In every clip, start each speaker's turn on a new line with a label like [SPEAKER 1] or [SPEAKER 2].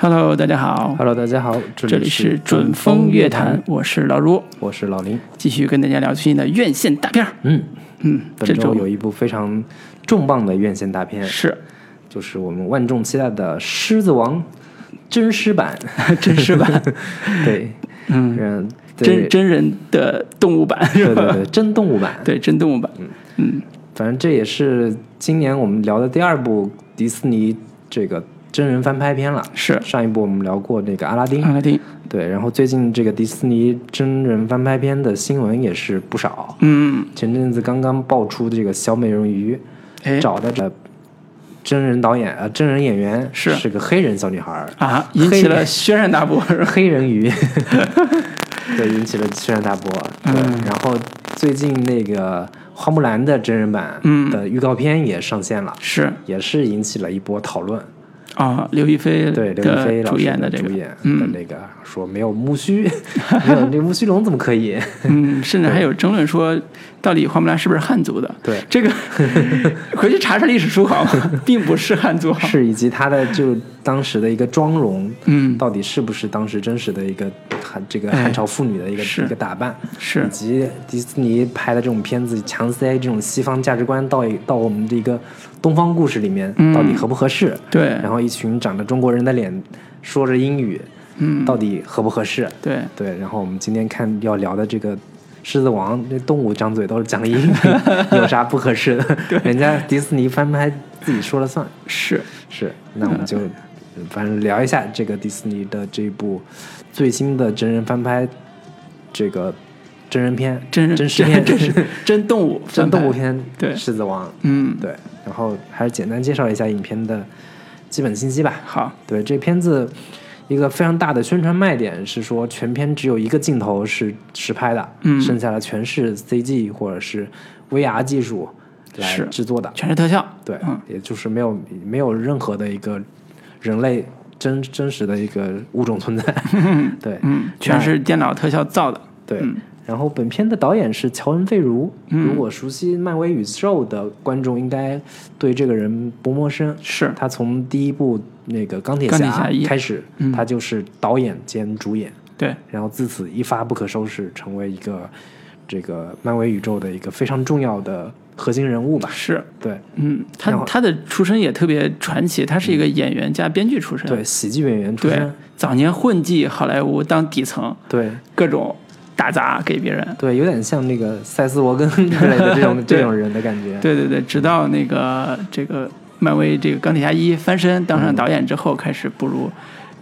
[SPEAKER 1] Hello，大家好
[SPEAKER 2] Hello，大家好，这
[SPEAKER 1] 这里是准风乐坛，，我是老卢，
[SPEAKER 2] 我是老林。
[SPEAKER 1] 继续跟大家聊最近的院线大片儿。
[SPEAKER 2] 嗯，
[SPEAKER 1] 嗯，这
[SPEAKER 2] 本周有
[SPEAKER 1] 周
[SPEAKER 2] 一部非常重磅的院线大片，
[SPEAKER 1] 是
[SPEAKER 2] 就是我们万众期待的《狮子王》真狮版。
[SPEAKER 1] 真实版，
[SPEAKER 2] 对，
[SPEAKER 1] 嗯，
[SPEAKER 2] 嗯，对
[SPEAKER 1] 真真人的动物版
[SPEAKER 2] 对
[SPEAKER 1] 是
[SPEAKER 2] 对
[SPEAKER 1] 吧？
[SPEAKER 2] 对，真动物版。
[SPEAKER 1] 对，真动物版。嗯，
[SPEAKER 2] 反正这也是今年我们聊的第二部迪士尼这个真人翻拍片了。
[SPEAKER 1] 是嗯
[SPEAKER 2] 上一部我们聊过那个阿拉丁，
[SPEAKER 1] 阿拉丁，
[SPEAKER 2] 对，然后最近这个迪士尼真人翻拍片的新闻也是不少。
[SPEAKER 1] 嗯，
[SPEAKER 2] 前阵子刚刚爆出这个小美人鱼
[SPEAKER 1] 哎
[SPEAKER 2] 找的这真人导演呃真人演员
[SPEAKER 1] 是
[SPEAKER 2] 是个黑人小女孩儿，
[SPEAKER 1] 啊，引
[SPEAKER 2] 黑
[SPEAKER 1] 起
[SPEAKER 2] 人
[SPEAKER 1] 了轩然大波， 是吧？
[SPEAKER 2] 黑人鱼，对，引起了轩然大波。对，
[SPEAKER 1] 嗯
[SPEAKER 2] 然后最近那个花木兰的真人版
[SPEAKER 1] 嗯
[SPEAKER 2] 的预告片也上线了，
[SPEAKER 1] 是
[SPEAKER 2] 也是引起了一波讨论。
[SPEAKER 1] 啊，刘亦菲
[SPEAKER 2] 对，刘亦菲
[SPEAKER 1] 的
[SPEAKER 2] 老
[SPEAKER 1] 主
[SPEAKER 2] 师
[SPEAKER 1] 演的这
[SPEAKER 2] 主演
[SPEAKER 1] 个，嗯
[SPEAKER 2] 的那个、说没有木须， 没有这木须龙怎么可以？
[SPEAKER 1] 嗯，甚至还有争论说，到底花木兰是不是汉族的？
[SPEAKER 2] 对，
[SPEAKER 1] 这个 回去查查历史书好 吗？并不是汉族，
[SPEAKER 2] 是以及他的就当时的一个妆容，
[SPEAKER 1] 嗯，
[SPEAKER 2] 到底是不是当时真实的一个汉这个
[SPEAKER 1] 哎
[SPEAKER 2] 汉朝妇女的一个、
[SPEAKER 1] 是
[SPEAKER 2] 一个打扮，
[SPEAKER 1] 是
[SPEAKER 2] 以及迪士尼拍的这种片子强塞这种西方价值观到到我们的一个东方故事里面，
[SPEAKER 1] 嗯
[SPEAKER 2] 到底合不合适？
[SPEAKER 1] 对
[SPEAKER 2] 然后一群长着中国人的脸，说着英语，
[SPEAKER 1] 嗯
[SPEAKER 2] 到底合不合适？
[SPEAKER 1] 对，
[SPEAKER 2] 对，然后我们今天看要聊的这个《狮子王》，那动物张嘴都是讲 英语，有啥不合适的？人家迪士尼翻拍自己说了算。
[SPEAKER 1] 是
[SPEAKER 2] 是，那我们就呃反正聊一下这个迪士尼的这一部最新的真人翻拍，这个真人片、
[SPEAKER 1] 真人
[SPEAKER 2] 真实片、
[SPEAKER 1] 真是真动物，
[SPEAKER 2] 真动物
[SPEAKER 1] 翻拍，
[SPEAKER 2] 片，
[SPEAKER 1] 对
[SPEAKER 2] 狮子王，
[SPEAKER 1] 嗯，
[SPEAKER 2] 对。然后还是简单介绍一下影片的基本信息吧。
[SPEAKER 1] 好，
[SPEAKER 2] 对，这片子一个非常大的宣传卖点是说，全片只有一个镜头是实拍的，
[SPEAKER 1] 嗯
[SPEAKER 2] 剩下的全是 CG 或者是 VR 技术来
[SPEAKER 1] 是
[SPEAKER 2] 制作的。
[SPEAKER 1] 全是特效，
[SPEAKER 2] 对，
[SPEAKER 1] 嗯
[SPEAKER 2] 也就是没有没有任何的一个人类真真实的一个物种存在。对，
[SPEAKER 1] 嗯，全是电脑特效造的，
[SPEAKER 2] 对。然后本片的导演是乔恩·费如，
[SPEAKER 1] 嗯
[SPEAKER 2] 如果熟悉漫威宇宙的观众应该对这个人不陌生。
[SPEAKER 1] 是
[SPEAKER 2] 他从第一部那个钢铁
[SPEAKER 1] 钢铁侠一
[SPEAKER 2] 开始，
[SPEAKER 1] 嗯
[SPEAKER 2] 他就是导演兼主演，
[SPEAKER 1] 对，
[SPEAKER 2] 然后自此一发不可收拾，成为一个这个漫威宇宙的一个非常重要的核心人物吧。
[SPEAKER 1] 是，
[SPEAKER 2] 对，
[SPEAKER 1] 嗯，他
[SPEAKER 2] 然后嗯
[SPEAKER 1] 他的出身也特别传奇，他是一个演员加编剧出身，
[SPEAKER 2] 对，喜剧演员出
[SPEAKER 1] 对
[SPEAKER 2] 身，，
[SPEAKER 1] 早年混迹好莱坞当底层，
[SPEAKER 2] 对，
[SPEAKER 1] 各种打杂给别人。
[SPEAKER 2] 对，有点像那个塞斯罗根 之类的这种
[SPEAKER 1] 对
[SPEAKER 2] 这种人的感觉。
[SPEAKER 1] 对对对，直到那个这个漫威这个钢铁侠一翻身当上导演之后，开始步入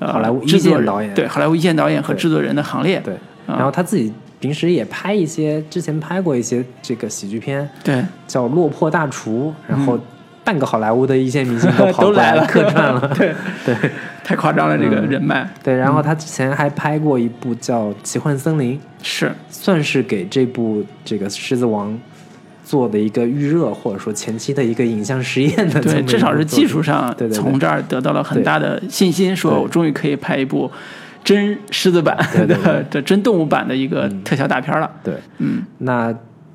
[SPEAKER 1] 呃
[SPEAKER 2] 嗯好莱坞一
[SPEAKER 1] 制作
[SPEAKER 2] 线
[SPEAKER 1] 人
[SPEAKER 2] 导演
[SPEAKER 1] 对好莱坞一线导演和
[SPEAKER 2] 对
[SPEAKER 1] 制作人的行列。
[SPEAKER 2] 对
[SPEAKER 1] 啊
[SPEAKER 2] 然后他自己平时也拍一些，之前拍过一些这个喜剧片，
[SPEAKER 1] 对嗯
[SPEAKER 2] 叫《落魄大厨》，然后半个好莱坞的一线明星 都跑
[SPEAKER 1] 都
[SPEAKER 2] 过
[SPEAKER 1] 来
[SPEAKER 2] 来
[SPEAKER 1] 了
[SPEAKER 2] 客串了。
[SPEAKER 1] 对嗯
[SPEAKER 2] 对
[SPEAKER 1] 太夸张了，这
[SPEAKER 2] 嗯
[SPEAKER 1] 个人脉、
[SPEAKER 2] 对，然后他之前还拍过一部叫《奇幻森林》，
[SPEAKER 1] 是
[SPEAKER 2] 算是给这部这个《狮子王》做的一个预热，或者说前期的一个影像实验的
[SPEAKER 1] 对，
[SPEAKER 2] 这么一个作品。
[SPEAKER 1] 至少是技术上
[SPEAKER 2] 对对对
[SPEAKER 1] 从这儿得到了很
[SPEAKER 2] 对
[SPEAKER 1] 大的信心，说
[SPEAKER 2] 对
[SPEAKER 1] 我终于可以拍一部真狮子版
[SPEAKER 2] 对对 嗯
[SPEAKER 1] 的这真动物版的一个特效大片了。
[SPEAKER 2] 对。
[SPEAKER 1] 嗯，
[SPEAKER 2] 那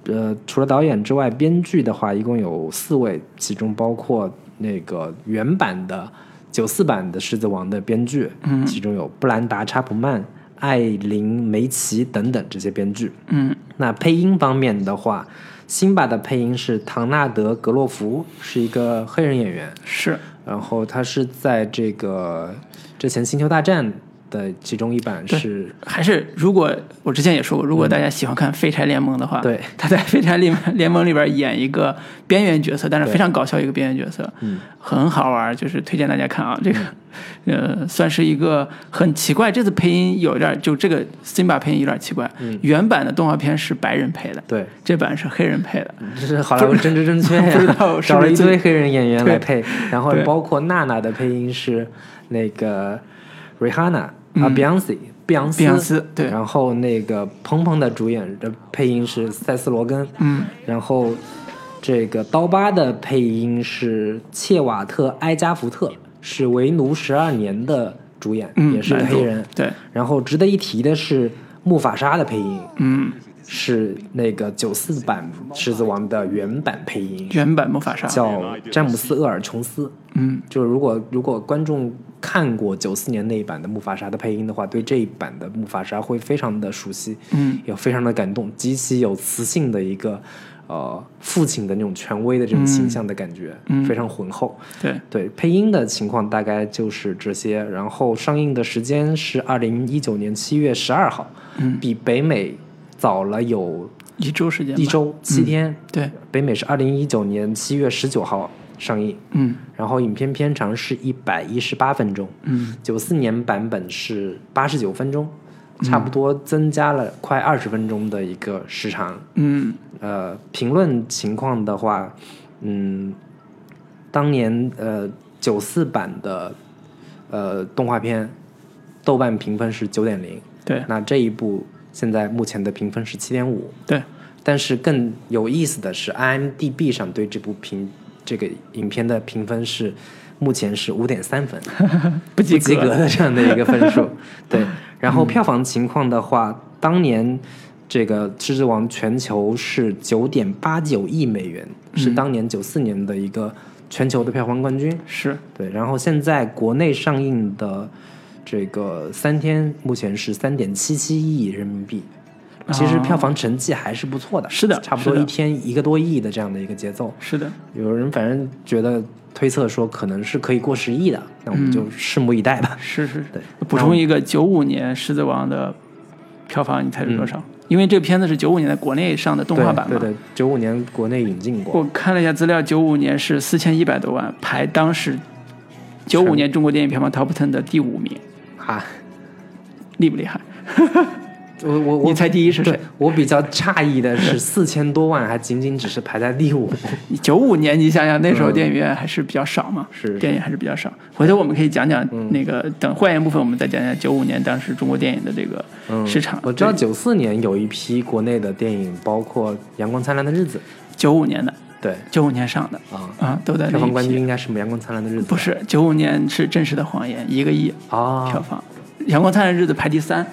[SPEAKER 2] 呃，除了导演之外，编剧的话一共有四位，其中包括那个原版的九四版的《狮子王》的编剧，嗯，其中有布兰达·查普曼、艾琳·梅奇等等这些编剧。
[SPEAKER 1] 嗯，
[SPEAKER 2] 那配音方面的话，辛巴的配音是唐纳德·格洛弗，是一个黑人演员，
[SPEAKER 1] 是
[SPEAKER 2] 然后他是在这个之前《星球大战》的其中一版
[SPEAKER 1] 对
[SPEAKER 2] 是
[SPEAKER 1] 还是如果我之前也说过，如果大家喜欢看《废柴联盟》的话，
[SPEAKER 2] 对
[SPEAKER 1] 他在《废柴联联盟》里边演一个边缘角色，但是
[SPEAKER 2] 对
[SPEAKER 1] 非常搞笑一个边缘角色，嗯，很好玩，就是推荐大家看啊，这个，
[SPEAKER 2] 嗯
[SPEAKER 1] 呃，算是一个很奇怪，这次配音有点就这个辛巴配音有点奇怪，原版的动画片是白人配的，
[SPEAKER 2] 嗯对，嗯
[SPEAKER 1] 这版是黑人配的，
[SPEAKER 2] 这是好莱坞真知真缺呀，
[SPEAKER 1] 不知道是
[SPEAKER 2] 找
[SPEAKER 1] 不
[SPEAKER 2] 了
[SPEAKER 1] 是
[SPEAKER 2] 一
[SPEAKER 1] 最
[SPEAKER 2] 堆黑人演员来配，然后
[SPEAKER 1] 对
[SPEAKER 2] 包括娜娜的配音是那个 Rihanna 啊，Beyonce。碧昂斯，
[SPEAKER 1] 碧昂斯嗯对
[SPEAKER 2] 然后那个鹏鹏的主演的配音是塞斯罗根，嗯，然后这个刀疤的配音是切瓦特·埃加福特，是《为奴十二年》的主演，
[SPEAKER 1] 嗯，
[SPEAKER 2] 也是个
[SPEAKER 1] 男主
[SPEAKER 2] 黑人。
[SPEAKER 1] 对，
[SPEAKER 2] 然后值得一提的是木法沙的配音，
[SPEAKER 1] 嗯，
[SPEAKER 2] 是那个九四版《狮子王》的原版配音，
[SPEAKER 1] 原版魔法鲨，
[SPEAKER 2] 叫詹姆斯·厄尔·琼斯。
[SPEAKER 1] 嗯，
[SPEAKER 2] 就是如果如果观众看过九四年那一版的木法沙的配音的话，对这一版的木法沙会非常的熟悉，
[SPEAKER 1] 嗯，
[SPEAKER 2] 也非常的感动，极其有磁性的一个呃父亲的那种权威的这种形象的感觉，
[SPEAKER 1] 嗯嗯嗯
[SPEAKER 2] 非常浑厚。
[SPEAKER 1] 对，
[SPEAKER 2] 对配音的情况大概就是这些，然后上映的时间是二零一九年七月十二号，
[SPEAKER 1] 嗯
[SPEAKER 2] 比北美早了有
[SPEAKER 1] 一周时间，
[SPEAKER 2] 一，周七天，
[SPEAKER 1] 对，
[SPEAKER 2] 北美是二零一九年七月十九号上映。
[SPEAKER 1] 嗯
[SPEAKER 2] 然后影片片长是一百一十八分钟，
[SPEAKER 1] 嗯
[SPEAKER 2] 九四年版本是八十九分钟，差不多增加了快二十分钟的一个时长。
[SPEAKER 1] 嗯
[SPEAKER 2] 呃，评论情况的话，嗯，当年呃九四版的呃动画片豆瓣评分是九点零，
[SPEAKER 1] 对
[SPEAKER 2] 那这一部现在目前的评分是七点五，
[SPEAKER 1] 对，
[SPEAKER 2] 但是更有意思的是，IMDB 上对这部评这个影片的评分是目前是五点三分，
[SPEAKER 1] 不
[SPEAKER 2] 不
[SPEAKER 1] 及
[SPEAKER 2] 及格的这样的一个 分数。对，然后票房情况的话，当年这个《狮子王》全球是九点八九亿美元，是当年九四年的一个全球的票房冠军。
[SPEAKER 1] 是，
[SPEAKER 2] 对，然后现在国内上映的这个三天，目前是三点七七亿人民币。其实票房成绩哦还是不错的，
[SPEAKER 1] 是的
[SPEAKER 2] 差不多
[SPEAKER 1] 是的
[SPEAKER 2] 一天一个多亿的这样的一个节奏。
[SPEAKER 1] 是的，
[SPEAKER 2] 有人反正觉得推测说可能是可以过十亿的，那我们就拭目以待吧。
[SPEAKER 1] 是是是。
[SPEAKER 2] 对，
[SPEAKER 1] 补充一个，九五年《狮子王》的票房，你猜是多少？因为这个片子是九五年在国内上的动画版嘛，
[SPEAKER 2] 嗯对对对，九五年国内引进过，
[SPEAKER 1] 我看了一下资料，九五年是四千一百多万，排当时九五年中国电影票房 Top Ten 的第五名，
[SPEAKER 2] 哈，
[SPEAKER 1] 厉不厉害？
[SPEAKER 2] 我我我
[SPEAKER 1] 你猜第一是谁
[SPEAKER 2] 对？我比 较诧异的是，四千多万还仅仅只是排在第五，
[SPEAKER 1] 九五年，你想想那时候电影院还是比较少嘛，
[SPEAKER 2] 嗯是是
[SPEAKER 1] 电影还是比较少。回头我们可以讲讲那个，等换言部分我们再讲讲九五年当时中国电影的这个
[SPEAKER 2] 嗯
[SPEAKER 1] 市场。
[SPEAKER 2] 我知道
[SPEAKER 1] 对
[SPEAKER 2] 九四年有一批国内的电影，包括《阳光灿烂的日子》，
[SPEAKER 1] 九五年的，
[SPEAKER 2] 对
[SPEAKER 1] 九五年上的
[SPEAKER 2] 啊，
[SPEAKER 1] 啊，都在那
[SPEAKER 2] 票
[SPEAKER 1] 一
[SPEAKER 2] 房冠
[SPEAKER 1] 批
[SPEAKER 2] 军应该是《阳光灿烂的日子》吧，
[SPEAKER 1] 不是九五年是《真实的谎言》一个亿票
[SPEAKER 2] 啊，
[SPEAKER 1] 房，《阳光灿烂的日子》排第三，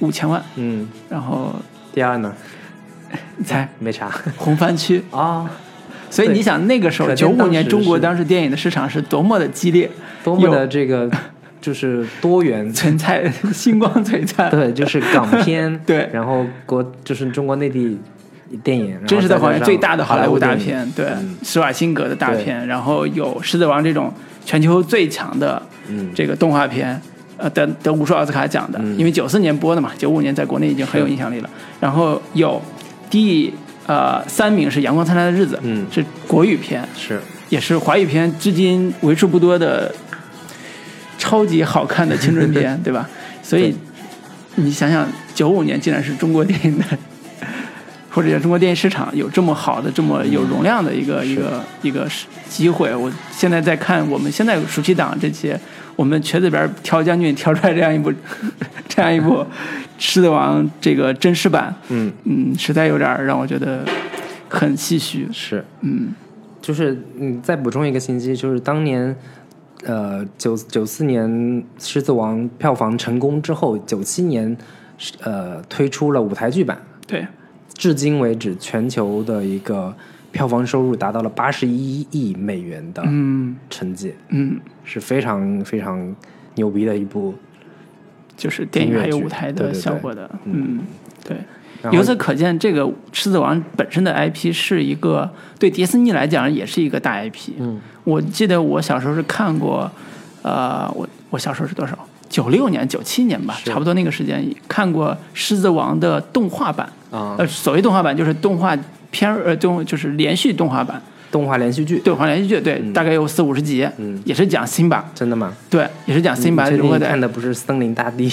[SPEAKER 1] 五千万。
[SPEAKER 2] 嗯，
[SPEAKER 1] 然后
[SPEAKER 2] 第二呢
[SPEAKER 1] 你猜
[SPEAKER 2] 没查
[SPEAKER 1] 红番区
[SPEAKER 2] 啊，
[SPEAKER 1] 所以你想那个时候
[SPEAKER 2] 可
[SPEAKER 1] 九
[SPEAKER 2] 见
[SPEAKER 1] 五
[SPEAKER 2] 当
[SPEAKER 1] 年
[SPEAKER 2] 时
[SPEAKER 1] 中国
[SPEAKER 2] 是
[SPEAKER 1] 当时电影的市场是多么的激烈，
[SPEAKER 2] 多么的
[SPEAKER 1] 有，
[SPEAKER 2] 这个就是多元
[SPEAKER 1] 璀璨 星光璀璨。
[SPEAKER 2] 对，就是港片，
[SPEAKER 1] 对
[SPEAKER 2] 然后国就是中国内地电影，然后
[SPEAKER 1] 真实的
[SPEAKER 2] 再
[SPEAKER 1] 谎
[SPEAKER 2] 加
[SPEAKER 1] 言
[SPEAKER 2] 上
[SPEAKER 1] 最大的
[SPEAKER 2] 好
[SPEAKER 1] 好
[SPEAKER 2] 莱
[SPEAKER 1] 莱坞大
[SPEAKER 2] 电影
[SPEAKER 1] 片，对
[SPEAKER 2] 嗯，
[SPEAKER 1] 施瓦辛格的大片，然后有《狮子王》这种全球最强的
[SPEAKER 2] 嗯
[SPEAKER 1] 这个动画片，呃，得得无数奥斯卡奖的，因为九四年播的嘛，九五年在国内已经很有影响力了。然后有第呃三名是《阳光灿烂的日子》，
[SPEAKER 2] 嗯
[SPEAKER 1] 是国语片，
[SPEAKER 2] 是
[SPEAKER 1] 也是华语片至今为数不多的超级好看的青春片，对吧？所以你想想，九五年竟然是中国电影的， 或者叫中国电影市场有这么好的、这么有容量的一个、一个一个时机会。我现在在看我们现在暑期档这些，我们瘸子边儿挑将军挑出来这样一部 这样一部《狮子王》这个真实版，
[SPEAKER 2] 嗯
[SPEAKER 1] 嗯，实在有点儿让我觉得很唏嘘。
[SPEAKER 2] 是，
[SPEAKER 1] 嗯，
[SPEAKER 2] 就是嗯，再补充一个信息，就是当年，呃，九九四年《狮子王》票房成功之后，九七年，呃，推出了舞台剧版，
[SPEAKER 1] 对，
[SPEAKER 2] 至今为止全球的一个票房收入达到了八十一亿美元的
[SPEAKER 1] 嗯
[SPEAKER 2] 成绩，
[SPEAKER 1] 嗯。
[SPEAKER 2] 是非常非常牛逼的一部。
[SPEAKER 1] 就是电影还有
[SPEAKER 2] 音乐剧
[SPEAKER 1] 舞台
[SPEAKER 2] 对
[SPEAKER 1] 的
[SPEAKER 2] 对对
[SPEAKER 1] 效果的，嗯，对。
[SPEAKER 2] 然后
[SPEAKER 1] 由此可见，这个《狮子王》本身的 IP 是一个对迪士尼来讲也是一个大 IP。嗯，我记得我小时候是看过，呃，我我小时候是多少？九六年、九七年吧，
[SPEAKER 2] 是
[SPEAKER 1] 差不多那个时间看过《狮子王》的动画版。
[SPEAKER 2] 啊、
[SPEAKER 1] 呃，所谓动画版就是动画片儿，呃，动就是连续动画版，
[SPEAKER 2] 动画连续剧，
[SPEAKER 1] 对，画连续剧，对，大概有四五十集，
[SPEAKER 2] 嗯
[SPEAKER 1] 也是讲辛巴，
[SPEAKER 2] 真的吗？
[SPEAKER 1] 对，也是讲辛巴
[SPEAKER 2] 你确
[SPEAKER 1] 如
[SPEAKER 2] 定
[SPEAKER 1] 何
[SPEAKER 2] 你
[SPEAKER 1] 在
[SPEAKER 2] 看的不是《森林大帝》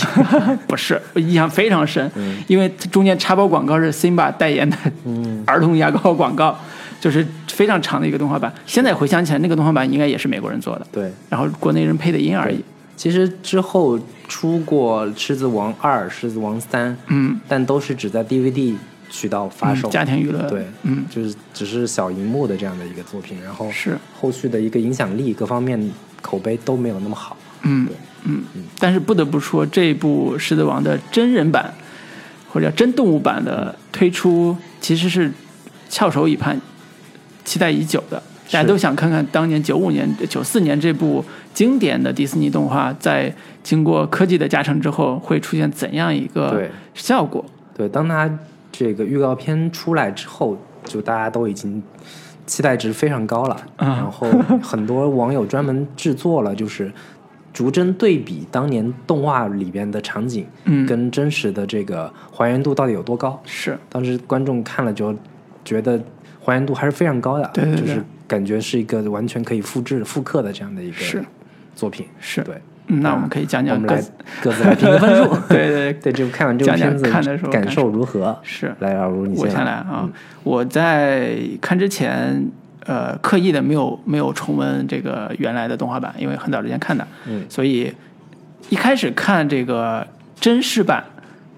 [SPEAKER 1] 不是，我印象非常深，因为中间插播广告是 Simba 代言的 儿童牙膏广告，就是非常长的一个动画版。现在回想起来，那个动画版应该也是美国人做的，
[SPEAKER 2] 对。
[SPEAKER 1] 然后国内人配的音而已。
[SPEAKER 2] 其实之后出过《狮子王二》《狮子王三》，
[SPEAKER 1] 嗯，
[SPEAKER 2] 但都是只在 DVD 渠道发售。
[SPEAKER 1] 家庭娱乐，
[SPEAKER 2] 对，
[SPEAKER 1] 嗯，
[SPEAKER 2] 就是只是小荧幕的这样的一个作品，然后
[SPEAKER 1] 是，
[SPEAKER 2] 后续的一个影响力各方面口碑都没有那么好。
[SPEAKER 1] 嗯嗯。但是不得不说，这部《狮子王》的真人版，或者叫真动物版的推出，其实是翘首以盼、期待已久的。大家都想看看当年九五年、九四年这部经典的迪士尼动画，在经过科技的加成之后，会出现怎样一个
[SPEAKER 2] 对
[SPEAKER 1] 效果？
[SPEAKER 2] 对，当它这个预告片出来之后，就大家都已经期待值非常高了。
[SPEAKER 1] 啊
[SPEAKER 2] 然后很多网友专门制作了，就是逐帧对比当年动画里边的场景，
[SPEAKER 1] 嗯
[SPEAKER 2] 跟真实的这个还原度到底有多高。
[SPEAKER 1] 是，
[SPEAKER 2] 当时观众看了就觉得还原度还是非常高的，啊
[SPEAKER 1] 对对对
[SPEAKER 2] 就是感觉是一个完全可以复制、复刻的这样的一
[SPEAKER 1] 是
[SPEAKER 2] 个作品。
[SPEAKER 1] 是
[SPEAKER 2] 对，
[SPEAKER 1] 嗯那我们可以讲
[SPEAKER 2] 我
[SPEAKER 1] 讲
[SPEAKER 2] 们
[SPEAKER 1] 各
[SPEAKER 2] 来
[SPEAKER 1] 自，
[SPEAKER 2] 各自来评个分数。
[SPEAKER 1] 对对对，
[SPEAKER 2] 对，就看完这部
[SPEAKER 1] 讲讲
[SPEAKER 2] 片子
[SPEAKER 1] 看的时候
[SPEAKER 2] 感
[SPEAKER 1] 感
[SPEAKER 2] 受如何？
[SPEAKER 1] 是。
[SPEAKER 2] 来，老卢，你嗯
[SPEAKER 1] 我先
[SPEAKER 2] 来
[SPEAKER 1] 来啊，我在看之前，呃，刻意的没有没有重温这个原来的动画版，因为很早之前看的，
[SPEAKER 2] 嗯
[SPEAKER 1] 所以一开始看这个真实版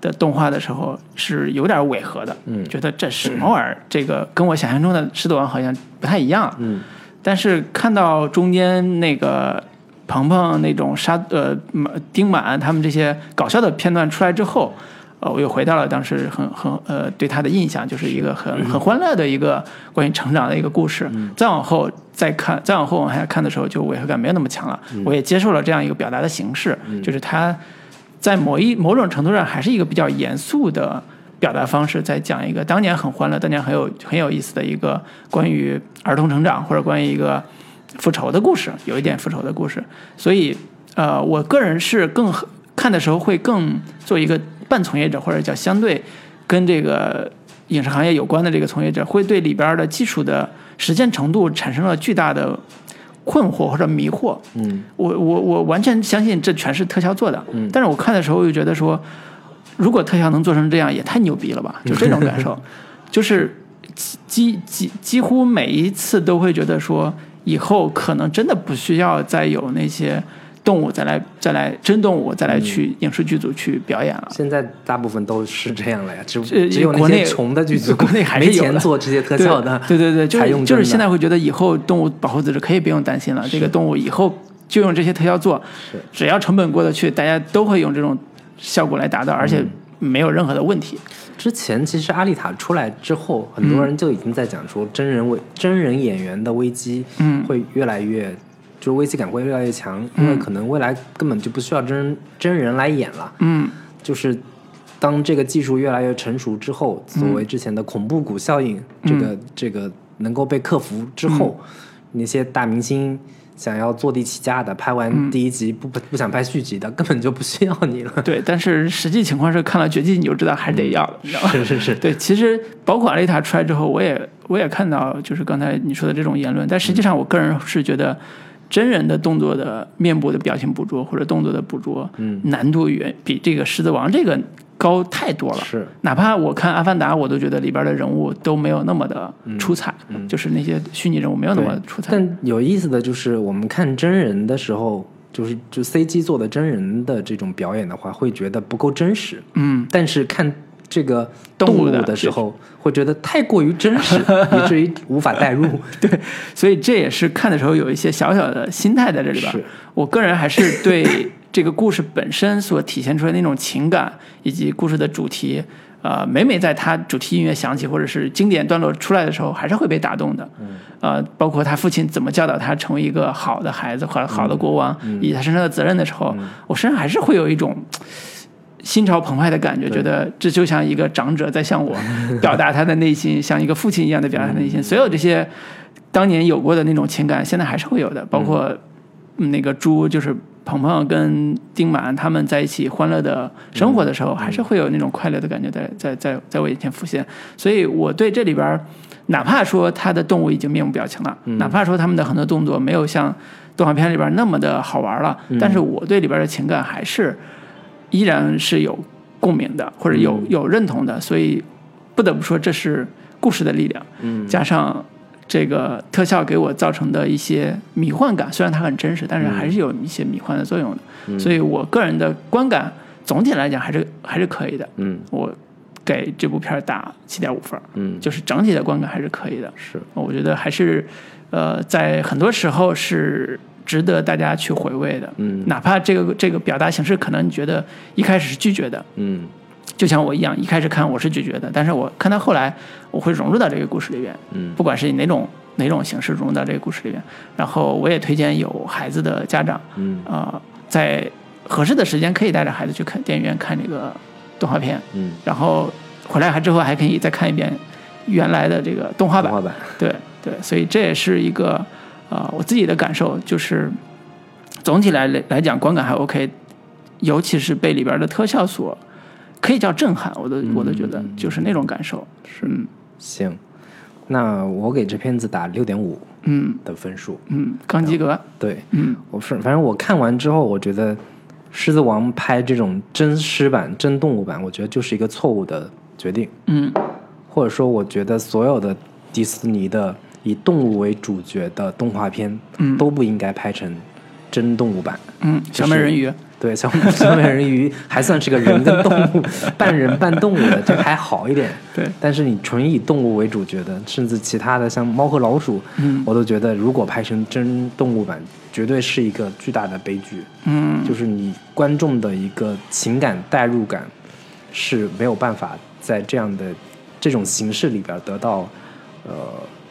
[SPEAKER 1] 的动画的时候是有点违和的，
[SPEAKER 2] 嗯
[SPEAKER 1] 觉得这什 么玩意儿，这个跟我想象中的《狮子王》好像不太一样，
[SPEAKER 2] 嗯
[SPEAKER 1] 但是看到中间那个鹏鹏那种沙呃马丁满他们这些搞笑的片段出来之后，呃，我又回到了当时很很呃对他的印象，就是一个很很欢乐的一个关于成长的一个故事。再往后再看，再往后往下看的时候，就违和感没有那么强了。我也接受了这样一个表达的形式，就是他在某一某种程度上还是一个比较严肃的表达方式，在讲一个当年很欢乐、当年很有很有意思的一个关于儿童成长或者关于一个复仇的故事，有一点复仇的故事。所以，呃，我个人是更看的时候会更做一个半从业者，或者叫相对跟这个影视行业有关的这个从业者，会对里边的技术的实践程度产生了巨大的困惑或者迷惑。
[SPEAKER 2] 嗯
[SPEAKER 1] 我我我完全相信这全是特效做的，但是我看的时候又觉得说，如果特效能做成这样，也太牛逼了吧，就这种感受，就是几几几几乎每一次都会觉得说，以后可能真的不需要再有那些动物再来再来真动物再来去影视剧组去表演了，
[SPEAKER 2] 现在大部分都是这样了呀，只
[SPEAKER 1] 这
[SPEAKER 2] 只有那
[SPEAKER 1] 国内
[SPEAKER 2] 些穷的剧组，
[SPEAKER 1] 国内还是
[SPEAKER 2] 没
[SPEAKER 1] 有
[SPEAKER 2] 钱
[SPEAKER 1] 的
[SPEAKER 2] 做这些特
[SPEAKER 1] 对
[SPEAKER 2] 效的，
[SPEAKER 1] 对对对，
[SPEAKER 2] 才
[SPEAKER 1] 就
[SPEAKER 2] 用
[SPEAKER 1] 是就
[SPEAKER 2] 真
[SPEAKER 1] 是
[SPEAKER 2] 的
[SPEAKER 1] 现在会觉得以后动物保护组织可以不用担心了，这个动物以后就用这些特效做
[SPEAKER 2] 是，
[SPEAKER 1] 只要成本过得去，大家都会用这种效果来达到，
[SPEAKER 2] 嗯
[SPEAKER 1] 而且没有任何的问题。
[SPEAKER 2] 之前其实阿丽塔出来之后，很多人就已经在讲说真人危、真人演员的危机，
[SPEAKER 1] 嗯
[SPEAKER 2] 会越来越，就是危机感会越来越强，因为可能未来根本就不需要真真人来演了，
[SPEAKER 1] 嗯，
[SPEAKER 2] 就是当这个技术越来越成熟之后，所谓之前的恐怖谷效应，
[SPEAKER 1] 嗯
[SPEAKER 2] 这个这个能够被克服之后，那些大明星。想要坐地起价的，拍
[SPEAKER 1] 嗯
[SPEAKER 2] 完第一集不不不想拍续集的，根本就不需要你 了。
[SPEAKER 1] 对。但是实际情况是，看了绝技你就知道还是得要的，你知道吗？
[SPEAKER 2] 是是是，
[SPEAKER 1] 对，其实包括阿丽塔出来之后，我也我也看到，就是刚才你说的这种言论，但实际上我个人是觉得，真人的动作的面部的表情捕捉或者动作的捕捉，嗯，难度远比这个《狮子王》这个高太多了。
[SPEAKER 2] 是
[SPEAKER 1] 哪怕我看《阿凡达》，我都觉得里边的人物都没有那么的出彩，就是那些虚拟人物没有那
[SPEAKER 2] 嗯对，
[SPEAKER 1] 么出彩。
[SPEAKER 2] 但有意思的就是，我们看真人的时候，就是就 CG 做的真人的这种表演的话，会觉得不够真实。
[SPEAKER 1] 嗯，
[SPEAKER 2] 但是看这个
[SPEAKER 1] 动
[SPEAKER 2] 动
[SPEAKER 1] 物
[SPEAKER 2] 物
[SPEAKER 1] 的
[SPEAKER 2] 的时候，会觉得太过于真 实，以至于无法代入。对，
[SPEAKER 1] 所以这也是看的时候有一些小小的心态在这里边
[SPEAKER 2] 是。
[SPEAKER 1] 我个人还是对 这个故事本身所体现出来的那种情感以及故事的主题，呃，每每在它主题音乐响起或者是经典段落出来的时候，还是会被打动的。呃，包括他父亲怎么教导他成为一个好的孩子或者好的国王，以及他身上的责任的时候，我身上还是会有一种。心潮澎湃的感觉，觉得这就像一个长者在向我表达他的内 心，像一个父亲一样在表达他的内心。所有这些当年有过的那种情感，现在还是会有的。包括嗯那个猪，就是鹏鹏跟丁满他们在一起欢乐的生活的时候，还是会有那种快乐的感觉在在在在我眼前浮现。所以我对这里边儿，哪怕说它的动物已经面无表情了，哪怕说他们的很多动作没有像动画片里边儿那么的好玩了，但是我对里边儿的情感还是依然是有共鸣的，或者有有认同的。所以不得不说，这是故事的力量。
[SPEAKER 2] 嗯，
[SPEAKER 1] 加上这个特效给我造成的一些迷幻感，虽然它很真实，但是还
[SPEAKER 2] 嗯
[SPEAKER 1] 是有一些迷幻的作用的。所以我个人的观感总体来讲还是还是可以的。
[SPEAKER 2] 嗯
[SPEAKER 1] 我给这部片儿打七点五分儿，
[SPEAKER 2] 嗯，
[SPEAKER 1] 就是整体的观感还是可以的。
[SPEAKER 2] 是
[SPEAKER 1] 我觉得还是呃，在很多时候是值得大家去回味的。
[SPEAKER 2] 嗯
[SPEAKER 1] 哪怕这个这个表达形式可能你觉得一开始是拒绝的，
[SPEAKER 2] 嗯
[SPEAKER 1] 就像我一样，一开始看我是拒绝的，但是我看到后来，我会融入到这个故事里边，
[SPEAKER 2] 嗯
[SPEAKER 1] 不管是以哪种哪种形式融入到这个故事里边。然后我也推荐有孩子的家长，
[SPEAKER 2] 嗯
[SPEAKER 1] 呃，在合适的时间可以带着孩子去看电影院看这个动画片，
[SPEAKER 2] 嗯，
[SPEAKER 1] 然后回来还之后还可以再看一遍原来的这个动画
[SPEAKER 2] 动
[SPEAKER 1] 版
[SPEAKER 2] 画。版，
[SPEAKER 1] 对对，所以这也是一个呃我自己的感受，就是总体来来讲观感还 OK，尤其是被里边的特效所可以叫震撼，我都我都觉得就是那种感受。是嗯
[SPEAKER 2] 行，那我给这片子打六点五
[SPEAKER 1] 嗯
[SPEAKER 2] 的分数。
[SPEAKER 1] 嗯，刚及格。
[SPEAKER 2] 对
[SPEAKER 1] 嗯
[SPEAKER 2] 我是，反正我看完之后，我觉得《狮子王》拍这种真狮版、真动物版，我觉得就是一个错误的决定，
[SPEAKER 1] 嗯
[SPEAKER 2] 或者说，我觉得所有的迪士尼的以动物为主角的动画片，
[SPEAKER 1] 嗯
[SPEAKER 2] 都不应该拍成真动物版。
[SPEAKER 1] 嗯，小美人鱼。
[SPEAKER 2] 对， 小小美人鱼还算是个人跟动物半人半动物的，这还好一点。
[SPEAKER 1] 对，
[SPEAKER 2] 但是你纯以动物为主角的，甚至其他的像猫和老鼠，
[SPEAKER 1] 嗯
[SPEAKER 2] 我都觉得如果拍成真动物版，绝对是一个巨大的悲剧。
[SPEAKER 1] 嗯
[SPEAKER 2] 就是你观众的一个情感代入感是没有办法在这样的这种形式里边得到呃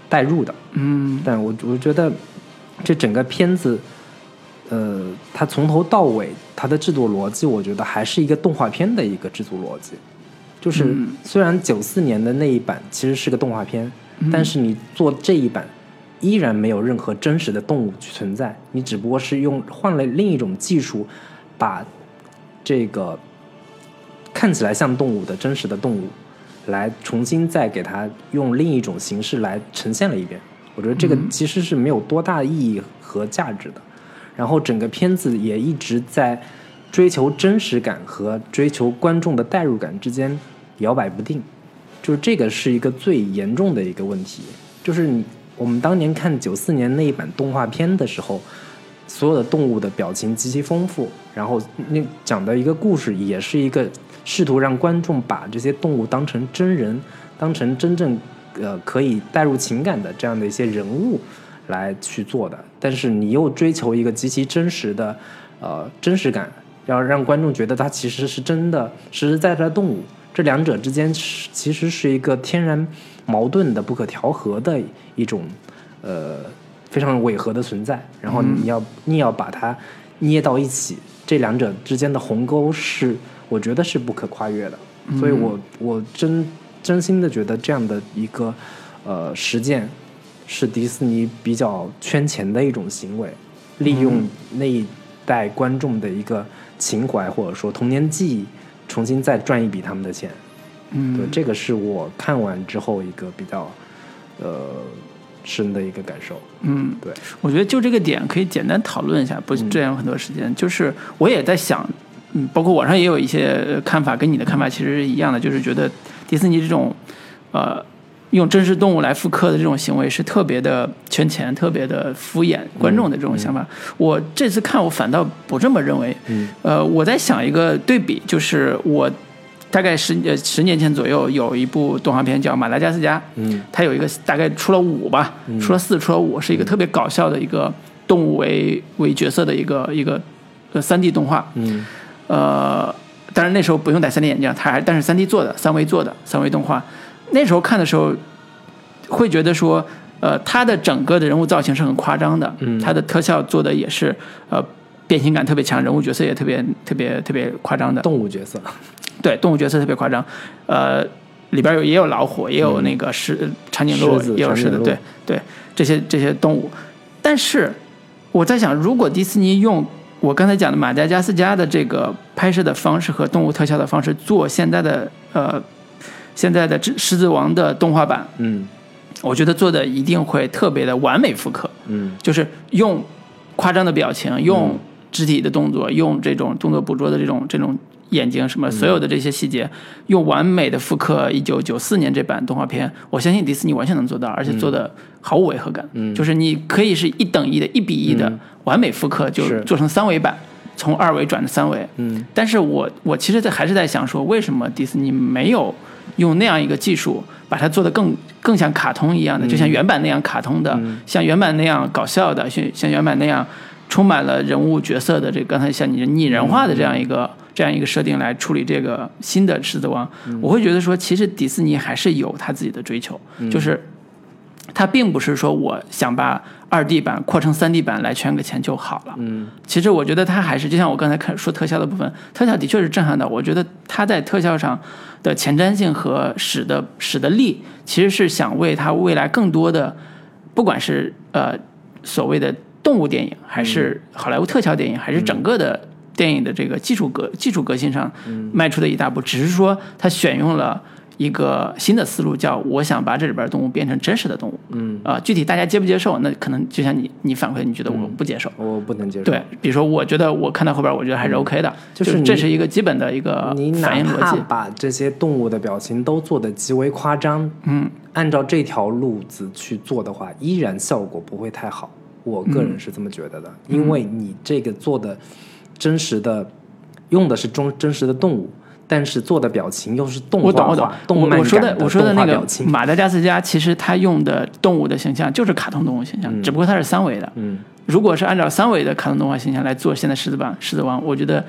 [SPEAKER 2] 代入的。
[SPEAKER 1] 嗯
[SPEAKER 2] 但我我觉得这整个片子，呃，它从头到尾它的制作逻辑，我觉得还是一个动画片的一个制作逻辑。就是
[SPEAKER 1] 嗯
[SPEAKER 2] 虽然九四年的那一版其实是个动画片，
[SPEAKER 1] 嗯
[SPEAKER 2] 但是你做这一版依然没有任何真实的动物去存在，你只不过是用换了另一种技术，把这个看起来像动物的真实的动物，来重新再给它用另一种形式来呈现了一遍。我觉得这个其实是没有多大意义和价值的。然后整个片子也一直在追求真实感和追求观众的代入感之间摇摆不定，就是这个是一个最严重的一个问题。就是你我们当年看九四年那一版动画片的时候，所有的动物的表情极其丰富，然后那讲的一个故事也是一个试图让观众把这些动物当成真人，当成真正呃可以带入情感的这样的一些人物来去做的。但是你又追求一个极其真实的呃真实感，要让观众觉得它其实是真的实实在在的动物，这两者之间是其实是一个天然矛盾的、不可调和的一种呃非常违和的存在。然后你要硬要把它捏到一起，这两者之间的鸿沟是我觉得是不可跨越的。所以我我真真心的觉得这样的一个呃实践是迪士尼比较圈钱的一种行为，利用那一代观众的一个情怀或者说童年记忆，重新再赚一笔他们的钱。
[SPEAKER 1] 嗯
[SPEAKER 2] 对，这个是我看完之后一个比较呃深的一个感受。
[SPEAKER 1] 嗯。
[SPEAKER 2] 对，
[SPEAKER 1] 我觉得就这个点可以简单讨论一下，不占用很多时间。就是我也在想，嗯，包括网上也有一些呃看法，跟你的看法其实是一样的，就是觉得迪士尼这种，呃，用真实动物来复刻的这种行为是特别的圈钱、特别的敷衍观众的这种想法。我这次看，我反倒不这么认为。
[SPEAKER 2] 嗯
[SPEAKER 1] 呃，我在想一个对比，就是我大概十呃十年前左右有一部动画片叫《马达加斯加》，
[SPEAKER 2] 嗯
[SPEAKER 1] 它有一个大概出了五吧，出了四，出了五，是一个特别搞笑的一个动物为为角色的一个一个呃三 D 动画，
[SPEAKER 2] 嗯
[SPEAKER 1] 呃，当然那时候不用戴三 D 眼镜，它还但是三 D 做的，三维做的三维动画，那时候看的时候会觉得说，呃，它的整个的人物造型是很夸张的，
[SPEAKER 2] 嗯
[SPEAKER 1] 它的特效做的也是呃变形感特别强，人物角色也特别特别特别夸张的，
[SPEAKER 2] 动物角色，
[SPEAKER 1] 对，动物角色特别夸张，呃，里边有也有老虎，也有那个狮、长颈鹿
[SPEAKER 2] 嗯狮，子
[SPEAKER 1] 也有狮
[SPEAKER 2] 长
[SPEAKER 1] 子，
[SPEAKER 2] 颈鹿
[SPEAKER 1] 对对，这些这些动物。但是我在想，如果迪士尼用我刚才讲的马达加斯加的这个拍摄的方式和动物特效的方式做现在的呃现在的狮狮子王的动画版，
[SPEAKER 2] 嗯
[SPEAKER 1] 我觉得做的一定会特别的完美复刻。
[SPEAKER 2] 嗯
[SPEAKER 1] 就是用夸张的表情，用肢体的动作，用这种动作捕捉的这种这种眼睛
[SPEAKER 2] 嗯
[SPEAKER 1] 什么，所有的这些细节，用完美的复刻一九九四年这版动画片，我相信迪士尼完全能做到，而且做的毫无违和感。
[SPEAKER 2] 嗯
[SPEAKER 1] 就是你可以是一等一的、一比一的
[SPEAKER 2] 嗯
[SPEAKER 1] 完美复刻，就是做成三维版，从二维转成三维。
[SPEAKER 2] 嗯
[SPEAKER 1] 但是我我其实在还是在想说，为什么迪士尼没有用那样一个技术把它做得更更像卡通一样的，就像原版那样卡通的，像原版那样搞笑的，像像原版那样充满了人物角色的这个刚才像你拟人化的这样一个这样一个设定来处理这个新的《狮子王》我会觉得说，其实迪士尼还是有他自己的追求，就是他并不是说我想把二 D 版扩成三 D 版来圈个钱就好了。嗯，其实我觉得他还是就像我刚才看说特效的部分，特效的确是震撼到我，我觉得他在特效上的前瞻性和使的使的力，其实是想为他未来更多的，不管是呃所谓的动物电影，还是好莱坞特效电影，还是整个的电影的这个技术革技术革新上迈出的一大步，只是说他选用了。一个新的思路叫我想把这里边的动物变成真实的动物，嗯啊、具体大家接不接受，那可能就像你你反馈，你觉得我不接受，
[SPEAKER 2] 我不能接受。
[SPEAKER 1] 对，比如说我觉得我看到后边，我觉得还是 OK 的，
[SPEAKER 2] 嗯就是是
[SPEAKER 1] 这
[SPEAKER 2] 你
[SPEAKER 1] 是一个基本的一个
[SPEAKER 2] 你
[SPEAKER 1] 反
[SPEAKER 2] 哪
[SPEAKER 1] 应逻
[SPEAKER 2] 怕
[SPEAKER 1] 辑。
[SPEAKER 2] 把这些动物的表情都做得极为夸张，嗯，按照这条路子去做的话，依然效果不会太好。我个人是这么觉得的，
[SPEAKER 1] 嗯
[SPEAKER 2] 因为你这个做的真实的，用的是中真实的动物，但是做的表情又是动
[SPEAKER 1] 我懂，
[SPEAKER 2] 画
[SPEAKER 1] 我懂
[SPEAKER 2] 化、。
[SPEAKER 1] 我
[SPEAKER 2] 动漫
[SPEAKER 1] 我说
[SPEAKER 2] 感
[SPEAKER 1] 我说的
[SPEAKER 2] 动画
[SPEAKER 1] 那个
[SPEAKER 2] 表情，
[SPEAKER 1] 马达加斯加，其实它用的动物的形象就是卡通动物形象，只不过它是三维的。
[SPEAKER 2] 嗯，
[SPEAKER 1] 如果是按照三维的卡通动画形象来做现在狮子王，狮子王，我觉得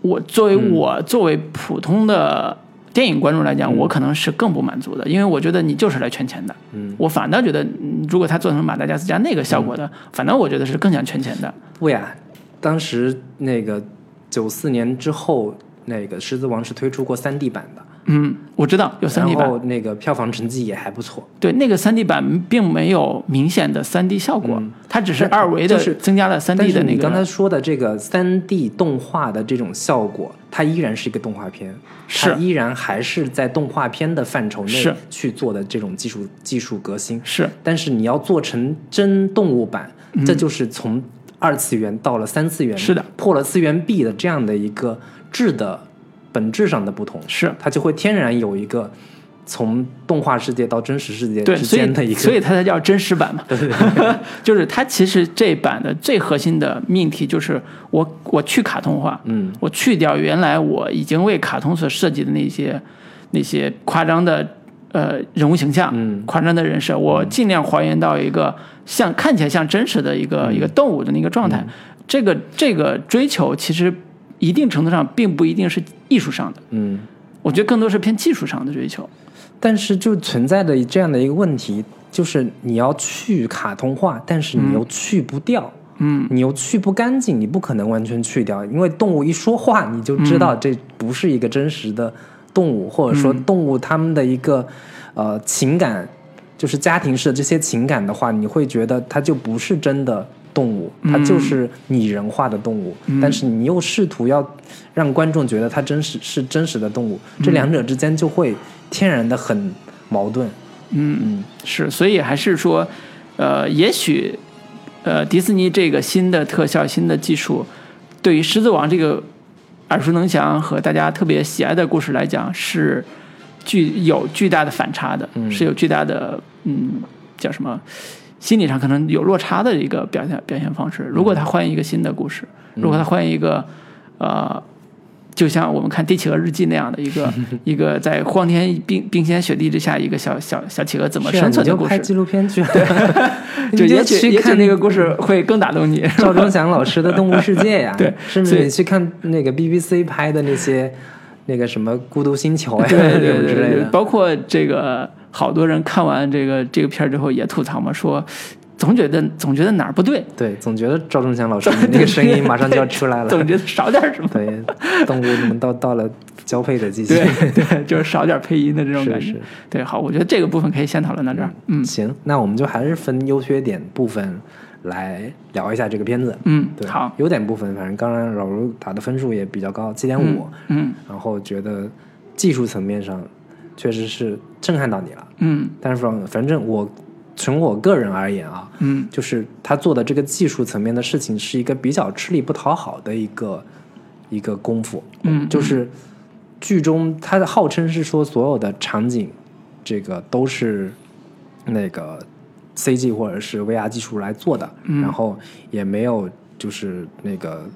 [SPEAKER 1] 我作
[SPEAKER 2] 嗯
[SPEAKER 1] 为我、作为普通的电影观众来讲，
[SPEAKER 2] 嗯
[SPEAKER 1] 我可能是更不满足的，因为我觉得你就是来圈钱的。嗯，我反倒觉得，嗯如果他做成马达加斯加那个效
[SPEAKER 2] 嗯
[SPEAKER 1] 果的，反倒我觉得是更想圈钱的。
[SPEAKER 2] 不呀，当时那个九四年之后，那个《狮子王》是推出过三 D 版的，
[SPEAKER 1] 嗯，我知道有三 D
[SPEAKER 2] 然
[SPEAKER 1] 版，
[SPEAKER 2] 后那个票房成绩也还不错。
[SPEAKER 1] 对，那个三 D 版并没有明显的三 D 效果，它只是
[SPEAKER 2] 但
[SPEAKER 1] 二维的
[SPEAKER 2] 就是
[SPEAKER 1] 增加了三
[SPEAKER 2] 但
[SPEAKER 1] D
[SPEAKER 2] 是
[SPEAKER 1] 的那
[SPEAKER 2] 你
[SPEAKER 1] 个。
[SPEAKER 2] 刚才说的这个三 D 动画的这种效果，它依然是一个动画片，
[SPEAKER 1] 是
[SPEAKER 2] 它依然还是在动画片的范畴
[SPEAKER 1] 是
[SPEAKER 2] 内去做的这种技术技术革新。
[SPEAKER 1] 是
[SPEAKER 2] 但是你要做成真动物版，这就是从二次元到了三次元，
[SPEAKER 1] 嗯是的，
[SPEAKER 2] 破了次元壁的这样的一个质的本质上的不同，
[SPEAKER 1] 是，
[SPEAKER 2] 它就会天然有一个从动画世界到真实世界
[SPEAKER 1] 对，
[SPEAKER 2] 之
[SPEAKER 1] 所
[SPEAKER 2] 间的一
[SPEAKER 1] 以
[SPEAKER 2] 个
[SPEAKER 1] 所以它才叫真实版嘛。 就是它其实这版的最核心的命题就是我我去卡通化，嗯，我去掉原来我已经为卡通所设计的那些那些夸张的呃人物形象，嗯，夸张的人设，
[SPEAKER 2] 嗯
[SPEAKER 1] 我尽量还原到一个像看起来像真实的一
[SPEAKER 2] 嗯
[SPEAKER 1] 个、一个动物的那个状态。这个这个追求其实一定程度上并不一定是艺术上的，
[SPEAKER 2] 嗯。
[SPEAKER 1] 我觉得更多是偏技术上的追求。
[SPEAKER 2] 但是就存在的这样的一个问题，就是你要去卡通化，但是你又去不掉，嗯，你又去不干净，你不可能完全去掉，因为动物一说话，你就知
[SPEAKER 1] 嗯
[SPEAKER 2] 道这不是一个真实的动物，或者说动物它们的一个呃情感，就是家庭式的这些情感的话，你会觉得它就不是真的。动物，它
[SPEAKER 1] 嗯
[SPEAKER 2] 就是拟人化的动物，但是你又试图要让观众觉得它真实是真实的动物，
[SPEAKER 1] 嗯
[SPEAKER 2] 这两者之间就会天然的很矛盾。
[SPEAKER 1] 是，所以还是说，呃，也许，呃，迪士尼这个新的特效、新的技术，对于《狮子王》这个耳熟能详和大家特别喜爱的故事来讲，是巨有巨大的反差的，是有巨大的嗯叫什么心理上可能有落差的一个表现表现方式。如
[SPEAKER 2] 嗯
[SPEAKER 1] 果他换一个新的故事，如果他换一个呃就像我们看《帝企鹅日记》那样的一 个一个在荒天冰冰天雪地之下，一个小小小企鹅怎么
[SPEAKER 2] 是啊
[SPEAKER 1] 生
[SPEAKER 2] 你
[SPEAKER 1] 存的
[SPEAKER 2] 就
[SPEAKER 1] 故
[SPEAKER 2] 拍
[SPEAKER 1] 事，
[SPEAKER 2] 纪录片去， 你
[SPEAKER 1] 就也许
[SPEAKER 2] 去
[SPEAKER 1] 也许
[SPEAKER 2] 看
[SPEAKER 1] 那个故事会更打动 你。
[SPEAKER 2] 赵忠祥老师的《动物世界》呀，
[SPEAKER 1] 对
[SPEAKER 2] 甚
[SPEAKER 1] 所
[SPEAKER 2] 至
[SPEAKER 1] 以
[SPEAKER 2] 你去看那个 BBC 拍的那些那个什么《孤独星球》 呀，
[SPEAKER 1] 对对
[SPEAKER 2] 什
[SPEAKER 1] 对
[SPEAKER 2] 么
[SPEAKER 1] 对
[SPEAKER 2] 之
[SPEAKER 1] 对
[SPEAKER 2] 类
[SPEAKER 1] 对，
[SPEAKER 2] 的。
[SPEAKER 1] 包括这个好多人看完这个这个片儿之后也吐槽嘛，说总觉得总觉得哪儿不对，
[SPEAKER 2] 对，总觉得赵忠祥 老师嗯你那个声音马上就要出来了。
[SPEAKER 1] 总觉得少点儿什么。
[SPEAKER 2] 对，动物怎么到到了交配的季 节？
[SPEAKER 1] 对对，就是少点儿配音的这种
[SPEAKER 2] 是
[SPEAKER 1] 感觉。
[SPEAKER 2] 是
[SPEAKER 1] 对，好，我觉得这个部分可以先讨论到这儿。嗯
[SPEAKER 2] 行，那我们就还是分优缺点部分来聊一下这个片子。
[SPEAKER 1] 嗯，
[SPEAKER 2] 对，
[SPEAKER 1] 好，
[SPEAKER 2] 优点部分，反正刚刚老卢打的分数也比较高，七点五，
[SPEAKER 1] 嗯
[SPEAKER 2] 然后觉得技术层面上确实是震撼到你了。
[SPEAKER 1] 嗯
[SPEAKER 2] 但是反反正我从我个人而言啊，
[SPEAKER 1] 嗯
[SPEAKER 2] 就是他做的这个技术层面的事情是一个比较吃力不讨好的一个一个功夫。
[SPEAKER 1] 嗯，
[SPEAKER 2] 就是剧中他的号称是说所有的场景，这个都是那个 CG 或者是 VR 技术来做的，
[SPEAKER 1] 嗯
[SPEAKER 2] 然后也没有就是那个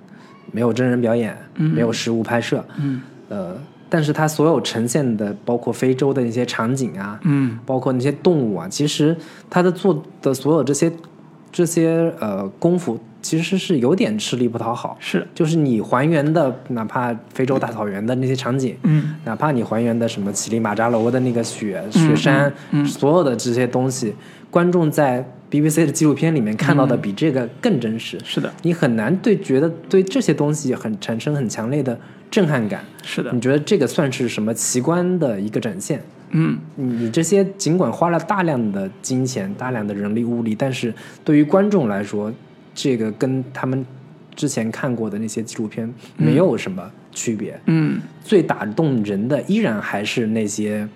[SPEAKER 2] 没有真人表演，没有实物拍摄，
[SPEAKER 1] 嗯
[SPEAKER 2] 呃，但是它所有呈现的，包括非洲的那些场景啊，
[SPEAKER 1] 嗯
[SPEAKER 2] 包括那些动物啊，其实它的做的所有这些这些呃功夫其实是有点吃力不讨好。
[SPEAKER 1] 是，
[SPEAKER 2] 就是你还原的，哪怕非洲大草原的那些场景，
[SPEAKER 1] 嗯，
[SPEAKER 2] 哪怕你还原的什么乞力马扎罗的那个雪
[SPEAKER 1] 嗯
[SPEAKER 2] 雪山，
[SPEAKER 1] 嗯嗯
[SPEAKER 2] 所有的这些东西，观众在 BBC 的纪录片里面看到
[SPEAKER 1] 嗯
[SPEAKER 2] 的比这个更真实。
[SPEAKER 1] 是的，
[SPEAKER 2] 你很难对觉得对这些东西很产生很强烈的震撼感。
[SPEAKER 1] 是的
[SPEAKER 2] 你，觉得这个算是什么奇观的一个展现？
[SPEAKER 1] 嗯，
[SPEAKER 2] 你你这些尽管花了大量的金钱、大量的人力物力，但是对于观众来说，这个跟他们之前看过的那些纪录片没有什么区别。
[SPEAKER 1] 嗯，
[SPEAKER 2] 最打动人的依然还是那些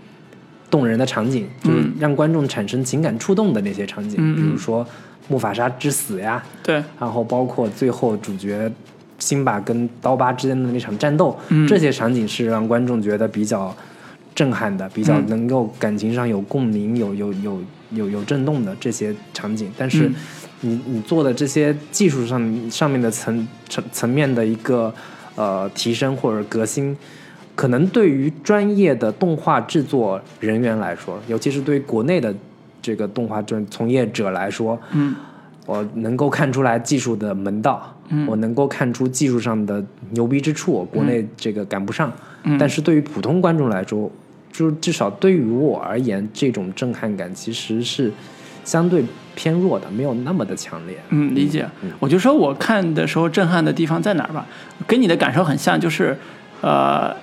[SPEAKER 2] 动人的场景，就是让观众产生情感触动的那些场景，
[SPEAKER 1] 嗯嗯
[SPEAKER 2] 比如说木法沙之死呀，
[SPEAKER 1] 对，
[SPEAKER 2] 然后包括最后主角辛巴跟刀疤之间的那场战斗，
[SPEAKER 1] 嗯
[SPEAKER 2] 这些场景是让观众觉得比较震撼的，比较
[SPEAKER 1] 嗯
[SPEAKER 2] 能够感情上有共鸣、有有有有有震动的这些场景。但是
[SPEAKER 1] 嗯
[SPEAKER 2] 你、你做的这些技术上上面的层层层面的一个呃提升或者革新。可能对于专业的动画制作人员来说，尤其是对于国内的这个动画专从业者来说，
[SPEAKER 1] 嗯，
[SPEAKER 2] 我能够看出来技术的门道，
[SPEAKER 1] 嗯
[SPEAKER 2] 我能够看出技术上的牛逼之处，国内这个赶不上。
[SPEAKER 1] 嗯
[SPEAKER 2] 但是对于普通观众来说，就至少对于我而言，这种震撼感其实是相对偏弱的，没有那么的强烈。
[SPEAKER 1] 嗯，理解。我就说我看的时候震撼的地方在哪儿吧，跟你的感受很像，就是呃，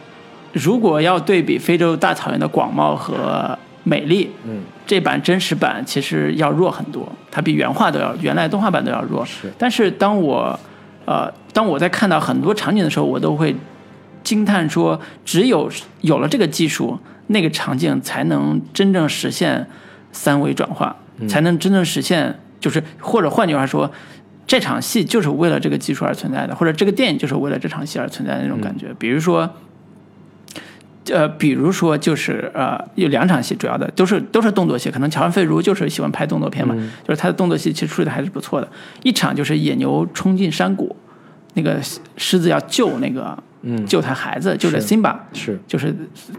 [SPEAKER 1] 如果要对比非洲大草原的广袤和美丽，
[SPEAKER 2] 嗯，
[SPEAKER 1] 这版真实版其实要弱很多，它比原画都要原来动画版都要弱。
[SPEAKER 2] 是
[SPEAKER 1] 但是当我呃当我在看到很多场景的时候，我都会惊叹说，只有有了这个技术，那个场景才能真正实现三维转化，才能真正实现，就是或者换句话说。这场戏就是为了这个技术而存在的，或者这个电影就是为了这场戏而存在的那种感觉。比如说，呃，比如说就是呃，有两场戏主要的都是都是动作戏，可能乔安·费如就是喜欢拍动作片嘛，就是他的动作戏其实处理的还是不错的。一场就是野牛冲进山谷，那个狮子要救那个、
[SPEAKER 2] 嗯
[SPEAKER 1] 救他孩子，救了
[SPEAKER 2] 是
[SPEAKER 1] 辛巴，
[SPEAKER 2] 是，
[SPEAKER 1] 就是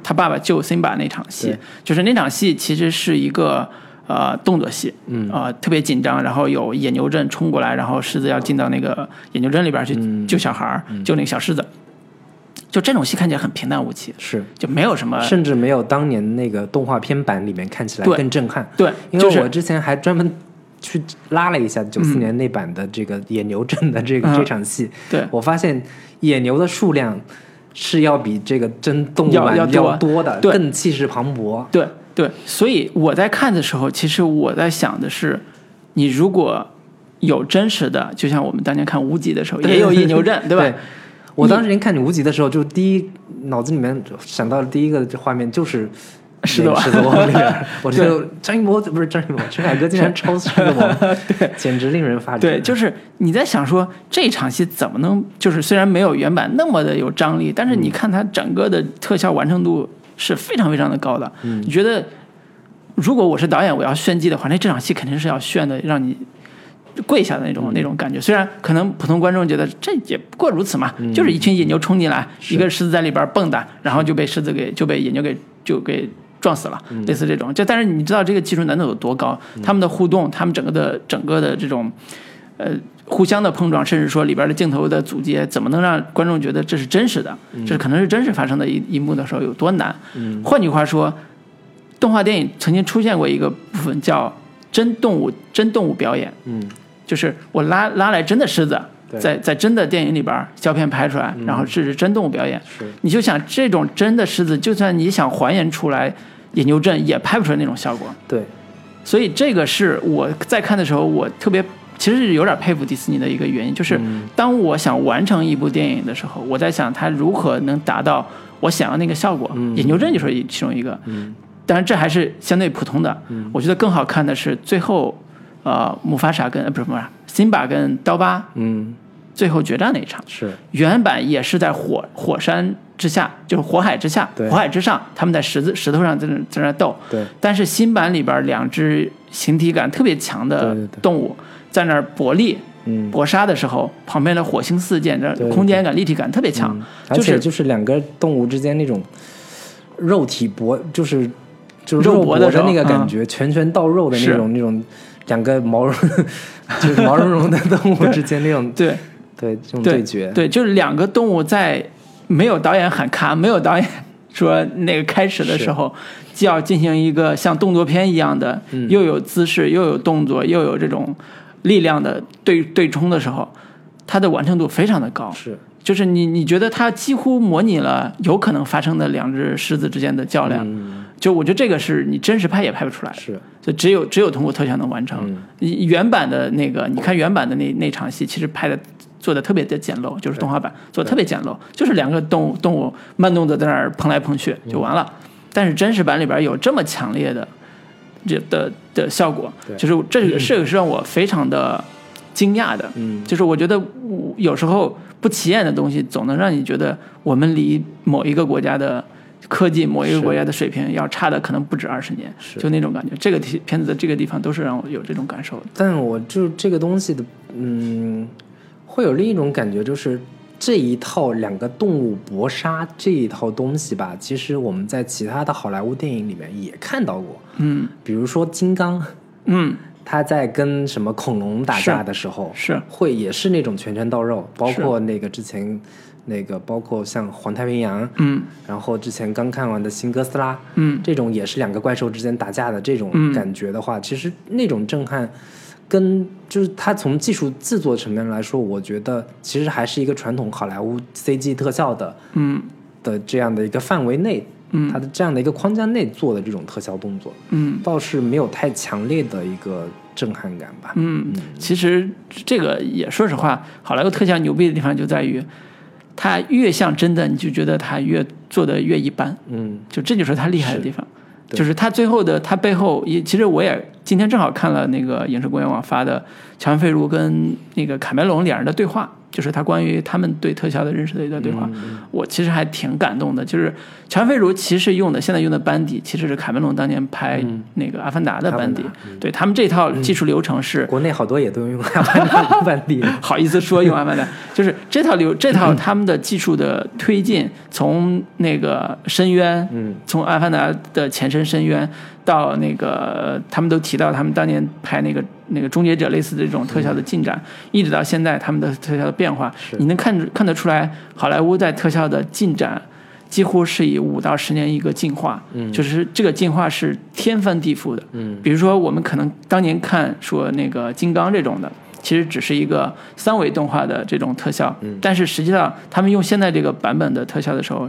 [SPEAKER 1] 他爸爸救辛巴那场戏
[SPEAKER 2] 对，
[SPEAKER 1] 就是那场戏其实是一个呃动作戏，
[SPEAKER 2] 嗯
[SPEAKER 1] 呃特别紧张，然后有野牛阵冲过来，然后狮子要进到那个野牛阵里边去
[SPEAKER 2] 嗯
[SPEAKER 1] 救小孩儿，救那个小狮子，就这种戏看起来很平淡无奇，
[SPEAKER 2] 是，
[SPEAKER 1] 就没有什么
[SPEAKER 2] 甚至没有当年那个动画片版里面看起来
[SPEAKER 1] 对
[SPEAKER 2] 更震撼。
[SPEAKER 1] 对，
[SPEAKER 2] 因
[SPEAKER 1] 就
[SPEAKER 2] 为
[SPEAKER 1] 是
[SPEAKER 2] 我之前还专门去拉了一下九四年那版的这个野牛阵的这个、
[SPEAKER 1] 嗯
[SPEAKER 2] 这场戏，
[SPEAKER 1] 对
[SPEAKER 2] 我发现野牛的数量是要比这个真动物版
[SPEAKER 1] 要要多啊
[SPEAKER 2] 多的，
[SPEAKER 1] 对
[SPEAKER 2] 更气势磅礴。
[SPEAKER 1] 对对，所以我在看的时候，其实我在想的是，你如果有真实的，就像我们当年看无极的时候，
[SPEAKER 2] 对
[SPEAKER 1] 也 有野牛阵，对吧？
[SPEAKER 2] 我当时连看你无极的时候，就第一脑子里面闪到的第一个画面就是
[SPEAKER 1] 狮子
[SPEAKER 2] 那个
[SPEAKER 1] 王
[SPEAKER 2] 狮子王那 边，我觉得张艺谋不是张艺谋，陈凯歌竟然抄狮子王，对，简直令人发指。
[SPEAKER 1] 对，就是你在想说这场戏怎么能，就是虽然没有原版那么的有张力，但是你看它整个的特效完成度是非常非常的高的。你觉得如果我是导演，我要炫技的话，那这场戏肯定是要炫的，让你跪下的那种、那种感觉。虽然可能普通观众觉得这也不过如此嘛，就是一群野牛冲进来，一个狮子在里边蹦跶，然后就被狮子给就被野牛给就给。撞死了，类似这种，就但是你知道这个技术难度有多高？他们的互动，他们整个的整个的这种，呃，互相的碰撞，甚至说里边的镜头的组接，怎么能让观众觉得这是真实的？这可能是真实发生的一一幕的时候有多难？换句话说，动画电影曾经出现过一个部分叫真动物真动物表演，
[SPEAKER 2] 嗯，
[SPEAKER 1] 就是我拉拉来真的狮子，
[SPEAKER 2] 对
[SPEAKER 1] 在在真的电影里边儿胶片拍出来，然后这是真动物表演。
[SPEAKER 2] 是
[SPEAKER 1] 你就想这种真的狮子，就算你想还原出来野牛阵，也拍不出来那种效果。
[SPEAKER 2] 对，
[SPEAKER 1] 所以这个是我在看的时候，我特别其实是有点佩服迪士尼的一个原因，就是当我想完成一部电影的时候，我在想它如何能达到我想要那个效果。野牛阵就是一其中一个，当然这还是相对普通的。我觉得更好看的是最后，呃，姆法沙跟呃不是姆法沙，辛巴跟刀疤
[SPEAKER 2] 嗯，
[SPEAKER 1] 最后决战那一场。
[SPEAKER 2] 是
[SPEAKER 1] 原版也是在火火山之下，就是火海之下，
[SPEAKER 2] 对
[SPEAKER 1] 火海之上，他们在石子石头上在那在那斗。
[SPEAKER 2] 对，
[SPEAKER 1] 但是新版里边两只形体感特别强的
[SPEAKER 2] 对对对
[SPEAKER 1] 动物在那儿搏力、
[SPEAKER 2] 嗯，
[SPEAKER 1] 搏杀的时候，旁边的火星四溅，这
[SPEAKER 2] 对对
[SPEAKER 1] 空间感、立体感特别强，
[SPEAKER 2] 而
[SPEAKER 1] 就
[SPEAKER 2] 且
[SPEAKER 1] 是
[SPEAKER 2] 就是两个动物之间那种肉体搏，就是就是
[SPEAKER 1] 肉
[SPEAKER 2] 肉
[SPEAKER 1] 搏
[SPEAKER 2] 搏
[SPEAKER 1] 的
[SPEAKER 2] 的那个
[SPEAKER 1] 时候嗯
[SPEAKER 2] 感觉，拳拳到肉的那种那种两个毛茸就是毛茸 茸的动物之间那种
[SPEAKER 1] 对
[SPEAKER 2] 对这种
[SPEAKER 1] 对
[SPEAKER 2] 对决，
[SPEAKER 1] 对，就是两个动物在没有导演喊卡，没有导演 说那个开始的时候，既要进行一个像动作片一样的，
[SPEAKER 2] 嗯
[SPEAKER 1] 又有姿势，又有动作，又有这种力量的对对冲的时候，它的完成度非常的高。
[SPEAKER 2] 是
[SPEAKER 1] 就是你你觉得它几乎模拟了有可能发生的两只狮子之间的较量，就我觉得这个是你真实拍也拍不出来的。
[SPEAKER 2] 是
[SPEAKER 1] 就只有只有通过特效能完成。一原版的那个，你看原版的那那场戏，其实拍的做的特别的简陋，就是动画版做的特别简陋，就是两个动物动物慢动作在那儿碰来碰去就完了。但是真实版里边有这么强烈的这的的效果，
[SPEAKER 2] 对
[SPEAKER 1] 就是这 个这个是让我非常的惊讶的。
[SPEAKER 2] 嗯
[SPEAKER 1] 就是我觉得我有时候不起眼的东西，总能让你觉得我们离某一个国家的科技、某一个国家的水平要差的可能不止二十年，就那种感觉。这个题片子的这个地方都是让我有这种感受的。
[SPEAKER 2] 但我就这个东西的，嗯，会有另一种感觉，就是这一套两个动物搏杀这一套东西吧，其实我们在其他的好莱坞电影里面也看到过，
[SPEAKER 1] 嗯
[SPEAKER 2] 比如说《金刚》，
[SPEAKER 1] 嗯，
[SPEAKER 2] 他在跟什么恐龙打架的时候，
[SPEAKER 1] 是
[SPEAKER 2] 会也是那种拳拳到肉，包括那个之前那个，包括像《环太平洋》，
[SPEAKER 1] 嗯
[SPEAKER 2] 然后之前刚看完的《新哥斯拉》，
[SPEAKER 1] 嗯，
[SPEAKER 2] 这种也是两个怪兽之间打架的这种
[SPEAKER 1] 嗯
[SPEAKER 2] 感觉的话，其实那种震撼跟就是它从技术制作层面来说，我觉得其实还是一个传统好莱坞 CG 特效的
[SPEAKER 1] 嗯
[SPEAKER 2] 的这样的一个范围内，它的这样的一个框架内做的这种特效动作，
[SPEAKER 1] 嗯
[SPEAKER 2] 倒是没有太强烈的一个震撼感吧。
[SPEAKER 1] 嗯，其实这个也说实话，好莱坞特效牛逼的地方就在于，它越像真的，你就觉得它越做的越一般。
[SPEAKER 2] 嗯
[SPEAKER 1] 就这就是他厉害的地方，
[SPEAKER 2] 对
[SPEAKER 1] 就是他最后的他背后也其实我也今天正好看了那个影视公园网发的乔恩·费卢跟那个卡梅隆两人的对话，就是他关于他们对特效的认识的一段对话，我其实还挺感动的。就是乔恩·费卢其实用的现在用的班底其实是卡梅隆当年拍那个《嗯阿凡达》嗯的班底，对他们这套技术流程是
[SPEAKER 2] 国内好多也都用阿凡达 扮地，
[SPEAKER 1] 好意思说用阿曼达，就是这套流这套他们的技术的推进，从那个深渊，
[SPEAKER 2] 嗯，
[SPEAKER 1] 从阿凡达的前身深渊到那个呃他们都提到他们当年拍那个那个终结者类似的这种特效的进展，一直到现在他们的特效的变化，你能看看得出来好莱坞在特效的进展。几乎是以五到十年一个进化，嗯，就是这个进化是天翻地覆的，嗯，比如说我们可能当年看说那个金刚这种的，其实只是一个三维动画的这种特效，嗯，但是实际上他们用现在这个版本的特效的时候，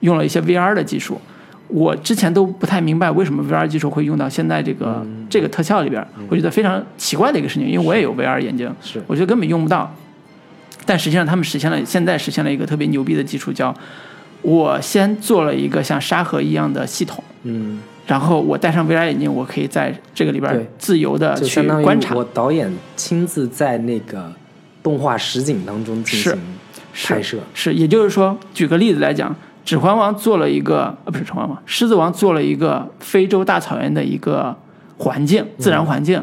[SPEAKER 1] 用了一些 VR 的技术。我之前都不太明白为什么 VR 技术会用到现在这个、这个特效里边，我觉得非常奇怪的一个事情，因为我也有 VR 眼镜，
[SPEAKER 2] 嗯是
[SPEAKER 1] 我觉得根本用不到。但实际上他们实现了，现在实现了一个特别牛逼的技术，叫我先做了一个像沙盒一样的系统，
[SPEAKER 2] 嗯，
[SPEAKER 1] 然后我戴上 VR 眼镜，我可以在这个里边
[SPEAKER 2] 对
[SPEAKER 1] 自由的
[SPEAKER 2] 就
[SPEAKER 1] 去
[SPEAKER 2] 相当于
[SPEAKER 1] 观察
[SPEAKER 2] 我。导演亲自在那个动画实景当中进行
[SPEAKER 1] 是
[SPEAKER 2] 拍摄，
[SPEAKER 1] 是，也就是说，举个例子来讲，《指环王》做了一个，呃，不是《指环王》，《狮子王》做了一个非洲大草原的一个环境，自
[SPEAKER 2] 嗯
[SPEAKER 1] 然环境，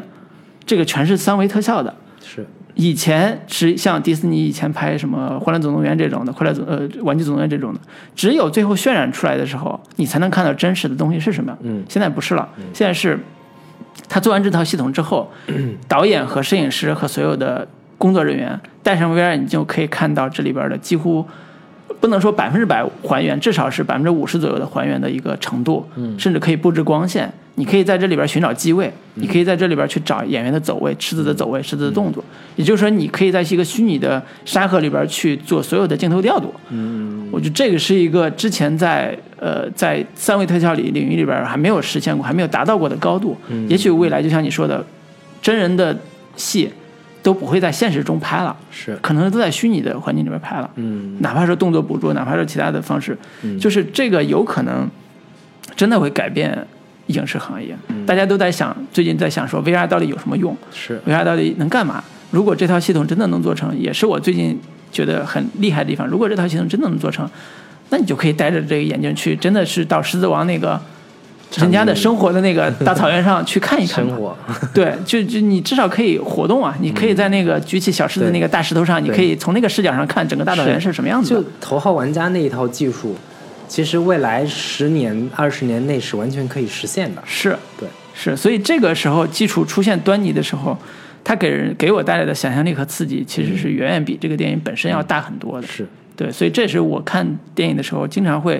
[SPEAKER 1] 这个全是三维特效的。
[SPEAKER 2] 是
[SPEAKER 1] 以前是像迪士尼以前拍什么《欢乐总动员》这种的，《快乐总呃玩具总动员》这种的，只有最后渲染出来的时候，你才能看到真实的东西是什么样。
[SPEAKER 2] 嗯
[SPEAKER 1] 现在不是了，现在是他做完这套系统之 后，导演和摄影师和所有的工作人员戴上 VR，你就可以看到这里边的几乎不能说百分之百还原，至少是百分之五十左右的还原的一个程度，甚至可以布置光线。你可以在这里边寻找机位，你可以在这里边去找演员的走位、狮子的走位、狮子的动作。也就是说，你可以在一个虚拟的沙盒里边去做所有的镜头调度。我觉得这个是一个之前在呃在三维特效里领域里边还没有实现过、还没有达到过的高度。也许未来就像你说的，真人的戏都不会在现实中拍了，
[SPEAKER 2] 是，
[SPEAKER 1] 可能都在虚拟的环境里边拍了。
[SPEAKER 2] 嗯
[SPEAKER 1] 哪怕是动作捕捉，哪怕是其他的方式，就是这个有可能真的会改变影视行业。大家都在想，最近在想说 VR 到底有什么用
[SPEAKER 2] 是
[SPEAKER 1] ？VR 到底能干嘛？如果这套系统真的能做成，也是我最近觉得很厉害的地方。如果这套系统真的能做成，那你就可以戴着这个眼镜去，真的是到狮子王那个人家的生活的那个大草原上去看一看
[SPEAKER 2] 生
[SPEAKER 1] 吧。
[SPEAKER 2] 活，
[SPEAKER 1] 对，就就你至少可以活动啊，你可以在那个举起小狮子
[SPEAKER 2] 对
[SPEAKER 1] 那个大石头上，你
[SPEAKER 2] 对
[SPEAKER 1] 可以从那个视角上看整个大草原
[SPEAKER 2] 是
[SPEAKER 1] 是什么样子
[SPEAKER 2] 就
[SPEAKER 1] 的。
[SPEAKER 2] 头号玩家那一套技术，其实未来十年、二十年内是完全可以实现的。
[SPEAKER 1] 是
[SPEAKER 2] 对，
[SPEAKER 1] 是，所以这个时候基础出现端倪的时候，它给人给我带来的想象力和刺激，其实是远远比这个电影本身要大很多的。
[SPEAKER 2] 是
[SPEAKER 1] 对，所以这是我看电影的时候经常会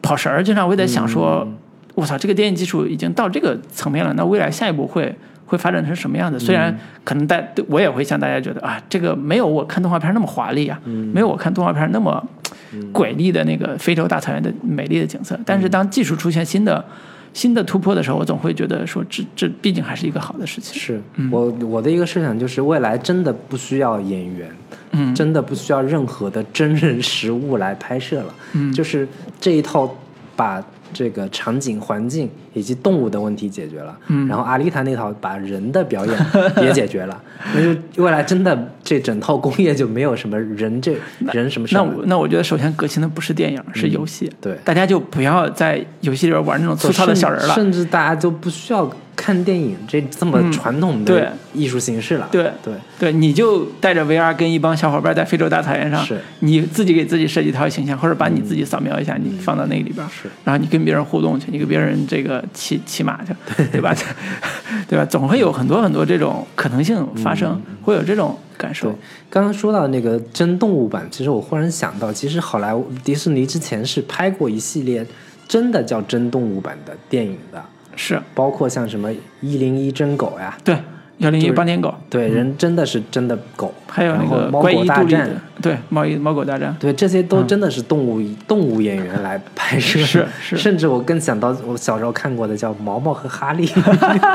[SPEAKER 1] 跑神儿，经常会在想说，我操，这个电影基础已经到这个层面了，那未来下一步会会发展成什么样子？虽然可能大对我也会像大家觉得啊，这个没有我看动画片那么华丽啊，没有我看动画片那么诡异的那个非洲大草原的美丽的景色，但是当技术出现新的。新的突破的时候，我总会觉得说这这毕竟还是一个好的事情。
[SPEAKER 2] 是我我的一个设想就是，未来真的不需要演员，
[SPEAKER 1] 嗯
[SPEAKER 2] 真的不需要任何的真人实物来拍摄了，
[SPEAKER 1] 嗯
[SPEAKER 2] 就是这一套把这个场景、环境以及动物的问题解决了，
[SPEAKER 1] 嗯
[SPEAKER 2] 然后阿丽塔那套把人的 表演也解决了，那就未来真的这整套工业就没有什么人这人什么事
[SPEAKER 1] 那
[SPEAKER 2] 儿
[SPEAKER 1] 我
[SPEAKER 2] 了。
[SPEAKER 1] 那我觉得，首先革新的不是电影，是游戏。
[SPEAKER 2] 嗯对
[SPEAKER 1] 大家就不要在游戏里边玩那种粗糙的小人了。嗯
[SPEAKER 2] 甚至大家就不需要看电影这这么传统
[SPEAKER 1] 对
[SPEAKER 2] 的艺术形式了。
[SPEAKER 1] 对
[SPEAKER 2] 对，
[SPEAKER 1] 对，你就带着 VR 跟一帮小伙伴在非洲大草原上
[SPEAKER 2] 是，嗯
[SPEAKER 1] 你自己给自己设计一套形象，或者把你自己扫描一下，你放到那个里边，
[SPEAKER 2] 是，
[SPEAKER 1] 然后你跟别人互动去，你跟别人这个骑骑马 去，对吧？对吧？总会有很多很多这种可能性发生，会有这种感
[SPEAKER 2] 嗯对
[SPEAKER 1] 受。，
[SPEAKER 2] 刚刚说到那个真动物版，其实我忽然想到，其实好莱坞迪士尼之前是拍过一系列真的叫真动物版的电影的，
[SPEAKER 1] 是
[SPEAKER 2] 包括像什么《一零一真狗》呀，
[SPEAKER 1] 对，幺零一斑点狗，
[SPEAKER 2] 对，人真的是真的狗，
[SPEAKER 1] 嗯还有那
[SPEAKER 2] 然后
[SPEAKER 1] 个
[SPEAKER 2] 猫
[SPEAKER 1] 怪
[SPEAKER 2] 狗
[SPEAKER 1] 异
[SPEAKER 2] 大
[SPEAKER 1] 杜立
[SPEAKER 2] 战
[SPEAKER 1] 的，，对，猫一猫狗大战，
[SPEAKER 2] 对，这些都真的是动物、动物演员来拍摄，
[SPEAKER 1] 是是
[SPEAKER 2] 甚至我更想到我小时候看过的叫《毛毛和 哈利》，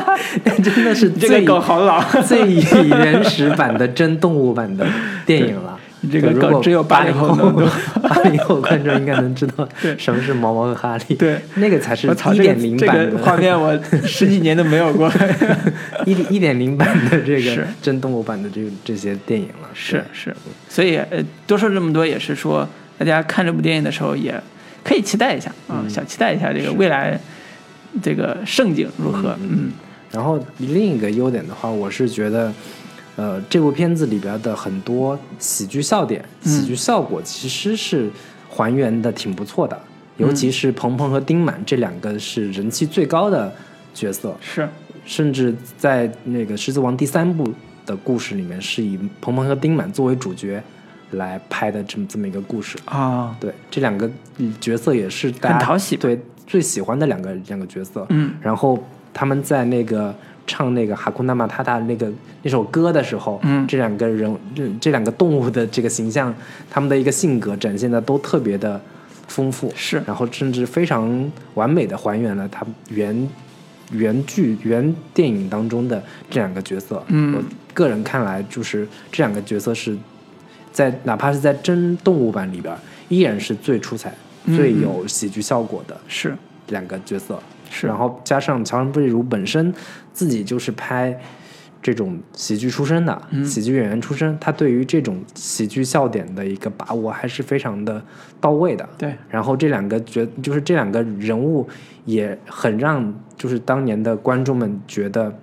[SPEAKER 2] 真的是
[SPEAKER 1] 这个
[SPEAKER 2] 最
[SPEAKER 1] 梗好 老，
[SPEAKER 2] 最以原始版的真动物版的电影了。
[SPEAKER 1] 对这个
[SPEAKER 2] 对如果
[SPEAKER 1] 只有
[SPEAKER 2] 八
[SPEAKER 1] 80
[SPEAKER 2] 零
[SPEAKER 1] 后能懂
[SPEAKER 2] 八零后观众应该能知道
[SPEAKER 1] 对
[SPEAKER 2] 什么是毛毛和哈利。
[SPEAKER 1] 对
[SPEAKER 2] 那个才是
[SPEAKER 1] 我操，
[SPEAKER 2] 一
[SPEAKER 1] 这
[SPEAKER 2] 点
[SPEAKER 1] 个
[SPEAKER 2] 零
[SPEAKER 1] 这
[SPEAKER 2] 版
[SPEAKER 1] 个画
[SPEAKER 2] 的，
[SPEAKER 1] 面我十几年都没有过。
[SPEAKER 2] 一 一点零版的这个
[SPEAKER 1] 是
[SPEAKER 2] 真动物版的这这些电影了。
[SPEAKER 1] 是是，所以呃，多说这么多也是说，大家看这部电影的时候也可以期待一下啊，想期待一下这个未来这个盛景如何。嗯，
[SPEAKER 2] 然后另一个优点的话，我是觉得，呃，这部片子里边的很多喜剧笑点、喜剧效果其实是还原的挺不错的，尤其是鹏鹏和丁满这两个是人气最高的角色，
[SPEAKER 1] 是
[SPEAKER 2] 甚至在那个《狮子王》第三部的故事里面，是以鹏鹏和丁满作为主角来拍的这么这么一个故事。
[SPEAKER 1] 啊，
[SPEAKER 2] 对，这两个嗯角色也是大家
[SPEAKER 1] 很讨喜
[SPEAKER 2] 对最喜欢的两个两个角色。
[SPEAKER 1] 嗯，
[SPEAKER 2] 然后他们在那个唱那个《哈库纳马塔塔》那个那首歌的时候，
[SPEAKER 1] 嗯
[SPEAKER 2] 这两个人这这两个动物的这个形象，他们的一个性格展现的都特别的丰富，
[SPEAKER 1] 是
[SPEAKER 2] 然后甚至非常完美的还原了他原原剧原电影当中的这两个角色。
[SPEAKER 1] 嗯
[SPEAKER 2] 我个人看来，就是这两个角色是在哪怕是在真动物版里边儿，依然是最出彩、
[SPEAKER 1] 嗯
[SPEAKER 2] 最有喜剧效果的
[SPEAKER 1] 是
[SPEAKER 2] 两个角色。
[SPEAKER 1] 是
[SPEAKER 2] 然后加上乔恩布里如本身自己就是拍这种喜剧出身的，
[SPEAKER 1] 嗯
[SPEAKER 2] 喜剧演员出身，他对于这种喜剧笑点的一个把握还是非常的到位的。
[SPEAKER 1] 对，
[SPEAKER 2] 然后这两个角，就是这两个人物也很让，就是当年的观众们觉得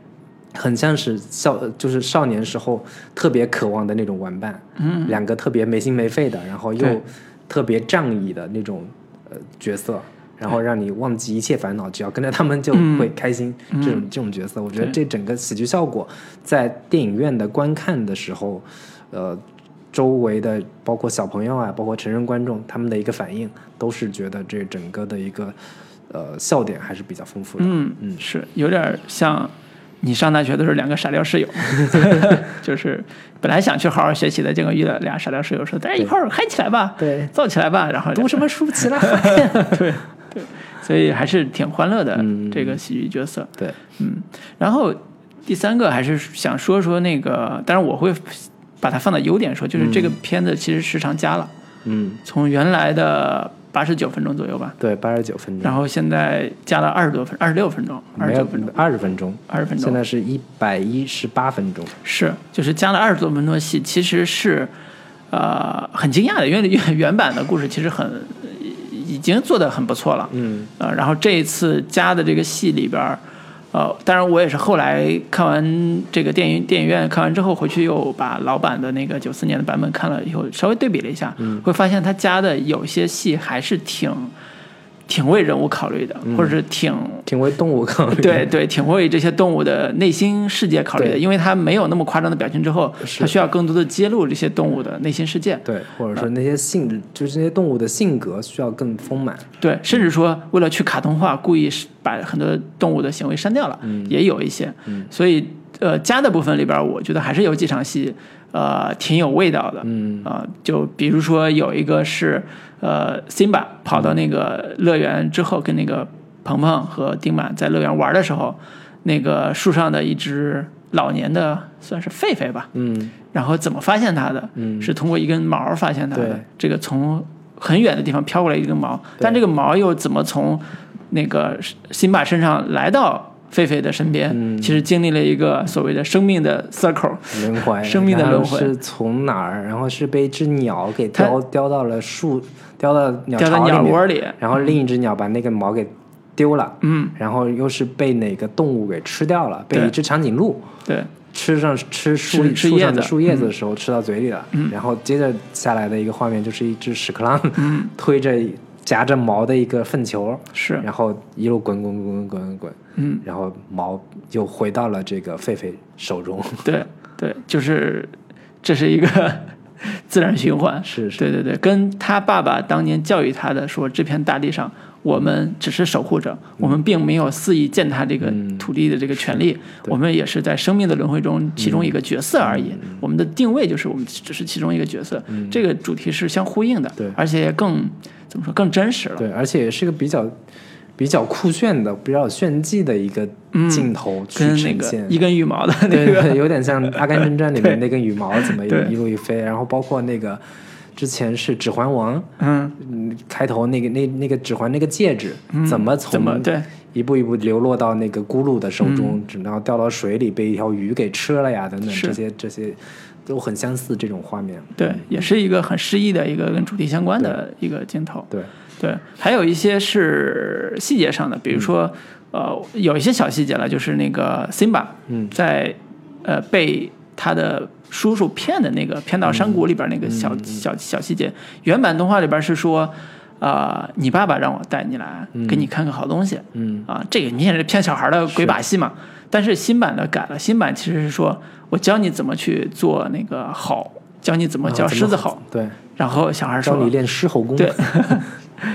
[SPEAKER 2] 很像是少，就是少年时候特别渴望的那种玩伴，
[SPEAKER 1] 嗯，
[SPEAKER 2] 两个特别没心没肺的，然后
[SPEAKER 1] 对
[SPEAKER 2] 又特别仗义的那种呃角色。然后让你忘记一切烦恼，只要跟着他们就会开心。这种这种角色，我觉得
[SPEAKER 1] 对
[SPEAKER 2] 这整个喜剧效果在电影院的观看的时候，呃，周围的包括小朋友啊，包括成人观众，他们的一个反应，都是觉得这整个的一个呃笑点还是比较丰富的。
[SPEAKER 1] 嗯嗯是有点像。你上大学的时候，两个傻屌室 友，就是本来想去好好学习的，结果遇到俩傻屌室友说：“大哎家一块儿嗨起来吧，
[SPEAKER 2] 对
[SPEAKER 1] 造起来吧。”然后
[SPEAKER 2] 读什么书籍了？发现
[SPEAKER 1] 对对，所以还是挺欢乐的、这个喜剧角色。
[SPEAKER 2] 对，
[SPEAKER 1] 嗯，然后第三个还是想说说那个，当然我会把它放在优点说，就是这个片子其实时长加了，
[SPEAKER 2] 嗯，
[SPEAKER 1] 从原来的八十九分钟左右吧，
[SPEAKER 2] 对，八十九分
[SPEAKER 1] 然
[SPEAKER 2] 钟，
[SPEAKER 1] 后现在加了二十多分，二十六分钟，二
[SPEAKER 2] 没
[SPEAKER 1] 十
[SPEAKER 2] 有
[SPEAKER 1] 九分钟，
[SPEAKER 2] 二十分钟，
[SPEAKER 1] 20分钟
[SPEAKER 2] 现在是一百一十八分钟。
[SPEAKER 1] 是就是加了二十多分钟的戏，其实是呃很惊讶的，因为原 原版的故事其实很已经做得很不错了，
[SPEAKER 2] 嗯，
[SPEAKER 1] 呃，然后这一次加的这个戏里边儿，呃，当然我也是后来看完这个电影电影院看完之后，回去又把老版的那个九四年的版本看了以后，稍微对比了一下，会发现他加的有些戏还是挺挺为人物考虑的，或者是挺
[SPEAKER 2] 挺为动物考虑的。
[SPEAKER 1] 对对，挺为这些动物的内心世界考虑的，
[SPEAKER 2] 对
[SPEAKER 1] 因为它没有那么夸张的表现之后，
[SPEAKER 2] 是
[SPEAKER 1] 它需要更多的揭露这些动物的内心世界。
[SPEAKER 2] 对，或者说那些性，就是这些动物的性格需要更丰满。
[SPEAKER 1] 对，甚至说为了去卡通化，故意是把很多动物的行为删掉了，也有一些。所以呃，加的部分里边儿，我觉得还是有几场戏，呃，挺有味道的。嗯啊、就比如说有一个是呃辛巴跑到那个乐园之后，跟那个鹏鹏和丁满在乐园玩的时候，那个树上的一只老年的算是狒狒吧，
[SPEAKER 2] 嗯，
[SPEAKER 1] 然后怎么发现它的？嗯，是通过一根毛儿发现它的
[SPEAKER 2] 对。
[SPEAKER 1] 这个从很远的地方飘过来一根毛，但这个毛又怎么从那个辛巴身上来到狒狒的身边？
[SPEAKER 2] 嗯
[SPEAKER 1] 其实经历了一个所谓的生命的 circle。
[SPEAKER 2] 轮回，
[SPEAKER 1] 生命的
[SPEAKER 2] 然后
[SPEAKER 1] 轮回
[SPEAKER 2] 是从哪儿？然后是被一只鸟给叼叼到了树，叼到鸟
[SPEAKER 1] 掉
[SPEAKER 2] 巢
[SPEAKER 1] 到鸟
[SPEAKER 2] 里面
[SPEAKER 1] 窝里，
[SPEAKER 2] 然后另一只鸟把那个毛给丢了，嗯，然后又是被哪个动物给吃掉了，被
[SPEAKER 1] 对
[SPEAKER 2] 一只长颈鹿
[SPEAKER 1] 对
[SPEAKER 2] 吃上吃树
[SPEAKER 1] 吃
[SPEAKER 2] 树上
[SPEAKER 1] 叶
[SPEAKER 2] 的
[SPEAKER 1] 子嗯
[SPEAKER 2] 树叶子的时候吃到嘴里了，然后接着下来的一个画面就是一只屎壳郎、 推着夹着毛的一个粪球，
[SPEAKER 1] 嗯是，
[SPEAKER 2] 然后一路滚滚滚滚滚滚滚，
[SPEAKER 1] 嗯，
[SPEAKER 2] 然后毛又回到了这个狒狒手中，
[SPEAKER 1] 对对，就是这是一个自然循环。
[SPEAKER 2] 是是，
[SPEAKER 1] 对对对，跟他爸爸当年教育他的说，这片大地上我们只是守护者，我
[SPEAKER 2] 嗯
[SPEAKER 1] 们并没有肆意践踏这个土地的这个权利，我们也是在生命的轮回中其中一
[SPEAKER 2] 嗯
[SPEAKER 1] 个角色而已。我们的定位就是我们只是其中一个角色，这个主题是相呼应的，
[SPEAKER 2] 嗯对
[SPEAKER 1] 而且更怎么说更真实了。
[SPEAKER 2] 对，而且也是个比较比较酷炫的、比较炫技的一个镜头去
[SPEAKER 1] 嗯跟那
[SPEAKER 2] 呈
[SPEAKER 1] 个
[SPEAKER 2] 现。
[SPEAKER 1] 一根羽毛的那
[SPEAKER 2] 对
[SPEAKER 1] 个，
[SPEAKER 2] 对，有点像《阿甘正传》里 面那根羽毛怎么
[SPEAKER 1] 对
[SPEAKER 2] 一一路一飞，然后包括那个之前是《指环王》
[SPEAKER 1] 嗯，
[SPEAKER 2] 嗯开头那个那那个指环那个戒指、怎么从
[SPEAKER 1] 怎么对嗯
[SPEAKER 2] 一步一步流落到那个咕噜的手中，只然后掉到水里被一条鱼给吃了呀，等等
[SPEAKER 1] 是
[SPEAKER 2] 这些这些都很相似这种画面。
[SPEAKER 1] 对，也是一个很诗意的一个跟主题相关的一个镜头。
[SPEAKER 2] 对，
[SPEAKER 1] 对，还有一些是细节上的，比如说，呃，有一些小细节了，就是那个 Simba，
[SPEAKER 2] 嗯
[SPEAKER 1] 在呃被他的叔叔骗的那个骗到山谷里边那个
[SPEAKER 2] 嗯
[SPEAKER 1] 小、小小细节，原版动画里边是说。啊、你爸爸让我带你来，给你看个好东西。
[SPEAKER 2] 嗯，
[SPEAKER 1] 啊，这个明显是骗小孩的鬼把戏嘛。但是新版的改了，新版其实是说我教你怎么去做那个好，教你怎么
[SPEAKER 2] 啊
[SPEAKER 1] 教
[SPEAKER 2] 怎
[SPEAKER 1] 狮子
[SPEAKER 2] 吼
[SPEAKER 1] 吼。
[SPEAKER 2] 对，
[SPEAKER 1] 然后小孩说
[SPEAKER 2] 教你练狮吼功，
[SPEAKER 1] 对，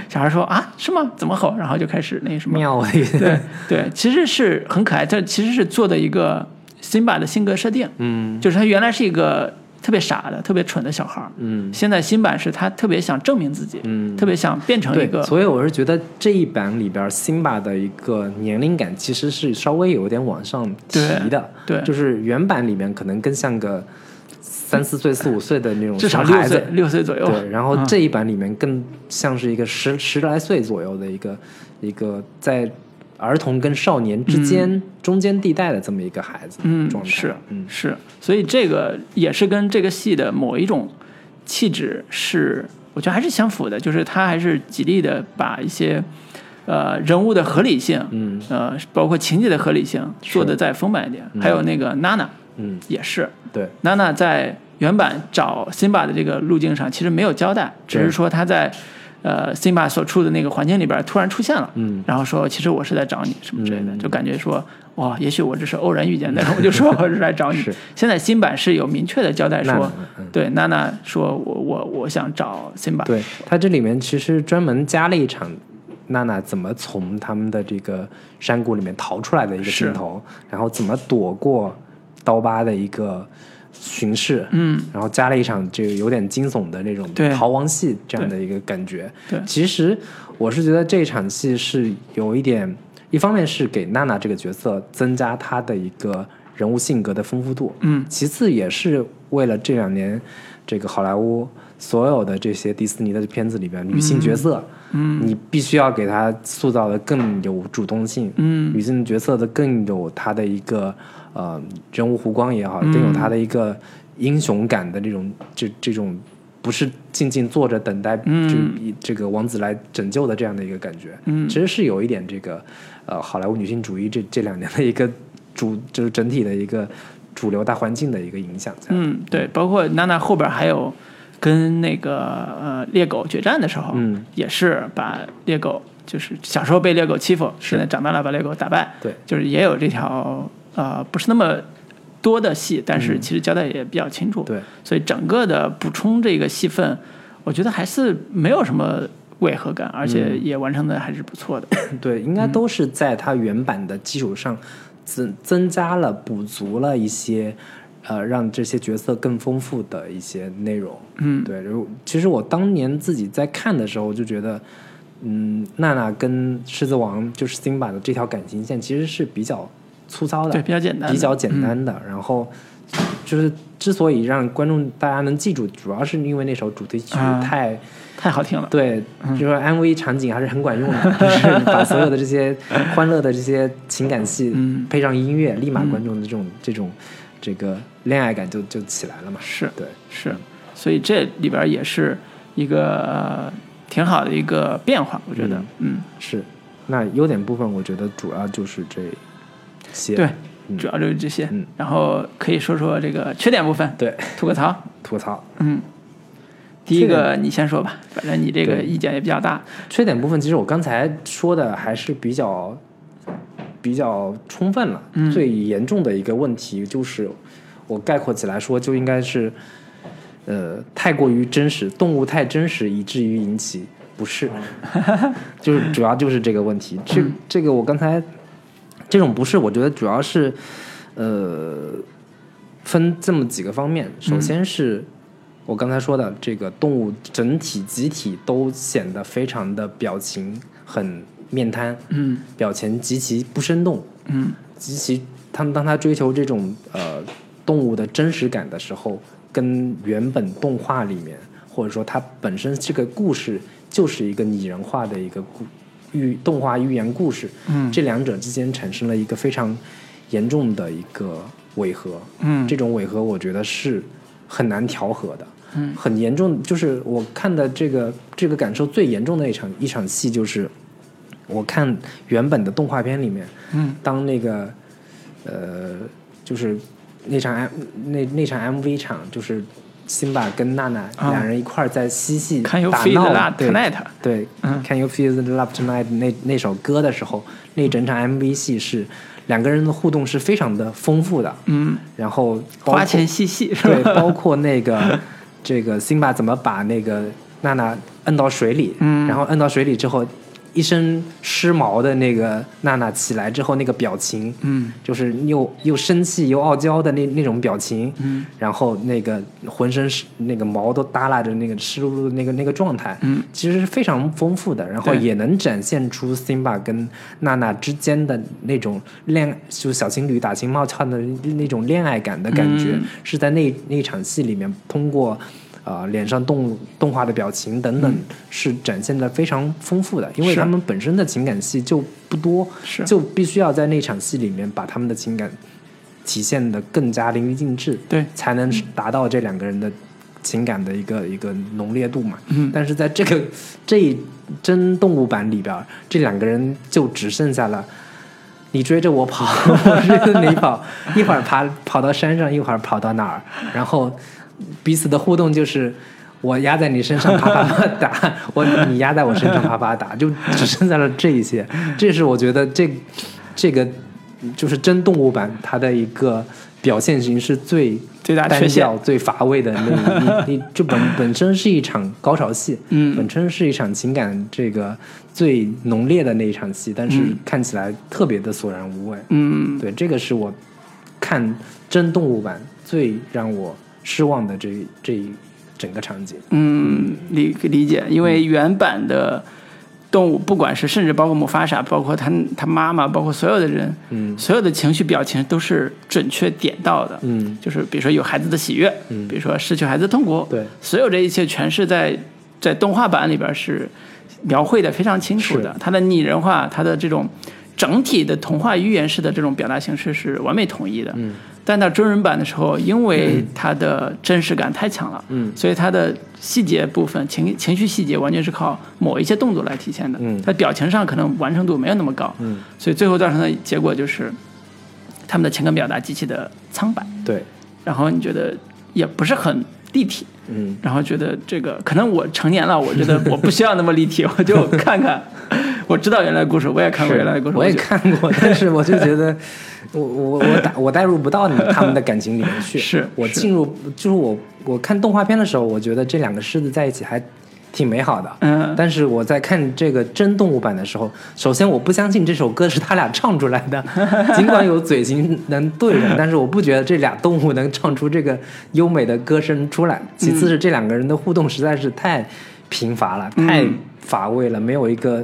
[SPEAKER 1] 小孩说啊，是吗？怎么吼？然后就开始那什么，
[SPEAKER 2] 妙啊的一个。
[SPEAKER 1] 对对，其实是很可爱，这其实是做的一个辛巴的性格设定，
[SPEAKER 2] 嗯
[SPEAKER 1] 就是他原来是一个特别傻的、特别蠢的小孩儿，
[SPEAKER 2] 嗯
[SPEAKER 1] 现在新版是他特别想证明自己，
[SPEAKER 2] 嗯，
[SPEAKER 1] 特别想变成一
[SPEAKER 2] 对，
[SPEAKER 1] 个，
[SPEAKER 2] 所以我是觉得这一版里边辛巴的一个年龄感其实是稍微有点往上提的，
[SPEAKER 1] 对，
[SPEAKER 2] 就是原版里面可能更像个三四岁、四五岁的那种
[SPEAKER 1] 至
[SPEAKER 2] 小
[SPEAKER 1] 少六
[SPEAKER 2] 孩子
[SPEAKER 1] 岁，六岁左右，
[SPEAKER 2] 对，然后
[SPEAKER 1] 嗯
[SPEAKER 2] 这一版里面更像是一个十十来岁左右的一个一个在儿童跟少年之间中间地带的这么一个孩子
[SPEAKER 1] 嗯
[SPEAKER 2] 状态，
[SPEAKER 1] 是
[SPEAKER 2] 嗯
[SPEAKER 1] 是，所以这个也是跟这个戏的某一种气质是，我觉得还是相符的，就是他还是极力的把一些呃人物的合理性，
[SPEAKER 2] 嗯
[SPEAKER 1] 呃，包括情节的合理性做
[SPEAKER 2] 是
[SPEAKER 1] 得再丰满一点。还有那个娜娜
[SPEAKER 2] 嗯，
[SPEAKER 1] 也是，
[SPEAKER 2] 对，
[SPEAKER 1] 娜娜在原版找辛巴的这个路径上其实没有交代，只
[SPEAKER 2] 对
[SPEAKER 1] 是说她在呃辛巴所处的那个环境里边突然出现了，
[SPEAKER 2] 嗯
[SPEAKER 1] 然后说其实我是在找你什么之类的，
[SPEAKER 2] 嗯
[SPEAKER 1] 就感觉说哇，也许我只是偶然遇见，但是我就 说我是来找你
[SPEAKER 2] 是。
[SPEAKER 1] 现在新版是有明确的交代
[SPEAKER 2] 娜娜
[SPEAKER 1] 说，
[SPEAKER 2] 嗯
[SPEAKER 1] 对娜娜说我我我想找辛巴，
[SPEAKER 2] 对，它这里面其实专门加了一场娜娜怎么从他们的这个山谷里面逃出来的一个镜头，然后怎么躲过刀疤的一个巡视，
[SPEAKER 1] 嗯，
[SPEAKER 2] 然后加了一场这个有点惊悚的那种
[SPEAKER 1] 对
[SPEAKER 2] 逃亡戏这样的一个感觉。
[SPEAKER 1] 对
[SPEAKER 2] 其实我是觉得这场戏是有一点，一方面是给娜娜这个角色增加她的一个人物性格的丰富度，
[SPEAKER 1] 嗯，
[SPEAKER 2] 其次也是为了这两年这个好莱坞所有的这些迪士尼的片子里边，女性角色，嗯，你必须要给她塑造的更有主动性，
[SPEAKER 1] 嗯，
[SPEAKER 2] 女性角色的更有她的一个呃人物弧光也
[SPEAKER 1] 嗯
[SPEAKER 2] 好，更有她的一个英雄感的这种这这种。不是静静坐着等待这这个王子来拯救的这样的一个感觉，嗯，其实是有一点这个，呃，好莱坞女性主义这这两年的一个主就是整体的一个主流大环境的一个影响在。
[SPEAKER 1] 嗯，对，包括娜娜后边还有跟那个呃猎狗决战的时候，
[SPEAKER 2] 嗯
[SPEAKER 1] 也是把猎狗就是小时候被猎狗欺负，
[SPEAKER 2] 是
[SPEAKER 1] 现在长大了把猎狗打败，
[SPEAKER 2] 对，
[SPEAKER 1] 就是也有这条呃不是那么多的戏，但是其实交代也比较清楚，
[SPEAKER 2] 嗯对，
[SPEAKER 1] 所以整个的补充这个戏份，我觉得还是没有什么违和
[SPEAKER 2] 嗯
[SPEAKER 1] 感，而且也完成的还是不错的。
[SPEAKER 2] 对，
[SPEAKER 1] 嗯
[SPEAKER 2] 应该都是在它原版的基础上增增加了、补足了一些，呃，让这些角色更丰富的一些内容。嗯，对。然后其实我当年自己在看的时候，就觉得，嗯，娜娜跟狮子王就是辛巴的这条感情线其实是比较粗糙的，
[SPEAKER 1] 对，比较简单，嗯
[SPEAKER 2] 比较简单的。然后就是之所以让观众大家能记住，主要是因为那首主题曲
[SPEAKER 1] 啊
[SPEAKER 2] 太。
[SPEAKER 1] 太好听了。
[SPEAKER 2] 对，就是
[SPEAKER 1] 嗯
[SPEAKER 2] 说 MV 场景还是很管 用的，就是把所有的这些欢乐的这些情感戏
[SPEAKER 1] 嗯
[SPEAKER 2] 配上音乐，立马观众的这种这种这个恋爱感就就起来了嘛。
[SPEAKER 1] 是
[SPEAKER 2] 对，
[SPEAKER 1] 是，所以这里边也是一个、呃挺好的一个变化，我觉得，嗯，
[SPEAKER 2] 是。那优点部分，我觉得主要就是这些。
[SPEAKER 1] 对，
[SPEAKER 2] 嗯
[SPEAKER 1] 主要就是这些。
[SPEAKER 2] 嗯
[SPEAKER 1] 然后可以说说这个缺点部分，
[SPEAKER 2] 对，
[SPEAKER 1] 吐个槽。
[SPEAKER 2] 吐槽。
[SPEAKER 1] 嗯，第一
[SPEAKER 2] 缺点
[SPEAKER 1] 个你先说吧，反正你这个
[SPEAKER 2] 对
[SPEAKER 1] 意见也比较大。
[SPEAKER 2] 缺点部分，其实我刚才说的还是比较比较充分了。
[SPEAKER 1] 嗯
[SPEAKER 2] 最严重的一个问题就是，我概括起来说，就应该是，呃，太过于真实，动物太真实，以至于引起不适，就是主要就是这个问题。这这个我刚才这种不适，我觉得主要是，呃，分这么几个方面，首先是。我刚才说的这个动物整体集体都显得非常的表情很面瘫，
[SPEAKER 1] 嗯
[SPEAKER 2] 表情极其不生动，
[SPEAKER 1] 嗯
[SPEAKER 2] 极其他们当他追求这种呃动物的真实感的时候，跟原本动画里面或者说它本身这个故事就是一个拟人化的一个故寓动画寓言故事，
[SPEAKER 1] 嗯
[SPEAKER 2] 这两者之间产生了一个非常严重的一个违和，
[SPEAKER 1] 嗯
[SPEAKER 2] 这种违和我觉得是很难调和的，
[SPEAKER 1] 嗯
[SPEAKER 2] 很严重。就是我看的这个这个感受最严重的一场一场戏，就是我看原本的动画片里面，
[SPEAKER 1] 嗯
[SPEAKER 2] 当那个呃，就是那场 M 那那场 MV 场，就是辛巴跟娜娜
[SPEAKER 1] 啊
[SPEAKER 2] 两人一块儿在嬉戏打
[SPEAKER 1] ，Can you
[SPEAKER 2] 闹，
[SPEAKER 1] feel that
[SPEAKER 2] 对
[SPEAKER 1] tonight？
[SPEAKER 2] 对、
[SPEAKER 1] 嗯
[SPEAKER 2] c a n you feel the love tonight？那那首歌的时候，那整场 MV 戏是两个人的互动是非常的丰富的，
[SPEAKER 1] 嗯，
[SPEAKER 2] 然后包括
[SPEAKER 1] 花钱嬉戏是
[SPEAKER 2] 对，
[SPEAKER 1] 吧？
[SPEAKER 2] 包括那个这个辛巴怎么把那个娜娜摁到水里，
[SPEAKER 1] 嗯
[SPEAKER 2] 然后摁到水里之后，一身湿毛的那个娜娜起来之后那个表情，
[SPEAKER 1] 嗯
[SPEAKER 2] 就是又又生气又傲娇的那那种表情，
[SPEAKER 1] 嗯
[SPEAKER 2] 然后那个浑身是那个毛都耷拉着那个湿漉漉的那个那个状态，
[SPEAKER 1] 嗯，
[SPEAKER 2] 其实是非常丰富的，然后
[SPEAKER 1] 对
[SPEAKER 2] 也能展现出辛巴跟娜娜之间的那种恋，就小情侣打情骂俏的那种恋爱感的感觉，
[SPEAKER 1] 嗯
[SPEAKER 2] 是在那那场戏里面通过。呃，脸上动动画的表情等等，是展现的非常丰富的，因为
[SPEAKER 1] 嗯是
[SPEAKER 2] 他们本身的情感戏就不多，
[SPEAKER 1] 是
[SPEAKER 2] 就必须要在那场戏里面把他们的情感体现的更加淋漓尽致，
[SPEAKER 1] 对
[SPEAKER 2] 才能达到这两个人的情感的一个一个浓烈度嘛。
[SPEAKER 1] 嗯
[SPEAKER 2] 但是在这个这一帧动物版里边儿，这两个人就只剩下了。你追着 我跑，我追着你跑，一会儿爬跑到山上，一会儿跑到哪儿，然后彼此的互动就是我压在你身上啪啪啪打， 我你压在我身上啪啪打，就只剩下了这一些。这是我觉得这这个就是真动物版它的一个表现形式最
[SPEAKER 1] 最大啊缺
[SPEAKER 2] 单
[SPEAKER 1] 陷
[SPEAKER 2] 调、最乏味的那一一一这 本本身是一场高潮戏，
[SPEAKER 1] 嗯
[SPEAKER 2] 本身是一场情感这个最浓烈的那一场戏，但是看起来特别的索然无味。
[SPEAKER 1] 嗯，
[SPEAKER 2] 对，这个是我看真动物版最让我失望的这这一整个场景。
[SPEAKER 1] 嗯，理理解，因
[SPEAKER 2] 嗯
[SPEAKER 1] 为原版的动物，不管是甚至包括姆法沙，包括他他妈妈，包括所有的人，
[SPEAKER 2] 嗯
[SPEAKER 1] 所有的情绪表情都是准确点到的。
[SPEAKER 2] 嗯，
[SPEAKER 1] 就是比如说有孩子的喜悦，
[SPEAKER 2] 嗯
[SPEAKER 1] 比如说失去孩子的痛苦，
[SPEAKER 2] 对，
[SPEAKER 1] 所有这一切全是在在动画版里边是描绘的非常清楚的。它的拟人化，它的这种整体的童话寓言式的这种表达形式是完美统一的。
[SPEAKER 2] 嗯，
[SPEAKER 1] 但到真人版的时候，因为它的真实感太强了，
[SPEAKER 2] 嗯
[SPEAKER 1] 所以它的细节部分、情情绪细节完全是靠某一些动作来体现的。
[SPEAKER 2] 嗯
[SPEAKER 1] 它表情上可能完成度没有那么高，
[SPEAKER 2] 嗯，
[SPEAKER 1] 所以最后造成的结果就是他们的情感表达极其的苍白。
[SPEAKER 2] 嗯对，
[SPEAKER 1] 然后你觉得也不是很立体，
[SPEAKER 2] 嗯
[SPEAKER 1] 然后觉得这个可能我成年了，我觉得我不需要那么立体，我就看看我知道原来故事，我也看过原来故事，
[SPEAKER 2] 我也
[SPEAKER 1] 就
[SPEAKER 2] 看 过，但是我就觉得我，我我我代我代入不到你他们的感情 里面去。
[SPEAKER 1] 是
[SPEAKER 2] 我
[SPEAKER 1] 是
[SPEAKER 2] 进入，就是我我看动画片的时候，我觉得这两个狮子在一起还挺美好的。
[SPEAKER 1] 嗯
[SPEAKER 2] 但是我在看这个真动物版的时候，首先我不相信这首歌是他俩唱出来的， 尽管有嘴型能对上，但是我不觉得这俩动物能唱出这个优美的歌声出来。其次是这两个人的互动实在是太贫乏了，
[SPEAKER 1] 嗯
[SPEAKER 2] 太乏味了，没有一个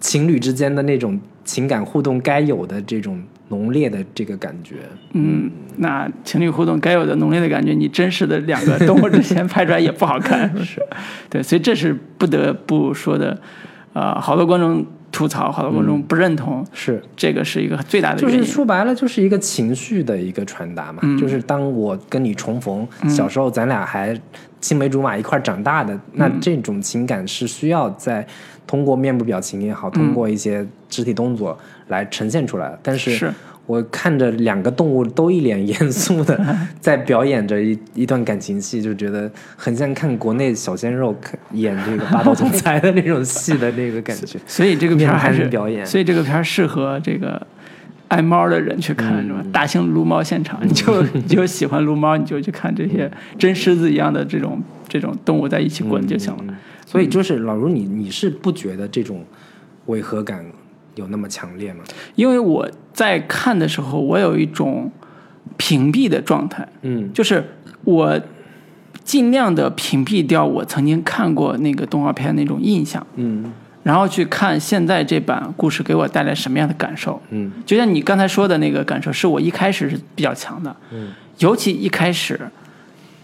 [SPEAKER 2] 情侣之间的那种情感互动该有的这种浓烈的这个感觉。
[SPEAKER 1] 嗯，那情侣互动该有的浓烈的感觉，你真实的两个动物之间拍出来也不好 看，是，对，所以这是不得不说的，呃，好多观众吐槽，好多观众不认同，
[SPEAKER 2] 是，
[SPEAKER 1] 这个是一个最大的
[SPEAKER 2] 嗯就
[SPEAKER 1] 原因。嗯
[SPEAKER 2] 是说白了，就是一个情绪的一个传达嘛。就是当我跟你重逢，小时候咱俩还青梅竹马一块儿长大的，那
[SPEAKER 1] 嗯
[SPEAKER 2] 这种情感是需要在通过面部表情也
[SPEAKER 1] 嗯
[SPEAKER 2] 好，通过一些肢体动作来呈现出来的。但是
[SPEAKER 1] 是
[SPEAKER 2] 我看着两个动物都一脸严 肃的在表演着一一段感情戏，就觉得很像看国内小鲜肉看演这个霸道总裁的那种戏的那个感觉。
[SPEAKER 1] 所以这个片儿还
[SPEAKER 2] 面
[SPEAKER 1] 是
[SPEAKER 2] 瘫表演
[SPEAKER 1] 所以这个片儿适合这个爱猫的人去看，是吧？大型撸猫现场，你就你就喜欢撸猫，你就去看这些真狮子一样的这种这种动物在一起滚就行了。
[SPEAKER 2] 所
[SPEAKER 1] 嗯
[SPEAKER 2] 以就是老卢你，你是不觉得这种违和感有那么强烈吗？
[SPEAKER 1] 因为我在看的时候，我有一种屏蔽的状态，
[SPEAKER 2] 嗯，
[SPEAKER 1] 就是我尽量的屏蔽掉我曾经看过那个动画片那种印象，
[SPEAKER 2] 嗯
[SPEAKER 1] 然后去看现在这版故事给我带来什么样的感受。
[SPEAKER 2] 嗯，
[SPEAKER 1] 就像你刚才说的那个感受，是我一开始是比较强的，
[SPEAKER 2] 嗯，
[SPEAKER 1] 尤其一开始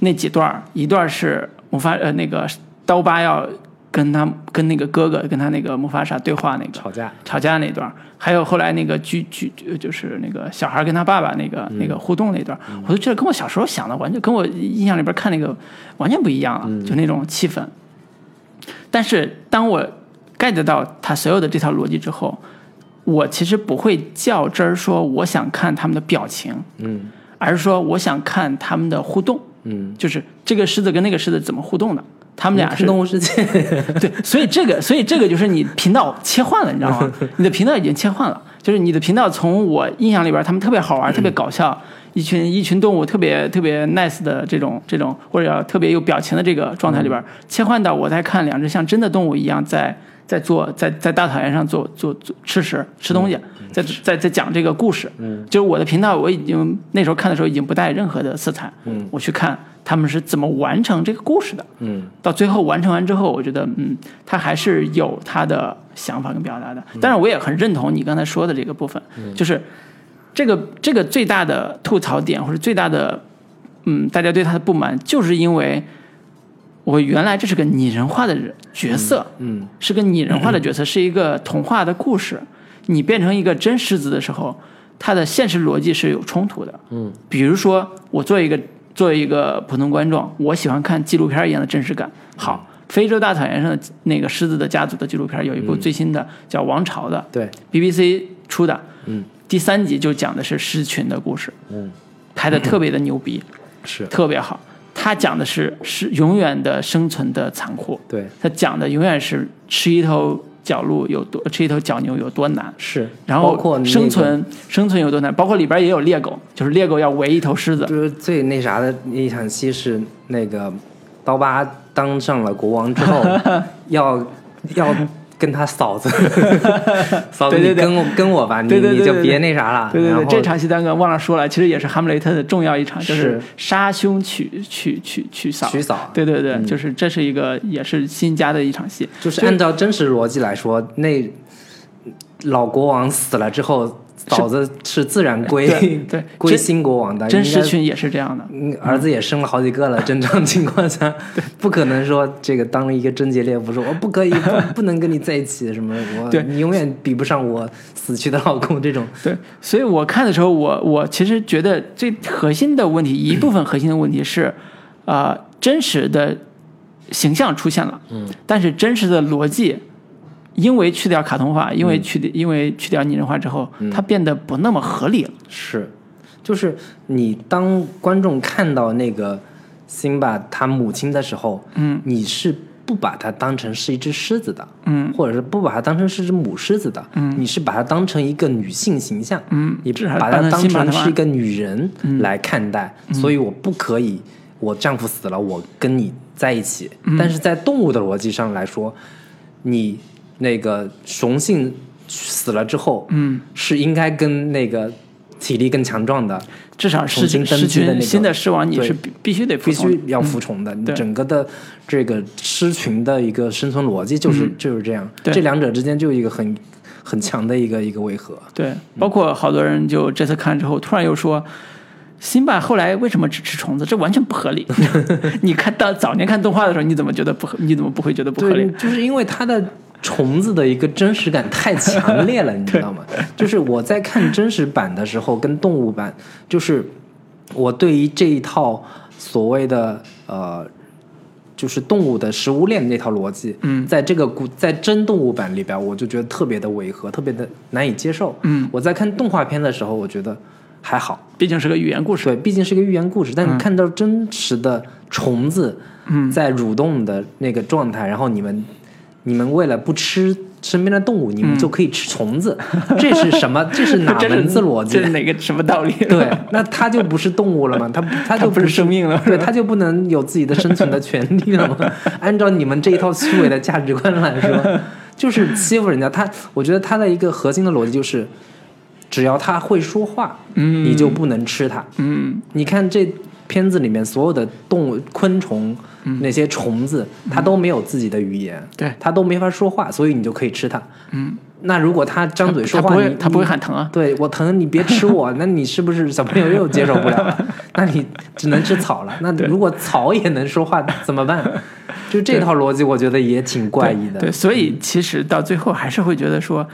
[SPEAKER 1] 那几段儿，一段是我发呃那个刀疤要跟他跟那个哥哥跟他那个木法沙对话那个，
[SPEAKER 2] 吵架，
[SPEAKER 1] 吵架那段儿，还有后来那个居居就是那个小孩跟他爸爸那
[SPEAKER 2] 嗯
[SPEAKER 1] 个、那个互动那段儿，我就觉得跟我小时候想的完全跟我印象里边看那个完全不一样了，
[SPEAKER 2] 嗯
[SPEAKER 1] 就那种气氛。但是当我 get 到他所有的这套逻辑之后，我其实不会较真儿说我想看他们的表情，
[SPEAKER 2] 嗯
[SPEAKER 1] 而是说我想看他们的互动，
[SPEAKER 2] 嗯，
[SPEAKER 1] 就是这个狮子跟那个狮子怎么互动的，他们俩是
[SPEAKER 2] 动物世界，
[SPEAKER 1] 对，所以这个，所以这个就是你频道切换了，你知道吗？你的频道已经切换了，就是你的频道从我印象里边，他们特别好玩、特别搞笑，一群一群动物特别特别 nice 的这种这种，或者特别有表情的这个状态里边，切换到我在看两只像真的动物一样在在做在在大草原上做做做吃食吃东西，在在在讲这个故事。嗯，就是我的频道，我已经那时候看的时候已经不带任何的色彩。嗯，我去看他们是怎么完成这个故事的。
[SPEAKER 2] 嗯
[SPEAKER 1] 到最后完成完之后，我觉得，嗯，他还是有他的想法跟表达的。但是我也很认同你刚才说的这个部分，就是这个这个最大的吐槽点或者最大的，嗯，大家对他的不满，就是因为我原来这是个拟人化的人角色，
[SPEAKER 2] 嗯
[SPEAKER 1] 是个拟人化的角色，是一个童话的故事。你变成一个真狮子的时候，它的现实逻辑是有冲突的。
[SPEAKER 2] 嗯，
[SPEAKER 1] 比如说，我作为一个作为一个普通观众，我喜欢看纪录片一样的真实
[SPEAKER 2] 嗯
[SPEAKER 1] 感。好，非洲大草原上的那个狮子的家族的纪录片有一部
[SPEAKER 2] 嗯
[SPEAKER 1] 最新的叫《王朝》的
[SPEAKER 2] 对，
[SPEAKER 1] ，BBC 出的，
[SPEAKER 2] 嗯，
[SPEAKER 1] 第三集就讲的是狮群的故事，
[SPEAKER 2] 嗯
[SPEAKER 1] 拍的特别的牛逼，
[SPEAKER 2] 是，
[SPEAKER 1] 特别好。它讲的是是永远的生存的残酷，
[SPEAKER 2] 对
[SPEAKER 1] 他讲的永远是吃一头角鹿有多，吃一头角牛有多难，
[SPEAKER 2] 是，
[SPEAKER 1] 然
[SPEAKER 2] 包括
[SPEAKER 1] 后
[SPEAKER 2] 那个
[SPEAKER 1] 生存、生存有多难，包括里边也有猎狗，就是猎狗要围一头狮子，
[SPEAKER 2] 就是最那啥的一场戏是那个刀疤当上了国王之 后，要要跟他嫂子，嫂子
[SPEAKER 1] 对对对
[SPEAKER 2] 你跟我跟我吧，你
[SPEAKER 1] 对对对
[SPEAKER 2] 你
[SPEAKER 1] 对
[SPEAKER 2] 就
[SPEAKER 1] 对
[SPEAKER 2] 别那啥了。
[SPEAKER 1] 对对对，
[SPEAKER 2] 然后
[SPEAKER 1] 啊这场戏耽搁忘了说了，其实也是《哈姆雷特》的重要一场，就是
[SPEAKER 2] 是
[SPEAKER 1] 杀兄取取取取嗯嫂。
[SPEAKER 2] 娶嫂，
[SPEAKER 1] 对对对，就是这是一个也是新加的一场戏，
[SPEAKER 2] 就是按照真实逻辑来说，那老国王死了之后，嫂子是自然
[SPEAKER 1] 对
[SPEAKER 2] 归
[SPEAKER 1] 对
[SPEAKER 2] 归
[SPEAKER 1] 真
[SPEAKER 2] 新国王的，
[SPEAKER 1] 真嗯
[SPEAKER 2] 应该
[SPEAKER 1] 狮群也是这样的。
[SPEAKER 2] 嗯儿子也生了好几个了，正常情 况下，不可能说这个当一个贞洁烈妇说我哦不可以，不不能跟你在一起，什么我
[SPEAKER 1] 对
[SPEAKER 2] 你永远比不上我死去的老公这种，
[SPEAKER 1] 对，所以我看的时候，我我其实觉得最核心的问题，一部分核心的问题是，呃，真实的形象出现了，嗯，但是真实的逻辑，因为去掉卡通化，因为
[SPEAKER 2] 嗯
[SPEAKER 1] 去、因为去掉拟人化之后，它变得不那么合理了。
[SPEAKER 2] 是，就是你当观众看到那个辛巴他母亲的时候，嗯，你是不把它当成是一只狮子的，
[SPEAKER 1] 嗯，
[SPEAKER 2] 或者是不把它当成是只母狮子的，
[SPEAKER 1] 嗯
[SPEAKER 2] 你是把它当成一个女性形象，
[SPEAKER 1] 嗯
[SPEAKER 2] 你
[SPEAKER 1] 这还
[SPEAKER 2] 把
[SPEAKER 1] 搬
[SPEAKER 2] 它
[SPEAKER 1] 到
[SPEAKER 2] 当
[SPEAKER 1] 新版
[SPEAKER 2] 成
[SPEAKER 1] 的话
[SPEAKER 2] 是一个女人
[SPEAKER 1] 嗯
[SPEAKER 2] 来看待，所以我不可以，我丈夫死了，我跟你在一起，
[SPEAKER 1] 嗯
[SPEAKER 2] 但是在动物的逻辑上来说，你那个雄性死了之后，
[SPEAKER 1] 嗯，
[SPEAKER 2] 是应该跟那个体力更强壮的
[SPEAKER 1] 至少
[SPEAKER 2] 重
[SPEAKER 1] 是
[SPEAKER 2] 新登
[SPEAKER 1] 狮
[SPEAKER 2] 基的那
[SPEAKER 1] 群
[SPEAKER 2] 个
[SPEAKER 1] 新的狮王你
[SPEAKER 2] 对
[SPEAKER 1] 是必必须得服
[SPEAKER 2] 必
[SPEAKER 1] 从
[SPEAKER 2] 须要服从的。
[SPEAKER 1] 嗯对
[SPEAKER 2] 整个的这个狮群的一个生存逻辑就是、就是这样，
[SPEAKER 1] 嗯对
[SPEAKER 2] 这两者之间就有一个很很强的一个一个违和。
[SPEAKER 1] 对，包括好多人就这次看之后，突然又说，辛巴后来为什么只吃虫子？这完全不合理。你看到早年看动画的时候，你怎么觉得不合？你怎么不会觉得不合
[SPEAKER 2] 对，
[SPEAKER 1] 理？
[SPEAKER 2] 就是因为它的虫子的一个真实感太强烈 了，你知道吗？就是我在看真实版的时候，跟动物版，就是我对于这一套所谓的呃。就是动物的食物链那套逻辑，
[SPEAKER 1] 嗯
[SPEAKER 2] 在这个古在真动物版里边，我就觉得特别的违和，特别的难以接受。
[SPEAKER 1] 嗯，
[SPEAKER 2] 我在看动画片的时候，我觉得还好，
[SPEAKER 1] 毕竟是个寓言故事。
[SPEAKER 2] 对，毕竟是个寓言故事，但
[SPEAKER 1] 嗯
[SPEAKER 2] 你看到真实的虫子在蠕动的那个状态，然后你们你们为了不吃身边的动物，你们就可以吃虫子，这是什么？这是哪
[SPEAKER 1] 嗯 这
[SPEAKER 2] 门
[SPEAKER 1] 是
[SPEAKER 2] 子逻辑
[SPEAKER 1] 这？是哪个什么道理？
[SPEAKER 2] 对，那它就不是动物了吗？它它
[SPEAKER 1] 它
[SPEAKER 2] 就
[SPEAKER 1] 不是生命了
[SPEAKER 2] 对，它就不能有自己的生存的权利了吗？按照你们这一套虚伪的价值观来说，就是欺负人家。他，我觉得他的一个核心的逻辑就是，只要他会说话，
[SPEAKER 1] 嗯
[SPEAKER 2] 你就不能吃它。
[SPEAKER 1] 嗯，
[SPEAKER 2] 你看这片子里面所有的动物、昆虫，那些虫子，它都没有自己的语言，
[SPEAKER 1] 嗯对
[SPEAKER 2] 它都没法说话，所以你就可以吃它。
[SPEAKER 1] 嗯，
[SPEAKER 2] 那如果它张嘴
[SPEAKER 1] 他
[SPEAKER 2] 说
[SPEAKER 1] 不
[SPEAKER 2] 话，
[SPEAKER 1] 会
[SPEAKER 2] 你，
[SPEAKER 1] 他不会
[SPEAKER 2] 你
[SPEAKER 1] 喊疼啊。
[SPEAKER 2] 对我疼，你别吃我，那你是不是小朋友又接受不了了？ 那你只能吃草了。那如果草也能说话怎么办？就这套逻辑，我觉得也挺怪异的。
[SPEAKER 1] 对，所以其实到最后还是会觉得说，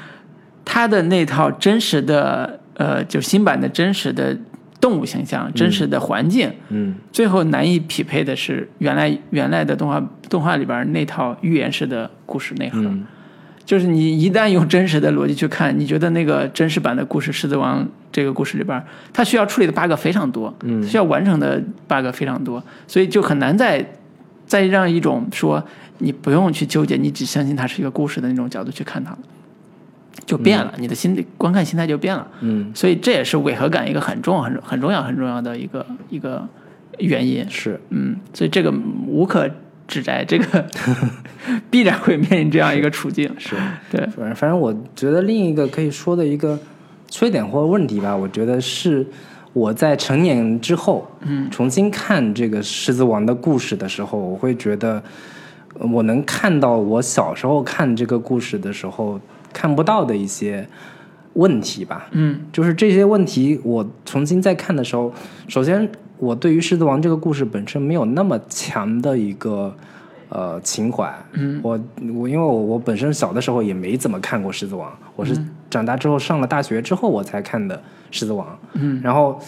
[SPEAKER 1] 他的那套真实的呃，就新版的真实的动物形象、真实的环境，
[SPEAKER 2] 嗯，
[SPEAKER 1] 最后难以匹配的是原来原来的动画动画里边那套寓言式的故事内核，
[SPEAKER 2] 嗯
[SPEAKER 1] 就是你一旦用真实的逻辑去看，你觉得那个真实版的故事《狮子王》这个故事里边，它需要处理的 bug 非常多，
[SPEAKER 2] 嗯
[SPEAKER 1] 需要完成的 bug 非常多，所以就很难再再让一种说你不用去纠结，你只相信它是一个故事的那种角度去看它了，就变了，你的心理观看心态就变了。
[SPEAKER 2] 嗯，
[SPEAKER 1] 所以这也是违和感一个很重要、很很重要、很重要的一个一个原因。
[SPEAKER 2] 是
[SPEAKER 1] 嗯，所以这个无可指摘，这个 必然会面临这样一个处 境。
[SPEAKER 2] 是。
[SPEAKER 1] 对，
[SPEAKER 2] 反正反正我觉得另一个可以说的一个缺点或问题吧，我觉得是我在成年之后，嗯，重新看这个《狮子王》的故事的时候，我会觉得呃我能看到我小时候看这个故事的时候看不到的一些问题吧。
[SPEAKER 1] 嗯
[SPEAKER 2] 就是这些问题，我重新再看的时候，首先我对于《狮子王》这个故事本身没有那么强的一个呃情怀。嗯，我我因为我我本身小的时候也没怎么看过《狮子王》，我是
[SPEAKER 1] 嗯
[SPEAKER 2] 长大之后上了大学之后我才看的《狮子王》。
[SPEAKER 1] 嗯，
[SPEAKER 2] 然后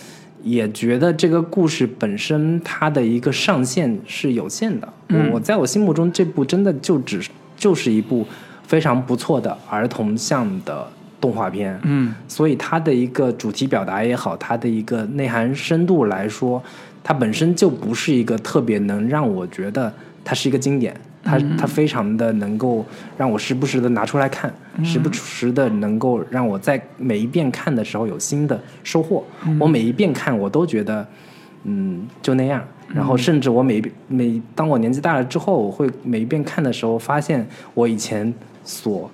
[SPEAKER 2] 也觉得这个故事本身它的一个上限是有限的。
[SPEAKER 1] 嗯
[SPEAKER 2] 我我在我心目中，这部真的就只是就是一部非常不错的儿童向的动画片。
[SPEAKER 1] 嗯
[SPEAKER 2] 所以它的一个主题表达也好，它的一个内涵深度来说，它本身就不是一个特别能让我觉得它是一个经典，它它非常的能够让我时不时的拿出来看，时不时的能够让我在每一遍看的时候有新的收获。我每一遍看，我都觉得，嗯，就那样。然后，甚至我每一遍每当我年纪大了之后，我会每一遍看的时候，发现我以前所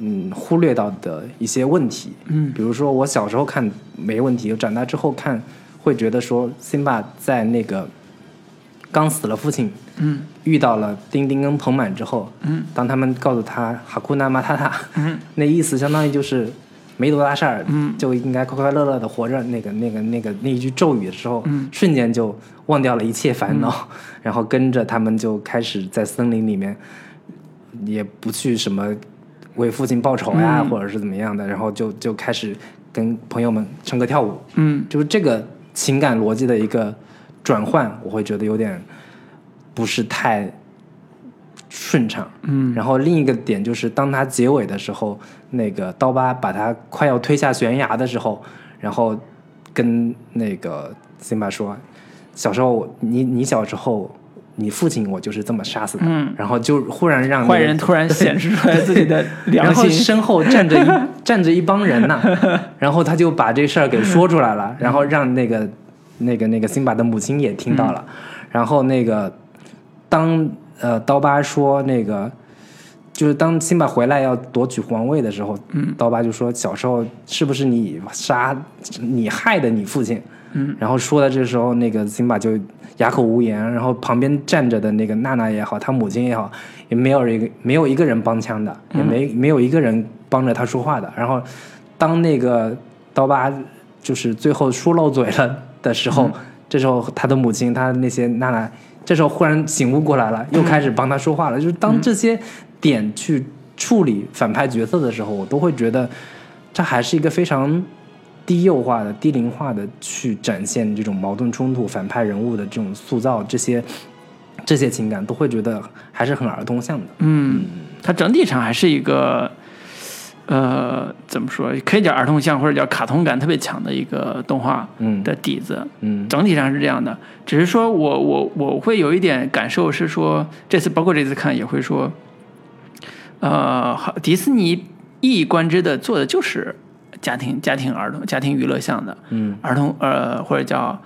[SPEAKER 2] 嗯忽略到的一些问题。
[SPEAKER 1] 嗯，
[SPEAKER 2] 比如说我小时候看没问题，我长大之后看会觉得说辛巴在那个刚死了父亲
[SPEAKER 1] 嗯
[SPEAKER 2] 遇到了丁丁跟彭满之后，
[SPEAKER 1] 嗯，
[SPEAKER 2] 当他们告诉他哈库纳马塔塔，
[SPEAKER 1] 嗯，
[SPEAKER 2] 那意思相当于就是没多大事儿，
[SPEAKER 1] 嗯
[SPEAKER 2] 就应该快快乐乐的活着。那个、那个、那个那一句咒语的时候，
[SPEAKER 1] 嗯
[SPEAKER 2] 瞬间就忘掉了一切烦恼， 然后跟着他们就开始在森林里面，也不去什么为父亲报仇呀，
[SPEAKER 1] 嗯
[SPEAKER 2] 或者是怎么样的，然后就就开始跟朋友们唱歌跳舞，
[SPEAKER 1] 嗯
[SPEAKER 2] 就是这个情感逻辑的一个转换，我会觉得有点不是太顺畅。
[SPEAKER 1] 嗯
[SPEAKER 2] 然后另一个点就是，当他结尾的时候，那个刀疤把他快要推下悬崖的时候，然后跟那个辛巴说：“小时候，你你小时候，你父亲我就是这么杀死的，然后就忽然让
[SPEAKER 1] 嗯坏人突 然显示出来自己的良
[SPEAKER 2] 然后
[SPEAKER 1] 心，
[SPEAKER 2] 身后站着一 站着一帮人呐、然后他就把这事儿给说出来
[SPEAKER 1] 嗯
[SPEAKER 2] 了，然后让那个那个那个辛巴的母亲也听到
[SPEAKER 1] 嗯
[SPEAKER 2] 了，然后那个当呃刀疤说那个就是当辛巴回来要夺取皇位的时候，
[SPEAKER 1] 嗯
[SPEAKER 2] 刀疤就说小时候是不是你杀你害的你父亲？嗯，然后说的这时候，那个辛巴就哑口无言，然后旁边站着的那个娜娜也好，她母亲也好，也没有一个没有一个人帮腔的，也没没有一个人帮着他说话的。然后当那个刀疤就是最后说漏嘴了的时候，这时候他的母亲，他那些娜娜，这时候忽然醒悟过来了，又开始帮他说话了。就是当这些点去处理反派角色的时候，我都会觉得这还是一个非常低幼化的、低龄化的去展现这种矛盾冲突、反派人物的这种塑造，这些这些情感都会觉得还是很儿童向的。
[SPEAKER 1] 嗯，它整体上还是一个，呃，怎么说，可以叫儿童像或者叫卡通感特别强的一个动画
[SPEAKER 2] 嗯
[SPEAKER 1] 的底子，
[SPEAKER 2] 嗯
[SPEAKER 1] 整体上是这样的。只是说我我我会有一点感受是说，这次包括这次看也会说，呃，好迪士尼一以贯之的做的就是家庭家庭儿童家庭娱乐向的，
[SPEAKER 2] 嗯
[SPEAKER 1] 儿童呃或者叫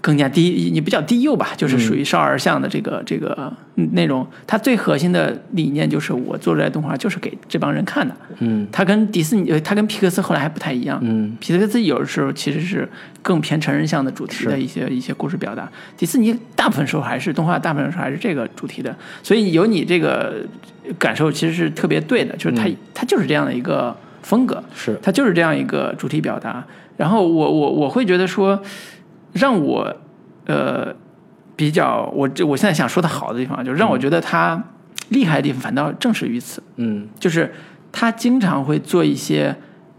[SPEAKER 1] 更加低，你不叫低幼吧，
[SPEAKER 2] 嗯
[SPEAKER 1] 就是属于少儿向的这个、这个嗯内容。它最核心的理念就是我做出来的动画就是给这帮人看的。
[SPEAKER 2] 嗯
[SPEAKER 1] 它跟迪士尼，呃它跟皮克斯后来还不太一样。
[SPEAKER 2] 嗯
[SPEAKER 1] 皮克斯有的时候其实是更偏成人向的主题的
[SPEAKER 2] 是
[SPEAKER 1] 一些一些故事表达，迪士尼大部分时候还是动画，大部分时候还是这个主题的，所以有你这个感受其实是特别对的，就是
[SPEAKER 2] 嗯
[SPEAKER 1] 它、它就是这样的一个风格，
[SPEAKER 2] 是
[SPEAKER 1] 它就是这样一个主题表达。然后我我我会觉得说，让我呃比较我这我现在想说的好的地方，就是让我觉得它厉害的地方反倒正是于此，
[SPEAKER 2] 嗯
[SPEAKER 1] 就是他经常会做一些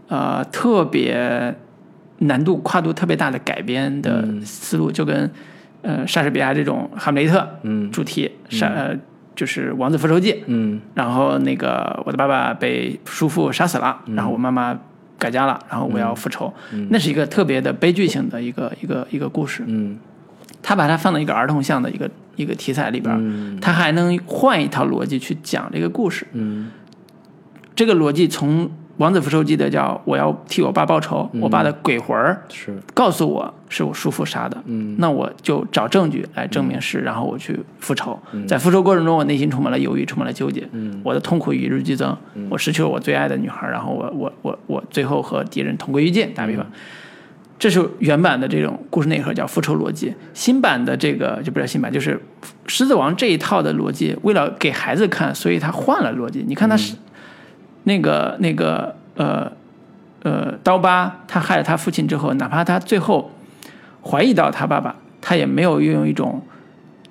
[SPEAKER 1] 呃特别难度跨度特别大的改编的
[SPEAKER 2] 嗯
[SPEAKER 1] 思路，就跟呃莎士比亚这种《哈姆雷特》
[SPEAKER 2] 嗯
[SPEAKER 1] 主题，莎、呃就是《王子复仇记》
[SPEAKER 2] 嗯
[SPEAKER 1] 然后那个我的爸爸被叔父杀死了，
[SPEAKER 2] 嗯
[SPEAKER 1] 然后我妈妈改嫁了，然后我要复仇，那是一个特别的悲剧性的一个一个一个故事。
[SPEAKER 2] 嗯
[SPEAKER 1] 他把它放到一个儿童向的一个一个题材里边儿，他还能换一套逻辑去讲这个故事。
[SPEAKER 2] 嗯
[SPEAKER 1] 这个逻辑从《王子复仇记》的叫我要替我爸报仇，
[SPEAKER 2] 嗯
[SPEAKER 1] 我爸的鬼魂儿
[SPEAKER 2] 是
[SPEAKER 1] 告诉我是我叔父杀的，
[SPEAKER 2] 嗯
[SPEAKER 1] 那我就找证据来证明是，然后我去复仇。在复仇过程中，我内心充满了犹豫，充满了纠结，
[SPEAKER 2] 嗯
[SPEAKER 1] 我的痛苦与日俱增，我失去了我最爱的女孩，然后我我我我最后和敌人同归于尽。打比方。
[SPEAKER 2] 嗯
[SPEAKER 1] 这是原版的这种故事内核，叫复仇逻辑。新版的这个就不叫新版，就是《狮子王》这一套的逻辑，为了给孩子看，所以他换了逻辑。你看他
[SPEAKER 2] 嗯
[SPEAKER 1] 是、那个那个呃呃刀疤，他害了他父亲之后，哪怕他最后怀疑到他爸爸，他也没有用一种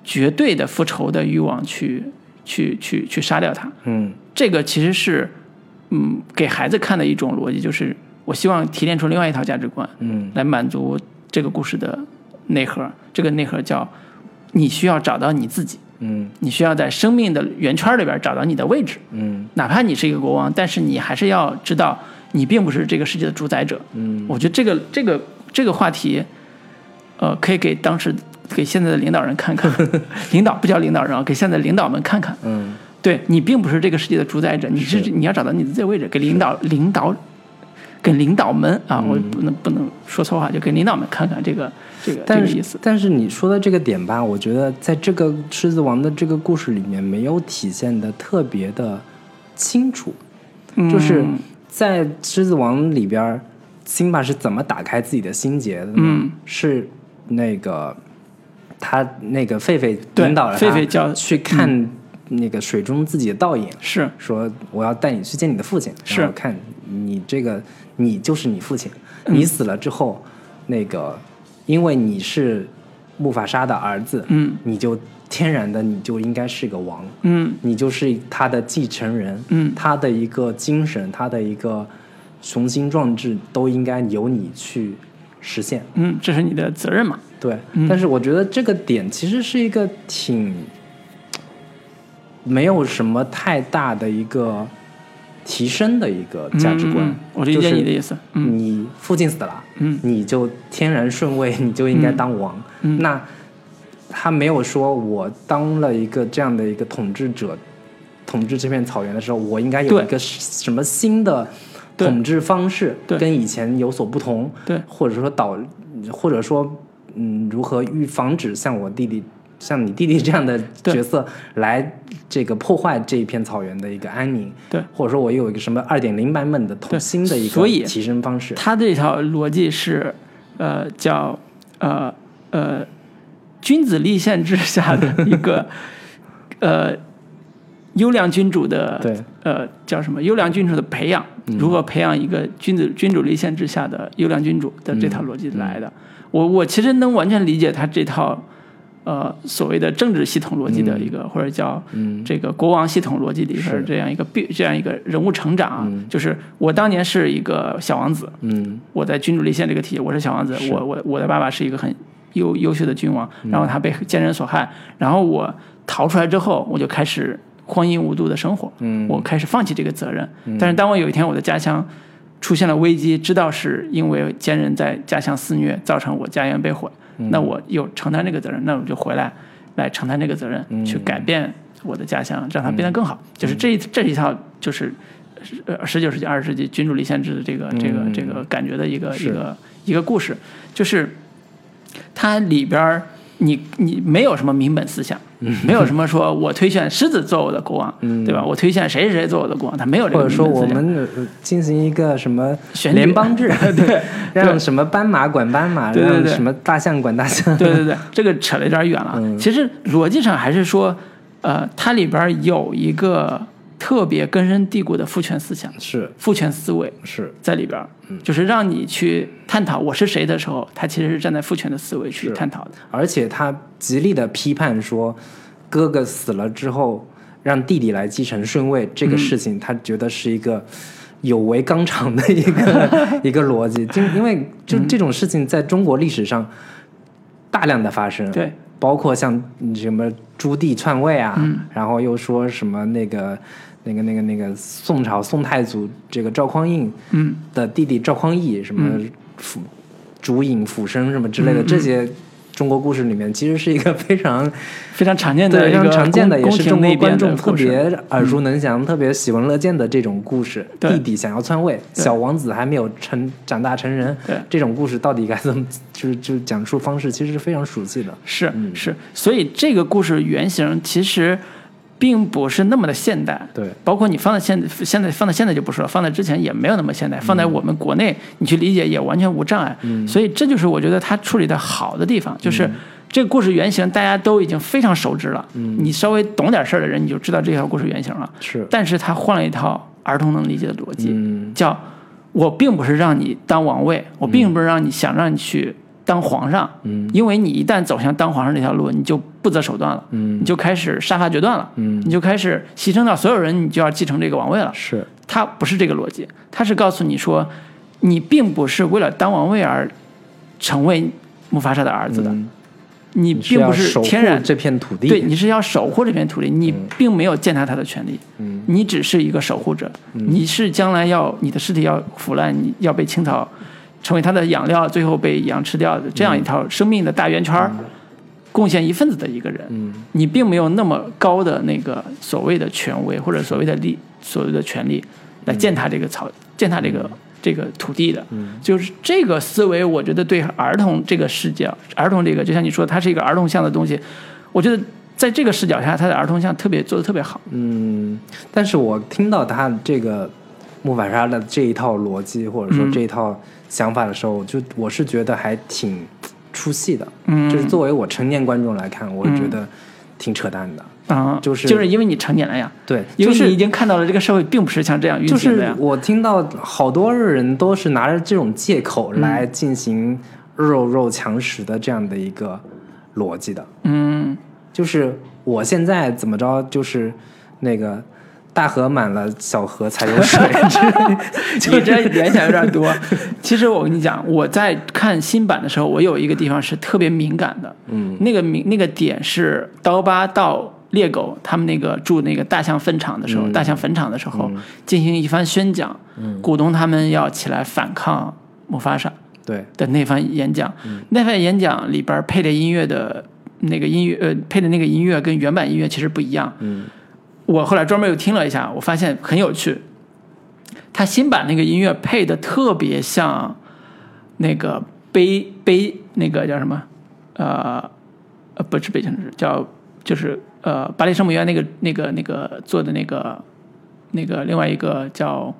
[SPEAKER 1] 绝对的复仇的欲望去去去去杀掉他。
[SPEAKER 2] 嗯
[SPEAKER 1] 这个其实是嗯给孩子看的一种逻辑，就是我希望提炼出另外一套价值观。
[SPEAKER 2] 嗯
[SPEAKER 1] 来满足这个故事的内核。这个内核叫你需要找到你自己，
[SPEAKER 2] 嗯
[SPEAKER 1] 你需要在生命的圆圈里边找到你的位置。
[SPEAKER 2] 嗯
[SPEAKER 1] 哪怕你是一个国王，但是你还是要知道你并不是这个世界的主宰者。
[SPEAKER 2] 嗯，
[SPEAKER 1] 我觉得这个这个这个话题，呃，可以给当时给现在的领导人看 看，领导不叫领导人啊，给现在的领导们看看。
[SPEAKER 2] 嗯
[SPEAKER 1] 对你并不是这个世界的主宰者，你是你要找到你自己的位置，给领导领导给领导们
[SPEAKER 2] 嗯
[SPEAKER 1] 啊，我不能不能说错话，就给领导们看看这个这个这
[SPEAKER 2] 但
[SPEAKER 1] 个
[SPEAKER 2] 是、
[SPEAKER 1] 意思。
[SPEAKER 2] 但是你说的这个点吧，我觉得在这个《狮子王》的这个故事里面没有体现的特别的清楚，就是
[SPEAKER 1] 嗯
[SPEAKER 2] 在《狮子王》里边儿，辛巴是怎么打开自己的心结的呢？
[SPEAKER 1] 嗯
[SPEAKER 2] 是那个他那个狒狒
[SPEAKER 1] 对
[SPEAKER 2] 引导了他
[SPEAKER 1] 狒狒叫嗯
[SPEAKER 2] 去看那个水中自己的倒影，
[SPEAKER 1] 是
[SPEAKER 2] 说我要带你去见你的父亲，
[SPEAKER 1] 是
[SPEAKER 2] 然后看你这个你就是你父亲，
[SPEAKER 1] 嗯
[SPEAKER 2] 你死了之后，那个因为你是木法沙的儿子，
[SPEAKER 1] 嗯
[SPEAKER 2] 你就天然的你就应该是个王，
[SPEAKER 1] 嗯
[SPEAKER 2] 你就是他的继承人，
[SPEAKER 1] 嗯
[SPEAKER 2] 他的一个精神，他的一个雄心壮志都应该由你去实现，
[SPEAKER 1] 嗯，这是你的责任嘛？
[SPEAKER 2] 对，
[SPEAKER 1] 嗯
[SPEAKER 2] 但是我觉得这个点其实是一个挺没有什么太大的一个提升的一个价值观。
[SPEAKER 1] 嗯嗯我理解你的意
[SPEAKER 2] 思。
[SPEAKER 1] 思。嗯
[SPEAKER 2] 你父亲死了，
[SPEAKER 1] 嗯
[SPEAKER 2] 你就天然顺位，你就应该当王。那他没有说我当了一个这样的一个统治者，统治这片草原的时候，我应该有
[SPEAKER 1] 对
[SPEAKER 2] 一个什么新的
[SPEAKER 1] 对
[SPEAKER 2] 统治方式，
[SPEAKER 1] 对
[SPEAKER 2] 跟以前有所不同，
[SPEAKER 1] 对，
[SPEAKER 2] 或者说导，或者说嗯，如何预防止像我弟弟。像你弟弟这样的
[SPEAKER 1] 对
[SPEAKER 2] 角色来这个破坏这一片草原的一个安宁，
[SPEAKER 1] 对，
[SPEAKER 2] 或者说我有一个什么二点零版本的统
[SPEAKER 1] 对
[SPEAKER 2] 新的一个
[SPEAKER 1] 所以
[SPEAKER 2] 提升方式，
[SPEAKER 1] 他这条逻辑是，呃，叫呃呃君子立宪制下的一个呃优良君主的
[SPEAKER 2] 对
[SPEAKER 1] 呃叫什么优良君主的培养，如何培养一个君子君主立宪制下的优良君主的这套逻辑来的。我我其实能完全理解他这套。呃，所谓的政治系统逻辑的一个，或者叫这个国王系统逻辑里边儿这样一个必这样一个人物成长啊，就是我当年是一个小王子，
[SPEAKER 2] 嗯，
[SPEAKER 1] 我在君主立宪这个体系，我是嗯小王子，我我我的爸爸是一个很优优秀的君王，然后他被奸人所害，然后我逃出来之后，我就开始荒淫无度的生活，嗯，我开始放弃这个责任，但是当我有一天我的家乡出现了危机，知道是因为奸人在家乡肆虐，造成我家园被毁，
[SPEAKER 2] 嗯
[SPEAKER 1] 那我有承担这个责任，那我就回来来承担这个责任，
[SPEAKER 2] 嗯
[SPEAKER 1] 去改变我的家乡，让它变得更好，就是这一
[SPEAKER 2] 嗯
[SPEAKER 1] 这一套就是。呃，十九世纪、二十世纪君主立宪制的这个、
[SPEAKER 2] 嗯
[SPEAKER 1] 这个、这个感觉的一个一个一个故事，就是它里边儿你你没有什么民本思想，
[SPEAKER 2] 嗯
[SPEAKER 1] 没有什么说我推选狮子做我的国王，对吧？我推选谁谁谁做我的国王，他没有这
[SPEAKER 2] 或
[SPEAKER 1] 个
[SPEAKER 2] 者
[SPEAKER 1] 民
[SPEAKER 2] 说
[SPEAKER 1] 本
[SPEAKER 2] 我
[SPEAKER 1] 思想。
[SPEAKER 2] 们呃进行一个什么
[SPEAKER 1] 选举
[SPEAKER 2] 联邦制，对，让
[SPEAKER 1] 对
[SPEAKER 2] 什么斑马管斑马，
[SPEAKER 1] 对对
[SPEAKER 2] 让
[SPEAKER 1] 对
[SPEAKER 2] 什么大象管大 象，
[SPEAKER 1] 对对对，这个扯得有点远了啊。
[SPEAKER 2] 嗯
[SPEAKER 1] 其实逻辑上还是说，呃，它里边儿有一个特别根深蒂固的父权思想、
[SPEAKER 2] 是
[SPEAKER 1] 父权思维，
[SPEAKER 2] 是，
[SPEAKER 1] 在里边儿，
[SPEAKER 2] 嗯
[SPEAKER 1] 就是让你去探讨我是谁的时候，他其实是站在父权的思维去
[SPEAKER 2] 是
[SPEAKER 1] 探讨的。
[SPEAKER 2] 而且他极力的批判说，哥哥死了之后让弟弟来继承顺位这个事情，他觉得是一个。有违纲常的 一个一个逻辑，就因为就
[SPEAKER 1] 嗯
[SPEAKER 2] 这种事情在中国历史上大量的发生，
[SPEAKER 1] 对，
[SPEAKER 2] 包括像嗯什么朱棣篡位啊，
[SPEAKER 1] 嗯
[SPEAKER 2] 然后又说什么那个那个那个那个宋朝宋太祖这个赵匡胤
[SPEAKER 1] 嗯，
[SPEAKER 2] 的弟弟赵匡义，什么辅烛影斧声什么之类
[SPEAKER 1] 嗯
[SPEAKER 2] 的，这些中国故事里面其实是一个非常
[SPEAKER 1] 非常常见的
[SPEAKER 2] 对
[SPEAKER 1] 一
[SPEAKER 2] 非
[SPEAKER 1] 个
[SPEAKER 2] 常常见的，
[SPEAKER 1] 宫
[SPEAKER 2] 也是中
[SPEAKER 1] 宫廷
[SPEAKER 2] 国
[SPEAKER 1] 那边
[SPEAKER 2] 观众
[SPEAKER 1] 的
[SPEAKER 2] 特
[SPEAKER 1] 故事嗯
[SPEAKER 2] 别耳熟能详、特别喜闻乐见的这种故事。
[SPEAKER 1] 对
[SPEAKER 2] 弟弟想要篡位，
[SPEAKER 1] 对
[SPEAKER 2] 小王子还没有成长大成人
[SPEAKER 1] 对，
[SPEAKER 2] 这种故事到底该怎么就是就是讲述方式，其实是非常熟悉的。
[SPEAKER 1] 是是，所以这个故事原型其实并不是那么的现代。
[SPEAKER 2] 对，
[SPEAKER 1] 包括你放在现现在放在现在就不说了，放在之前也没有那么现代，放在我们国内你去理解也完全无障碍。所以这就是我觉得他处理的好的地方，就是。这个故事原型大家都已经非常熟知了，你稍微懂点事儿的人你就知道这条故事原型了。
[SPEAKER 2] 是
[SPEAKER 1] 但是他换了一套儿童能理解的逻辑，
[SPEAKER 2] 嗯
[SPEAKER 1] 叫我并不是让你当王位，我并不是让你想让你去当皇上，
[SPEAKER 2] 嗯
[SPEAKER 1] 因为你一旦走向当皇上这条路，你就不择手段了，
[SPEAKER 2] 嗯
[SPEAKER 1] 你就开始杀伐决断了，你就开始牺牲掉所有人，你就要继承这个王位了。
[SPEAKER 2] 是
[SPEAKER 1] 它不是这个逻辑，它是告诉你说，你并不是为了当王位而成为木法沙的儿子的，你
[SPEAKER 2] 嗯你是
[SPEAKER 1] 并
[SPEAKER 2] 要
[SPEAKER 1] 不
[SPEAKER 2] 守护
[SPEAKER 1] 天然
[SPEAKER 2] 这片土地，
[SPEAKER 1] 对，你是要守护这片土地，你并没有践踏他的权利，你只是一个守护者，你是将来要你的尸体要腐烂，你要被青草成为它的养料，最后被羊吃掉的这样一套生命的大圆圈儿，贡献一份子的一个人，
[SPEAKER 2] 嗯
[SPEAKER 1] 你并没有那么高的那个所谓的权威或者所谓的利所谓的权利来践踏这个
[SPEAKER 2] 嗯
[SPEAKER 1] 草，践踏这个。这个土地的，就是这个思维，我觉得对儿童这个视角，儿童这个，就像你说，它是一个儿童向的东西，我觉得在这个视角下，他的儿童像特别做的特别好。
[SPEAKER 2] 嗯，但是我听到他这个木法沙的这一套逻辑或者说
[SPEAKER 1] 嗯
[SPEAKER 2] 这一套想法的时候，我就我是觉得还挺出戏的。
[SPEAKER 1] 嗯
[SPEAKER 2] 就是作为我成年观众来看，我是觉得挺扯淡的。
[SPEAKER 1] 啊、
[SPEAKER 2] 就是
[SPEAKER 1] 就是因为你成年了呀，
[SPEAKER 2] 对，
[SPEAKER 1] 因
[SPEAKER 2] 就
[SPEAKER 1] 为你
[SPEAKER 2] 是
[SPEAKER 1] 已经看到了这个社会并不是像这样运
[SPEAKER 2] 就
[SPEAKER 1] 行的呀
[SPEAKER 2] 是。我听到好多人都是拿着这种借口来进行弱肉强食的这样的一个逻辑的。
[SPEAKER 1] 嗯，
[SPEAKER 2] 就是我现在怎么着，就是那个大河满了，小河才有水。
[SPEAKER 1] 你这联想有点 多。其实我跟你讲，我在看新版的时候，我有一个地方是特别敏感的，嗯，那个敏那个点是刀疤到猎狗他们那个住那个大象粪场的时候，大象坟场的时候、进行一番宣讲，鼓动他们要起来反抗姆法沙。
[SPEAKER 2] 对，
[SPEAKER 1] 的那番演讲，那番演讲里边配的音乐的那个音乐呃配的那个音乐跟原版音乐其实不一样。
[SPEAKER 2] 嗯，
[SPEAKER 1] 我后来专门又听了一下，我发现很有趣。他新版那个音乐配的特别像那个悲悲那个叫什么呃呃不是悲情之日叫就是呃巴黎圣母院那个那个那个做的那个那个另外一个叫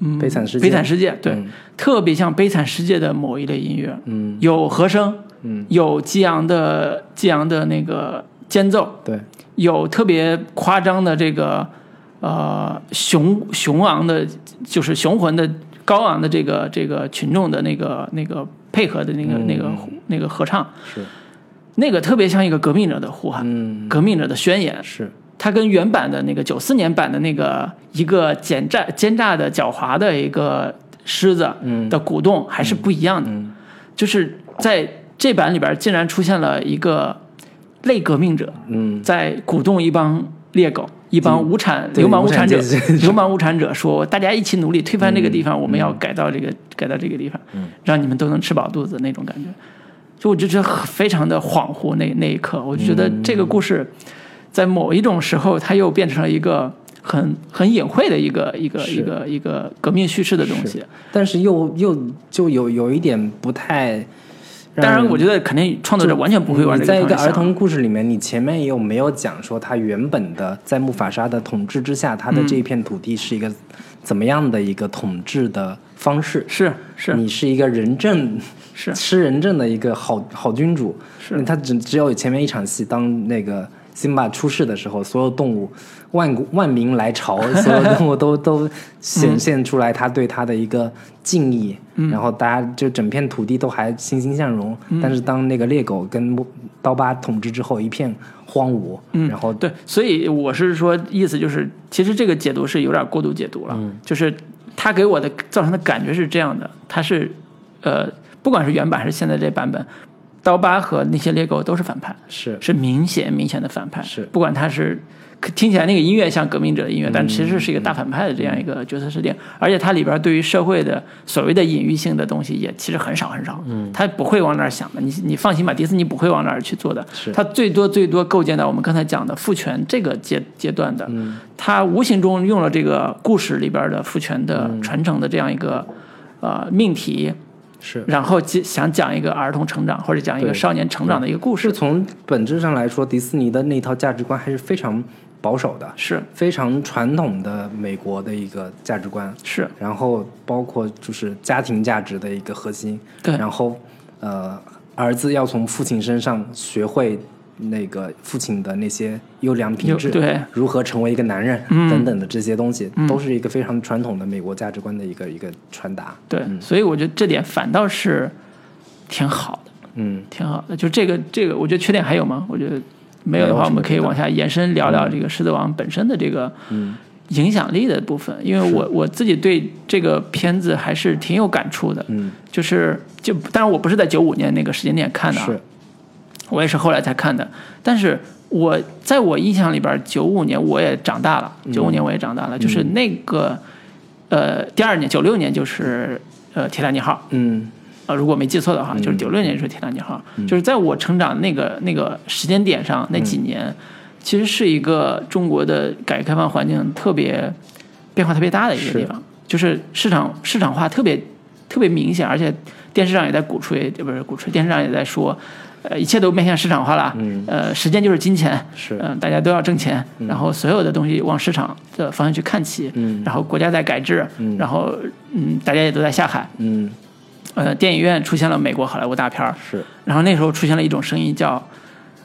[SPEAKER 1] 嗯
[SPEAKER 2] 悲惨世界
[SPEAKER 1] 悲惨世界对、
[SPEAKER 2] 嗯
[SPEAKER 1] 特别像悲惨世界的某一类音乐
[SPEAKER 2] 嗯
[SPEAKER 1] 有和声
[SPEAKER 2] 嗯，
[SPEAKER 1] 有激昂的激昂的那个间奏
[SPEAKER 2] 对，
[SPEAKER 1] 有特别夸张的这个呃雄雄昂的，就是雄浑的高昂的这个这个群众的那个那个配合的那个、
[SPEAKER 2] 嗯
[SPEAKER 1] 那个那个合唱，
[SPEAKER 2] 是，
[SPEAKER 1] 那个特别像一个革命者的呼喊，
[SPEAKER 2] 嗯
[SPEAKER 1] 革命者的宣言。
[SPEAKER 2] 是，
[SPEAKER 1] 它跟原版的那个九四年版的那个一个奸诈奸诈的狡猾的一个狮子
[SPEAKER 2] 嗯
[SPEAKER 1] 的鼓动还是不一样的。
[SPEAKER 2] 嗯
[SPEAKER 1] 就是在这版里边竟然出现了一个类革命者，
[SPEAKER 2] 嗯
[SPEAKER 1] 在鼓动一帮猎狗，一帮无产流氓无产者
[SPEAKER 2] 无产阶，级 嗯
[SPEAKER 1] 流氓无产者说：“大家一起努力推翻这个地方，我们要改造这个，改造这个地方，让你们都能吃饱肚子那种感觉。”就我就觉得非常的恍惚那那一刻，我就觉得这个故事在某一种时候，它又变成了一个很很隐晦的一个一个
[SPEAKER 2] 是
[SPEAKER 1] 一个一个革命叙事的东西。
[SPEAKER 2] 但是又又就有有一点不太让人，
[SPEAKER 1] 当然，我觉得肯定创作者完全不会往
[SPEAKER 2] 你
[SPEAKER 1] 这
[SPEAKER 2] 在一
[SPEAKER 1] 方
[SPEAKER 2] 个
[SPEAKER 1] 向
[SPEAKER 2] 儿
[SPEAKER 1] 想。
[SPEAKER 2] 童故事里面，你前面有没有讲说他原本的在木法沙的统治之下，他的这一片土地是一个怎么样的一个统治的方式？
[SPEAKER 1] 是是
[SPEAKER 2] 你是一个仁政，
[SPEAKER 1] 是
[SPEAKER 2] 吃人政的一个好好君主。
[SPEAKER 1] 是
[SPEAKER 2] 他只只有前面一场戏，当那个辛巴出世的时候，所有动物万古万民来朝，所有动物都都
[SPEAKER 1] 嗯
[SPEAKER 2] 显现出来他对他的一个敬意，然后大家就整片土地都还欣欣向荣。
[SPEAKER 1] 嗯
[SPEAKER 2] 但是当那个猎狗跟刀疤统治之后，一片荒芜，然后
[SPEAKER 1] 嗯对，所以我是说，意思就是，其实这个解读是有点过度解读了，
[SPEAKER 2] 嗯
[SPEAKER 1] 就是他给我的造成的感觉是这样的，他是呃，不管是原版还是现在这版本，刀疤和那些猎狗都是反派，
[SPEAKER 2] 是
[SPEAKER 1] 是明显明显的反派，
[SPEAKER 2] 是
[SPEAKER 1] 不管他是。听起来那个音乐像革命者的音乐，但其
[SPEAKER 2] 嗯
[SPEAKER 1] 实是一个大反派的这样一个角色设定，而且它里边对于社会的所谓的隐喻性的东西也其实很少很少，嗯，他不会往那儿想的，你你放心吧，迪士尼不会往那儿去做的，
[SPEAKER 2] 是
[SPEAKER 1] 他最多最多构建到我们刚才讲的父权这个阶阶段的，
[SPEAKER 2] 嗯
[SPEAKER 1] 他无形中用了这个故事里边的父权的
[SPEAKER 2] 嗯
[SPEAKER 1] 传承的这样一个呃命题，
[SPEAKER 2] 是
[SPEAKER 1] 然后即想讲一个儿童成长或者讲一个
[SPEAKER 2] 对
[SPEAKER 1] 少年成长的一个故
[SPEAKER 2] 是
[SPEAKER 1] 事，
[SPEAKER 2] 从本质上来说，迪士尼的那套价值观还是非常保守的，
[SPEAKER 1] 是
[SPEAKER 2] 非常传统的美国的一个价值观。
[SPEAKER 1] 是，
[SPEAKER 2] 然后包括就是家庭价值的一个核心，
[SPEAKER 1] 对
[SPEAKER 2] 然后呃，儿子要从父亲身上学会那个父亲的那些优良品质，
[SPEAKER 1] 有对，嗯
[SPEAKER 2] 如何成为一个男人、等等的这些东西，都是一个非常传统的美国价值观的一个一个传达。
[SPEAKER 1] 对，所以我觉得这点反倒是挺好的，
[SPEAKER 2] 嗯，
[SPEAKER 1] 挺好的。就这个这个，我觉得缺点还有吗？我觉得没有的
[SPEAKER 2] 没有
[SPEAKER 1] 话，
[SPEAKER 2] 什
[SPEAKER 1] 我
[SPEAKER 2] 么
[SPEAKER 1] 们可以
[SPEAKER 2] 缺点嗯
[SPEAKER 1] 往下延伸聊聊这个《狮子王》本身的这个影响力的部分，因为我我自己对这个片子还是挺有感触的。
[SPEAKER 2] 嗯，
[SPEAKER 1] 就是就当然我不是在九五年那个时间点看的、啊，
[SPEAKER 2] 是，
[SPEAKER 1] 我也是后来才看的。但是我在我印象里边，九五年我也长大了，九五年我也长大了，就是那个呃第二年九六年就是呃铁达尼号。
[SPEAKER 2] 嗯，
[SPEAKER 1] 呃，如果没记错的话，就是九六年是《铁达尼号》就是在我成长那个那个时间点上那
[SPEAKER 2] 嗯
[SPEAKER 1] 几年，其实是一个中国的改革开放环境特别变化特别大的一个地方，就是市场市场化特别特别明显，而且电视上也在鼓吹，不是鼓吹，电视上也在说，呃，一切都面向市场化了，呃，时间就是金钱，
[SPEAKER 2] 嗯是
[SPEAKER 1] 嗯、大家都要挣钱，然后所有的东西往市场的方向去看齐，
[SPEAKER 2] 嗯
[SPEAKER 1] 然后国家在改制，然后嗯，大家也都在下海，
[SPEAKER 2] 嗯，
[SPEAKER 1] 呃，电影院出现了美国好莱坞大片儿，
[SPEAKER 2] 是，
[SPEAKER 1] 然后那时候出现了一种声音叫，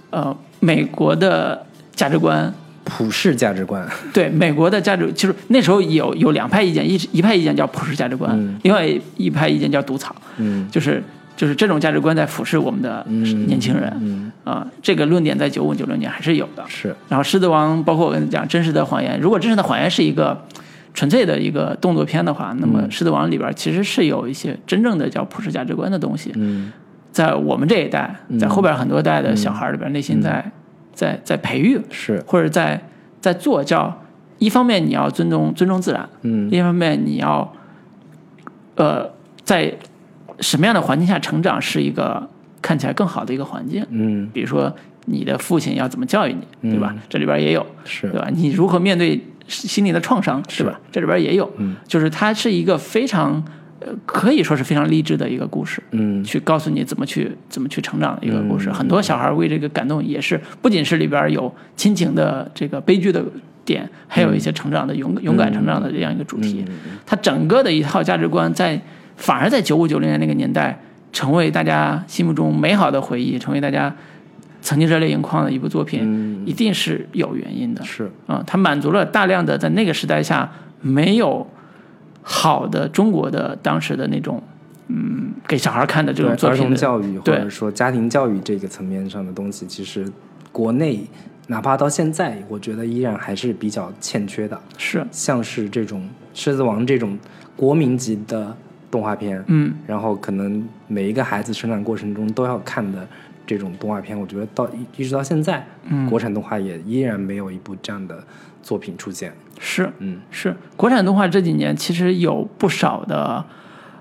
[SPEAKER 1] 呃，美国的价值观，
[SPEAKER 2] 普世价值观，
[SPEAKER 1] 对美国的价值，就是那时候有有两派意见，一一派意见叫普世价值观，另外一派意见叫毒草，
[SPEAKER 2] 嗯
[SPEAKER 1] 就是就是这种价值观在腐蚀我们的年轻人，啊、
[SPEAKER 2] 嗯，
[SPEAKER 1] 这个论点在九五九六年还是有的，
[SPEAKER 2] 是，
[SPEAKER 1] 然后《狮子王》，包括我跟你讲《真实的谎言》，如果《真实的谎言》是一个纯粹的一个动作片的话，那么
[SPEAKER 2] 嗯
[SPEAKER 1] 《狮子王》里边其实是有一些真正的叫普世价值观的东西，
[SPEAKER 2] 嗯
[SPEAKER 1] 在我们这一代，在后边很多代的小孩里边，内心在在在培育，
[SPEAKER 2] 嗯是，
[SPEAKER 1] 或者在在做叫一方面你要尊重尊重自然，
[SPEAKER 2] 嗯
[SPEAKER 1] 另一方面你要呃在什么样的环境下成长是一个看起来更好的一个环境。
[SPEAKER 2] 嗯，
[SPEAKER 1] 比如说你的父亲要怎么教育你，对吧？这里边也有，
[SPEAKER 2] 是
[SPEAKER 1] 对吧？你如何面对心理的创伤，是吧？这里边也有，
[SPEAKER 2] 嗯
[SPEAKER 1] 就是它是一个非常呃，可以说是非常励志的一个故事。
[SPEAKER 2] 嗯
[SPEAKER 1] 去告诉你怎么去怎么去成长的一个故事，很多小孩为这个感动，也是不仅是里边有亲情的这个悲剧的点，还有一些成
[SPEAKER 2] 嗯
[SPEAKER 1] 长的勇勇敢成长的这样一个主题。它整个的一套价值观在，反而在九五九零年那个年代，成为大家心目中美好的回忆，成为大家曾经热泪盈眶的一部作品，一定是有原因的。
[SPEAKER 2] 嗯是
[SPEAKER 1] 啊、它满足了大量的在那个时代下没有好的中国的当时的那种，嗯，给小孩看的这
[SPEAKER 2] 对
[SPEAKER 1] 种作
[SPEAKER 2] 儿
[SPEAKER 1] 品
[SPEAKER 2] 童
[SPEAKER 1] 的，
[SPEAKER 2] 教育或
[SPEAKER 1] 对
[SPEAKER 2] 者说家庭教育这个层面上的东西，其实国内哪怕到现在，我觉得依然还是比较欠缺的。
[SPEAKER 1] 是，
[SPEAKER 2] 像是这种《狮子王》这种国民级的动画片，
[SPEAKER 1] 嗯，
[SPEAKER 2] 然后可能每一个孩子成长过程中都要看的这种动画片，我觉得到一直到现在，
[SPEAKER 1] 嗯
[SPEAKER 2] 国产动画也依然没有一部这样的作品出现。
[SPEAKER 1] 是，
[SPEAKER 2] 嗯
[SPEAKER 1] 是。国产动画这几年其实有不少的，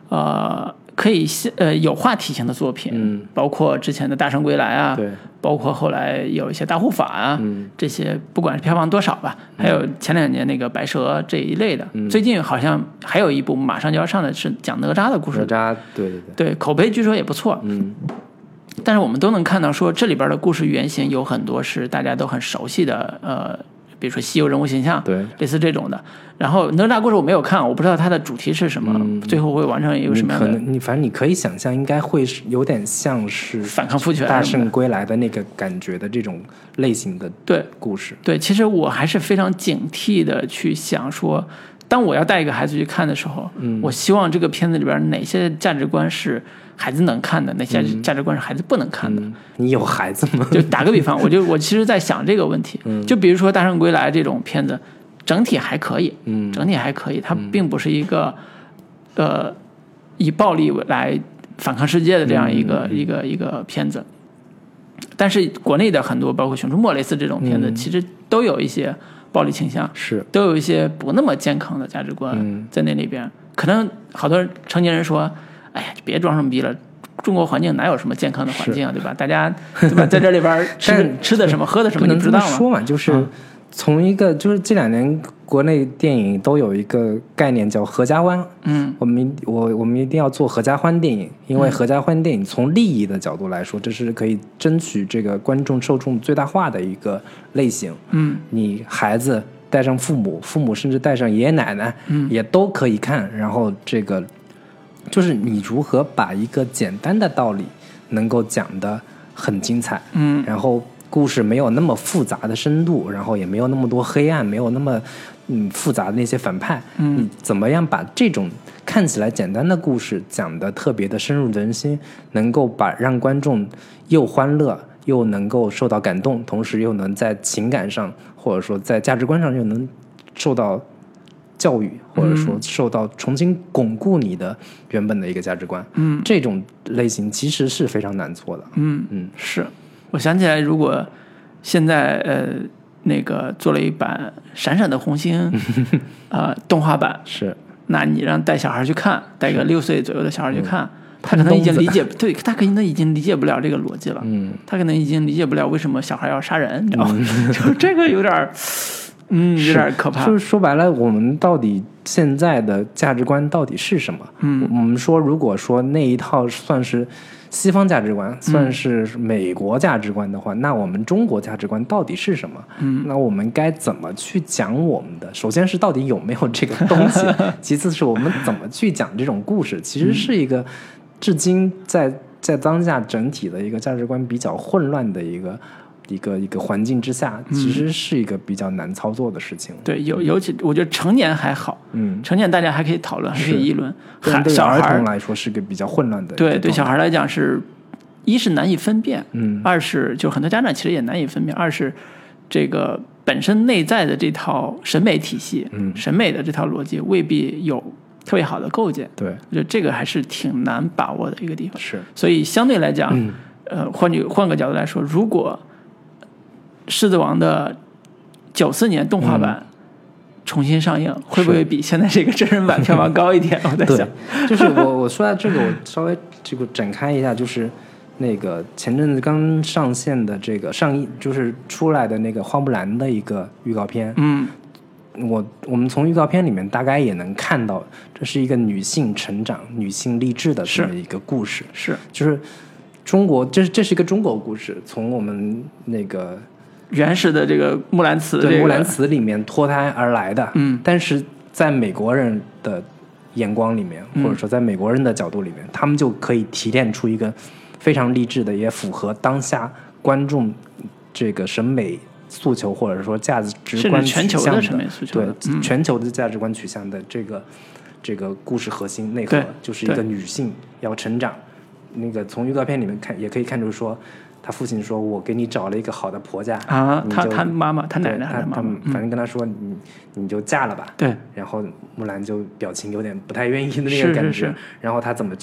[SPEAKER 1] 呃，可以吸呃有话题性的作品，
[SPEAKER 2] 嗯，
[SPEAKER 1] 包括之前的《大圣归来》啊，
[SPEAKER 2] 对，
[SPEAKER 1] 包括后来有一些《大护法》啊，
[SPEAKER 2] 嗯
[SPEAKER 1] 这些不管是票房多少吧，还有前两年那个《白蛇》这一类的，
[SPEAKER 2] 嗯
[SPEAKER 1] 最近好像还有一部马上就要上的是讲哪吒的故
[SPEAKER 2] 哪
[SPEAKER 1] 事，
[SPEAKER 2] 吒，对对对，
[SPEAKER 1] 对，口碑据说也不错。
[SPEAKER 2] 嗯
[SPEAKER 1] 但是我们都能看到，说这里边的故事原型有很多是大家都很熟悉的，呃，比如说西游人物形象，
[SPEAKER 2] 对，
[SPEAKER 1] 类似这种的。然后哪吒故事我没有看，我不知道它的主题是什么，最后会完成一个什
[SPEAKER 2] 你
[SPEAKER 1] 么样
[SPEAKER 2] 嗯可
[SPEAKER 1] 的
[SPEAKER 2] 能你反正你可以想象，应该会是有点像是
[SPEAKER 1] 反抗父权
[SPEAKER 2] 大
[SPEAKER 1] 什么的
[SPEAKER 2] 圣归来的那个感觉的这种类型的
[SPEAKER 1] 对
[SPEAKER 2] 故事。
[SPEAKER 1] 对，其实我还是非常警惕的去想说，当我要带一个孩子去看的时候，
[SPEAKER 2] 嗯
[SPEAKER 1] 我希望这个片子里边哪些价值观是孩子能看的，哪些价值观是孩子不能看的。
[SPEAKER 2] 嗯，你有孩子吗？
[SPEAKER 1] 就打个比方，我就我其实在想这个问题，
[SPEAKER 2] 嗯
[SPEAKER 1] 就比如说《大圣归来》这种片子，整体还可以，
[SPEAKER 2] 嗯
[SPEAKER 1] 整体还可以，它并不是一个，呃，以暴力来反抗世界的这样一
[SPEAKER 2] 嗯
[SPEAKER 1] 个、一个一个片子。但是国内的很多，包括《熊出没》类似这种片
[SPEAKER 2] 嗯
[SPEAKER 1] 子，其实都有一些暴力倾向，
[SPEAKER 2] 是，
[SPEAKER 1] 都有一些不那么健康的价值观
[SPEAKER 2] 嗯
[SPEAKER 1] 在那里边。可能好多成年人说：“哎呀，别装什么逼了。”中国环境哪有什么健康的环境啊，对吧？大家对吧，在这里边 儿吃的吃的什么，喝的什
[SPEAKER 2] 不
[SPEAKER 1] 么，你
[SPEAKER 2] 能
[SPEAKER 1] 不知
[SPEAKER 2] 这
[SPEAKER 1] 道
[SPEAKER 2] 么
[SPEAKER 1] 吗？嗯
[SPEAKER 2] 说嘛，就是从一个就是这两年国内电影都有一个概念叫“合家欢”，
[SPEAKER 1] 嗯，
[SPEAKER 2] 我们一我我们一定要做合家欢电影，因为合家欢电影从利益的角度来说，这是可以争取这个观众受众最大化的一个类型。
[SPEAKER 1] 嗯，
[SPEAKER 2] 你孩子带上父母，父母甚至带上爷爷奶奶，嗯，也都可以看。然后这个就是你如何把一个简单的道理能够讲得很精彩，
[SPEAKER 1] 嗯，
[SPEAKER 2] 然后故事没有那么复杂的深度，然后也没有那么多黑暗，没有那么嗯复杂的那些反派，嗯，你怎么样把这种看起来简单的故事讲得特别的深入人心，能够把让观众又欢乐。又能够受到感动，同时又能在情感上，或者说在价值观上，又能受到教育，或者说受到重新巩固你的原本的一个价值观。嗯，这种类型其实是非常难做的。
[SPEAKER 1] 嗯
[SPEAKER 2] 嗯，
[SPEAKER 1] 是。我想起来，如果现在呃那个做了一版《闪闪的红 星》呃动画版，
[SPEAKER 2] 是
[SPEAKER 1] 那你让带小孩去看，带个六岁左右的小孩去
[SPEAKER 2] 嗯
[SPEAKER 1] 看，他可能已经理解，对他可能已经理解不了这个逻辑了，嗯，他可能已经理解不了为什么小孩要杀人，你知道吗？ 就这个有点儿，嗯，有点儿可怕
[SPEAKER 2] 嗯就，是说白了，我们到底现在的价值观到底是什么？嗯，我们说，如果说那一套算是西方价值观，算是美国价值观的话，那我们中国价值观到底是什么？嗯，那我们该怎么去讲我们的？首先是到底有没有这个东西，其次是我们怎么去讲这种故事，其实是一个至今在在当下整体的一个价值观比较混乱的一个。一个一个环境之下，其实是一个比较难操作的事情。
[SPEAKER 1] 对，尤尤其我觉得成年还好，
[SPEAKER 2] 嗯，
[SPEAKER 1] 成年大家还可以讨论，还可
[SPEAKER 2] 是
[SPEAKER 1] 以议论，
[SPEAKER 2] 但
[SPEAKER 1] 孩
[SPEAKER 2] 对于
[SPEAKER 1] 小
[SPEAKER 2] 儿
[SPEAKER 1] 孩
[SPEAKER 2] 童
[SPEAKER 1] 儿
[SPEAKER 2] 来说是个比较混乱的一个状态。
[SPEAKER 1] 对对小孩儿来讲是，一是难以分辨，
[SPEAKER 2] 嗯
[SPEAKER 1] 二是就很多家长其实也难以分辨，二是这个本身内在的这套审美体系，
[SPEAKER 2] 嗯
[SPEAKER 1] 审美的这套逻辑未必有特别好的构建，
[SPEAKER 2] 对
[SPEAKER 1] 我觉得这个还是挺难把握的一个地方。
[SPEAKER 2] 是
[SPEAKER 1] 所以相对来讲，
[SPEAKER 2] 嗯
[SPEAKER 1] 呃，换句换个角度来说，如果《狮子王》的九四年动
[SPEAKER 2] 嗯
[SPEAKER 1] 画版重新上映，会不会比现在这个真人版票 房高一点？我在想
[SPEAKER 2] 对，，就是我我说到这个，我稍微这个展开一下，就是那个前阵子刚上线的这个上映就是出来的那个花木兰的一个预告片，
[SPEAKER 1] 嗯，
[SPEAKER 2] 我我们从预告片里面大概也能看到，这是一个女性成长、女性励志的这么一个故事，
[SPEAKER 1] 是
[SPEAKER 2] 就是中国，这这是一个中国故事，从我们那个
[SPEAKER 1] 原始的这个木兰辞，
[SPEAKER 2] 对
[SPEAKER 1] 这
[SPEAKER 2] 木
[SPEAKER 1] 个
[SPEAKER 2] 兰辞里面脱胎而来的，
[SPEAKER 1] 嗯，
[SPEAKER 2] 但是在美国人的眼光里面，
[SPEAKER 1] 嗯
[SPEAKER 2] 或者说在美国人的角度里面，他们就可以提炼出一个非常励志的，也符合当下观众这个审美诉求或者说价值
[SPEAKER 1] 甚
[SPEAKER 2] 观
[SPEAKER 1] 至
[SPEAKER 2] 取
[SPEAKER 1] 全球
[SPEAKER 2] 向
[SPEAKER 1] 的审美诉求
[SPEAKER 2] 对
[SPEAKER 1] 的，嗯
[SPEAKER 2] 全球的价值观取向的这个这个故事核心内核
[SPEAKER 1] 对，
[SPEAKER 2] 就是一个
[SPEAKER 1] 对
[SPEAKER 2] 女性要成长。那个从预告片里面看，也可以看出说，她父亲说：“我给你找了一个好的婆家
[SPEAKER 1] 啊，
[SPEAKER 2] 你
[SPEAKER 1] 她
[SPEAKER 2] 嗯就
[SPEAKER 1] 她妈妈，她
[SPEAKER 2] 对
[SPEAKER 1] 奶奶还
[SPEAKER 2] 他
[SPEAKER 1] 是妈嗯
[SPEAKER 2] 他
[SPEAKER 1] 妈
[SPEAKER 2] 们，反正跟他说你你就嫁了吧。
[SPEAKER 1] 对，
[SPEAKER 2] 然后木兰就表情有点不太愿意的那
[SPEAKER 1] 是
[SPEAKER 2] 个
[SPEAKER 1] 是
[SPEAKER 2] 感觉。
[SPEAKER 1] 是
[SPEAKER 2] 然后他怎么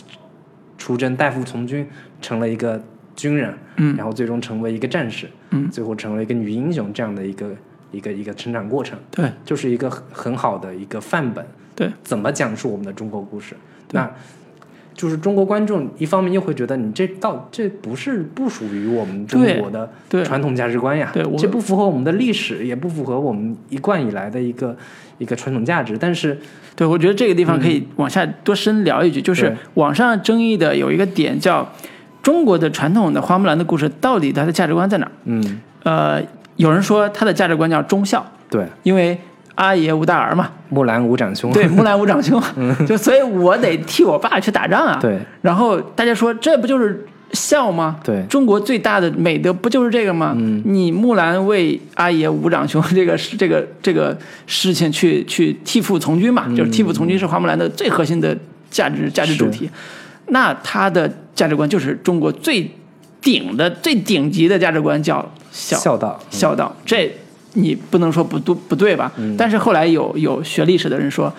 [SPEAKER 2] 出征代父从军，成了一个军人，
[SPEAKER 1] 嗯
[SPEAKER 2] 然后最终成为一个战士，
[SPEAKER 1] 嗯
[SPEAKER 2] 最后成为一个女英雄这样的一个一个一个成长过程，
[SPEAKER 1] 对
[SPEAKER 2] 就是一个很很好的一个范本。
[SPEAKER 1] 对，
[SPEAKER 2] 怎么讲述我们的中国故事？那就是中国观众一方面又会觉得你这到这不是不属于我们中
[SPEAKER 1] 对
[SPEAKER 2] 国的
[SPEAKER 1] 对
[SPEAKER 2] 传统价值观呀，
[SPEAKER 1] 对我
[SPEAKER 2] 这不符合我们的历史，也不符合我们一贯以来的一个一个传统价值。但是，
[SPEAKER 1] 对，我觉得这个地方可以往下多深聊一句，就是
[SPEAKER 2] 嗯对
[SPEAKER 1] 网上争议的有一个点叫中国的传统的花木兰的故事到底它的价值观在哪儿？
[SPEAKER 2] 嗯，
[SPEAKER 1] 呃，有人说它的价值观叫忠孝，
[SPEAKER 2] 对，
[SPEAKER 1] 因为阿爷无大儿 嘛，
[SPEAKER 2] 木兰无长兄，
[SPEAKER 1] 对，木兰无长兄， 就所以我得替我爸去打仗啊。
[SPEAKER 2] 嗯对
[SPEAKER 1] 然后大家说这不就是孝吗？
[SPEAKER 2] 对
[SPEAKER 1] 中国最大的美德不就是这个吗？嗯，你木兰为阿爷无长兄这个这个这个事情去去替父从军嘛，
[SPEAKER 2] 嗯
[SPEAKER 1] 就是替父从军是花木兰的最核心的价值价值主题。那他的价值观就是中国最顶的最顶级的价值观叫孝。
[SPEAKER 2] 孝道，嗯
[SPEAKER 1] 孝道，这你不能说不对不对吧？
[SPEAKER 2] 嗯
[SPEAKER 1] 但是后来有有学历史的人说，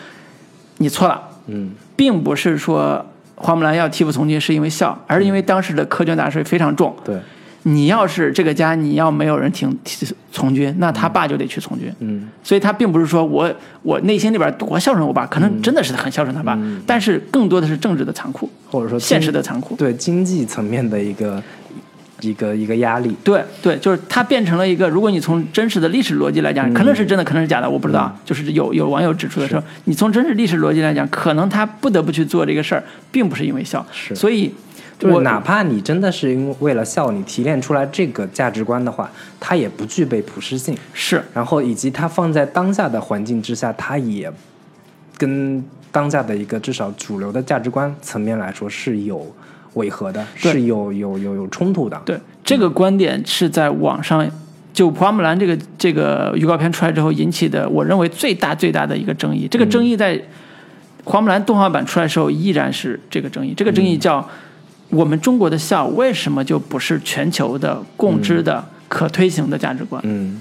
[SPEAKER 1] 你错了，
[SPEAKER 2] 嗯，
[SPEAKER 1] 并不是说花木兰要替父从军是因为孝，而是因为当时的苛捐杂税非常重。
[SPEAKER 2] 对，
[SPEAKER 1] 你要是这个家你要没有人挺替从军，那他爸就得去从军。
[SPEAKER 2] 嗯，
[SPEAKER 1] 所以他并不是说我我内心里边多孝顺我爸，可能真的是很孝顺他爸，但是更多的是政治的残酷，
[SPEAKER 2] 嗯或者说
[SPEAKER 1] 现
[SPEAKER 2] 经
[SPEAKER 1] 实的残酷。
[SPEAKER 2] 对经济层面的一个一个一个压力。
[SPEAKER 1] 对对，就是它变成了一个，如果你从真实的历史逻辑来讲，
[SPEAKER 2] 嗯
[SPEAKER 1] 可能是真的，可能是假的，我不知道啊。就是有有网友指出的时候，你从真实历史逻辑来讲，可能他不得不去做这个事儿，并不是因为孝。
[SPEAKER 2] 是
[SPEAKER 1] 所以
[SPEAKER 2] 就是
[SPEAKER 1] 我
[SPEAKER 2] 哪怕你真的是因为为了孝，你提炼出来这个价值观的话，它也不具备普适性。
[SPEAKER 1] 是
[SPEAKER 2] 然后以及它放在当下的环境之下，它也跟当下的一个至少主流的价值观层面来说是有违和的，
[SPEAKER 1] 对
[SPEAKER 2] 是有有有有冲突的。
[SPEAKER 1] 对这个观点是在网上就《花木兰》这个这个预告片出来之后引起的，我认为最大最大的一个争议。这个争议在《花木兰》动画版出来的时候依然是这个争议。这个争议叫我们中国的孝为什么就不是全球的共知的可推行的价值观？
[SPEAKER 2] 嗯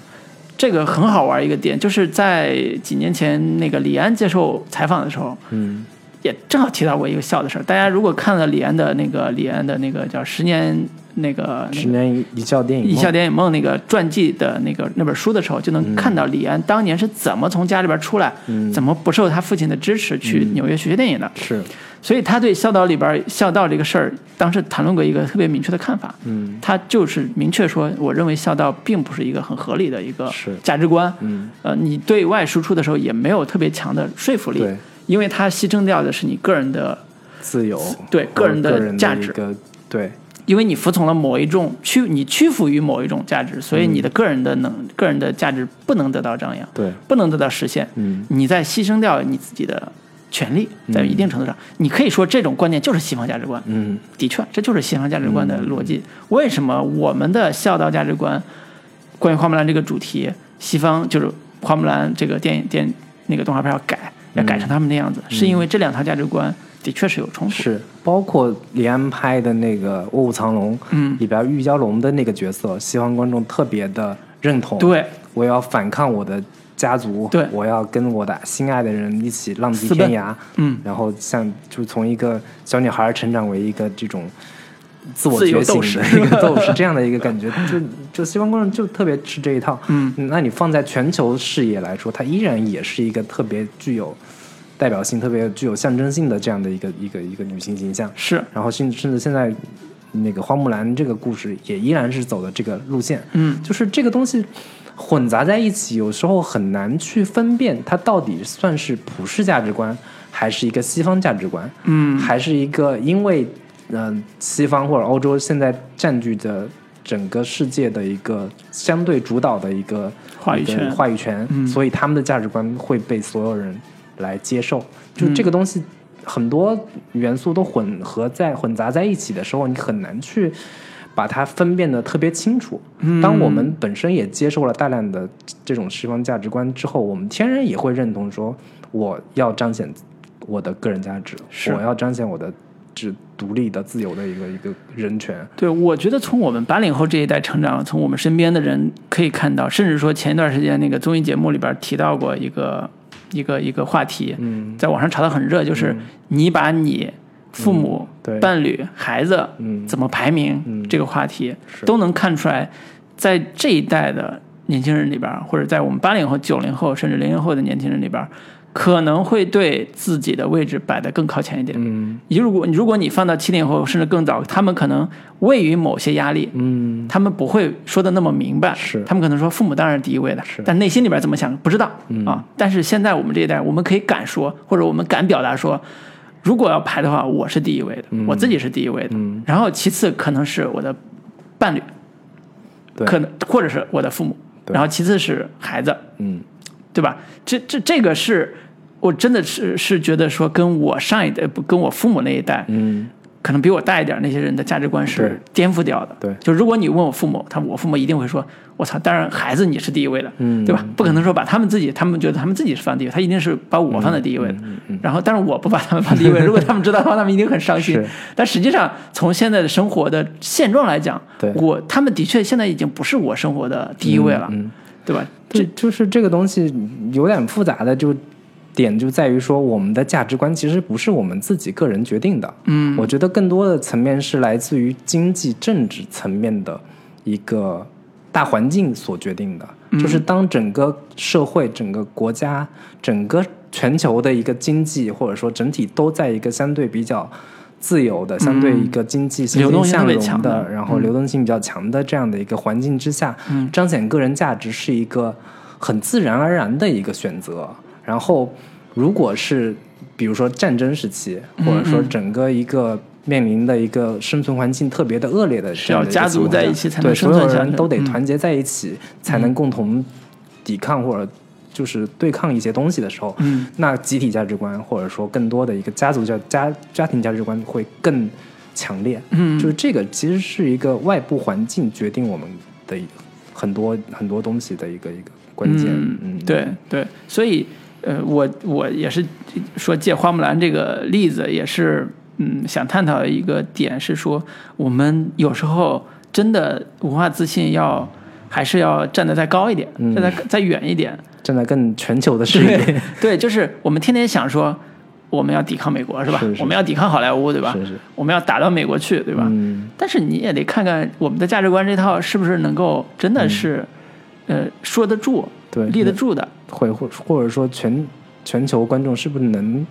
[SPEAKER 1] 这个很好玩一个点，就是在几年前那个李安接受采访的时候，
[SPEAKER 2] 嗯
[SPEAKER 1] 也正好提到过一个孝的事儿。大家如果看了李安的那个李安的那个叫《十年》那个那个
[SPEAKER 2] 嗯十年一笑电影梦，
[SPEAKER 1] 《一笑电影梦》那个传记的那个那本书的时候，就
[SPEAKER 2] 嗯
[SPEAKER 1] 能看到李安当年是怎么从家里边出来，怎么不受他父亲的支持去
[SPEAKER 2] 嗯
[SPEAKER 1] 纽约学电影的。
[SPEAKER 2] 是
[SPEAKER 1] 所以他对孝道里边孝道这个事儿，当时谈论过一个特别明确的看法。
[SPEAKER 2] 嗯，
[SPEAKER 1] 他就是明确说，我认为孝道并不是一个很合理的一个
[SPEAKER 2] 是
[SPEAKER 1] 价值观。
[SPEAKER 2] 嗯，
[SPEAKER 1] 呃，你对外输出的时候也没有特别强的说服力
[SPEAKER 2] 对，
[SPEAKER 1] 因为它牺牲掉的是你个人的，
[SPEAKER 2] 自由
[SPEAKER 1] 对
[SPEAKER 2] 和
[SPEAKER 1] 个人的
[SPEAKER 2] 个人
[SPEAKER 1] 价
[SPEAKER 2] 一
[SPEAKER 1] 值
[SPEAKER 2] 个对
[SPEAKER 1] 因为你服从了某一种屈，你屈服于某一种价值，所以你的个人的能、个人的价值不能得到张扬，
[SPEAKER 2] 对
[SPEAKER 1] 不能得到实现。
[SPEAKER 2] 嗯
[SPEAKER 1] 你在牺牲掉你自己的权利，在一定程度上，你可以说这种观念就是西方价值观。
[SPEAKER 2] 嗯
[SPEAKER 1] 的确，这就是西方价值观的逻辑。为什么我们的孝道价值观，关于花木兰这个主题，西方就是花木兰这个电影电那个动画片要改，要改成他们那样子，是因为这两套价值观的确是有冲突。
[SPEAKER 2] 是包括李安拍的那个《卧虎藏龙》
[SPEAKER 1] 嗯
[SPEAKER 2] 里边玉娇龙的那个角色，西方观众特别的认同。
[SPEAKER 1] 对，
[SPEAKER 2] 我要反抗我的家族，
[SPEAKER 1] 对
[SPEAKER 2] 我要跟我的心爱的人一起浪迹
[SPEAKER 1] 私奔
[SPEAKER 2] 天涯，
[SPEAKER 1] 嗯，
[SPEAKER 2] 然后像就从一个小女孩成长为一个这种自我
[SPEAKER 1] 自由
[SPEAKER 2] 觉醒
[SPEAKER 1] 斗士
[SPEAKER 2] 的一个斗士这样的一个感觉， 就就西方观众就特别吃这一套，
[SPEAKER 1] 嗯，
[SPEAKER 2] 那你放在全球视野来说，它依然也是一个特别具有代表性、特别具有象征性的这样的一个一个一个女性形象，
[SPEAKER 1] 是
[SPEAKER 2] 然后甚甚至现在那个花木兰这个故事也依然是走的这个路线，
[SPEAKER 1] 嗯，
[SPEAKER 2] 就是这个东西混杂在一起，有时候很难去分辨它到底算是普世价值观，还是一个西方价值观，
[SPEAKER 1] 嗯，
[SPEAKER 2] 还是一个因为嗯、呃西方或者欧洲现在占据着整个世界的一个相对主导的一个
[SPEAKER 1] 话语
[SPEAKER 2] 一个
[SPEAKER 1] 权
[SPEAKER 2] 话语权，
[SPEAKER 1] 嗯
[SPEAKER 2] 所以他们的价值观会被所有人来接受。就
[SPEAKER 1] 嗯
[SPEAKER 2] 这个东西，很多元素都混合在混杂在一起的时候，你很难去把它分辨的特别清楚。
[SPEAKER 1] 嗯
[SPEAKER 2] 当我们本身也接受了大量的这种西方价值观之后，我们天然也会认同说，我要彰显我的个人价值，
[SPEAKER 1] 是
[SPEAKER 2] 我要彰显我的只独立的、自由的一个一个人权。
[SPEAKER 1] 对，我觉得从我们八零后这一代成长，从我们身边的人可以看到，甚至说前一段时间那个综艺节目里边提到过一个一个一个话题，
[SPEAKER 2] 嗯，
[SPEAKER 1] 在网上炒得很热，就是你把你父母、
[SPEAKER 2] 嗯对
[SPEAKER 1] 伴侣、孩子
[SPEAKER 2] 嗯
[SPEAKER 1] 怎么排名、
[SPEAKER 2] 嗯
[SPEAKER 1] 这个话题，
[SPEAKER 2] 是
[SPEAKER 1] 都能看出来，在这一代的年轻人里边，或者在我们八零后、九零后甚至零零后的年轻人里边，可能会对自己的位置摆得更靠前一点。
[SPEAKER 2] 嗯
[SPEAKER 1] 你如果如果你放到七零后甚至更早，他们可能位于某些压力，
[SPEAKER 2] 嗯，
[SPEAKER 1] 他们不会说的那么明白，
[SPEAKER 2] 是
[SPEAKER 1] 他们可能说父母当然是第一位的
[SPEAKER 2] 是，
[SPEAKER 1] 但内心里边怎么想不知道、
[SPEAKER 2] 嗯
[SPEAKER 1] 啊。但是现在我们这一代，我们可以敢说，或者我们敢表达说，如果要排的话，我是第一位的，
[SPEAKER 2] 嗯
[SPEAKER 1] 我自己是第一位的，
[SPEAKER 2] 嗯
[SPEAKER 1] 然后其次可能是我的伴侣，
[SPEAKER 2] 对
[SPEAKER 1] 可能或者是我的父母，
[SPEAKER 2] 对
[SPEAKER 1] 然后其次是孩子，
[SPEAKER 2] 嗯
[SPEAKER 1] 对吧？这这这个是我真的是是觉得说，跟我上一代不跟我父母那一代，
[SPEAKER 2] 嗯，
[SPEAKER 1] 可能比我大一点那些人的价值观是颠覆掉的。
[SPEAKER 2] 对
[SPEAKER 1] 就如果你问我父母，他我父母一定会说：“我操，当然孩子你是第一位的，
[SPEAKER 2] 嗯
[SPEAKER 1] 对吧？不可能说把他们自己，他们觉得他们自己是放第一位，他一定是把我
[SPEAKER 2] 嗯
[SPEAKER 1] 放在第一位的。然后，但是我不把他们放第一 位，如果他们知道的话，他们一定很伤心
[SPEAKER 2] 是。
[SPEAKER 1] 但实际上，从现在的生活的现状来讲
[SPEAKER 2] 对，
[SPEAKER 1] 我他们的确现在已经不是我生活的第一位了，
[SPEAKER 2] 嗯嗯
[SPEAKER 1] 对吧？
[SPEAKER 2] 这就是这个东西有点复杂的，就点就在于说，我们的价值观其实不是我们自己个人决定的。
[SPEAKER 1] 嗯，
[SPEAKER 2] 我觉得更多的层面是来自于经济、政治层面的一个大环境所决定的。
[SPEAKER 1] 嗯
[SPEAKER 2] 就是当整个社会、整个国家、整个全球的一个经济，或者说整体都在一个相对比较自由的、相
[SPEAKER 1] 嗯
[SPEAKER 2] 对一个经济欣
[SPEAKER 1] 流
[SPEAKER 2] 欣
[SPEAKER 1] 动性特
[SPEAKER 2] 向
[SPEAKER 1] 别
[SPEAKER 2] 荣
[SPEAKER 1] 强的
[SPEAKER 2] 的，然后流动性比较强的这样的一个环境之下，
[SPEAKER 1] 嗯
[SPEAKER 2] 彰显个人价值是一个很自然而然的一个选择。然后，如果是比如说战争时期，
[SPEAKER 1] 嗯
[SPEAKER 2] 或者说
[SPEAKER 1] 嗯
[SPEAKER 2] 整个一个面临的一个生存环境特别的恶劣的这样的一个
[SPEAKER 1] 是要家族
[SPEAKER 2] 情况下
[SPEAKER 1] 在一起才能
[SPEAKER 2] 对
[SPEAKER 1] 生存
[SPEAKER 2] 所有
[SPEAKER 1] 下
[SPEAKER 2] 人
[SPEAKER 1] 去
[SPEAKER 2] 都得
[SPEAKER 1] 嗯
[SPEAKER 2] 团结在一起，才能共同抵抗或者就是对抗一些东西的时候，
[SPEAKER 1] 嗯，
[SPEAKER 2] 那集体价值观或者说更多的一个家族价家家庭价值观会更强烈。
[SPEAKER 1] 嗯
[SPEAKER 2] 就是这个其实是一个外部环境决定我们的一很多很多东西的一个一个关键。嗯，
[SPEAKER 1] 对对，所以呃，我我也是说借花木兰这个例子，也是嗯，想探讨一个点是说，我们有时候真的文化自信要还是要站得再高一点，
[SPEAKER 2] 嗯
[SPEAKER 1] 站得再远一点。
[SPEAKER 2] 站在更全球的视野，
[SPEAKER 1] 对，就是我们天天想说。我们要抵抗美国是吧？
[SPEAKER 2] 是是
[SPEAKER 1] 我们要抵抗好莱坞对吧？
[SPEAKER 2] 是是
[SPEAKER 1] 我们要打到美国去对吧？
[SPEAKER 2] 嗯，
[SPEAKER 1] 但是你也得看看我们的价值观这套是不是能够真的是，呃，说得住、
[SPEAKER 2] 嗯对，
[SPEAKER 1] 立得住的。
[SPEAKER 2] 会或或者说全全球观众是不是能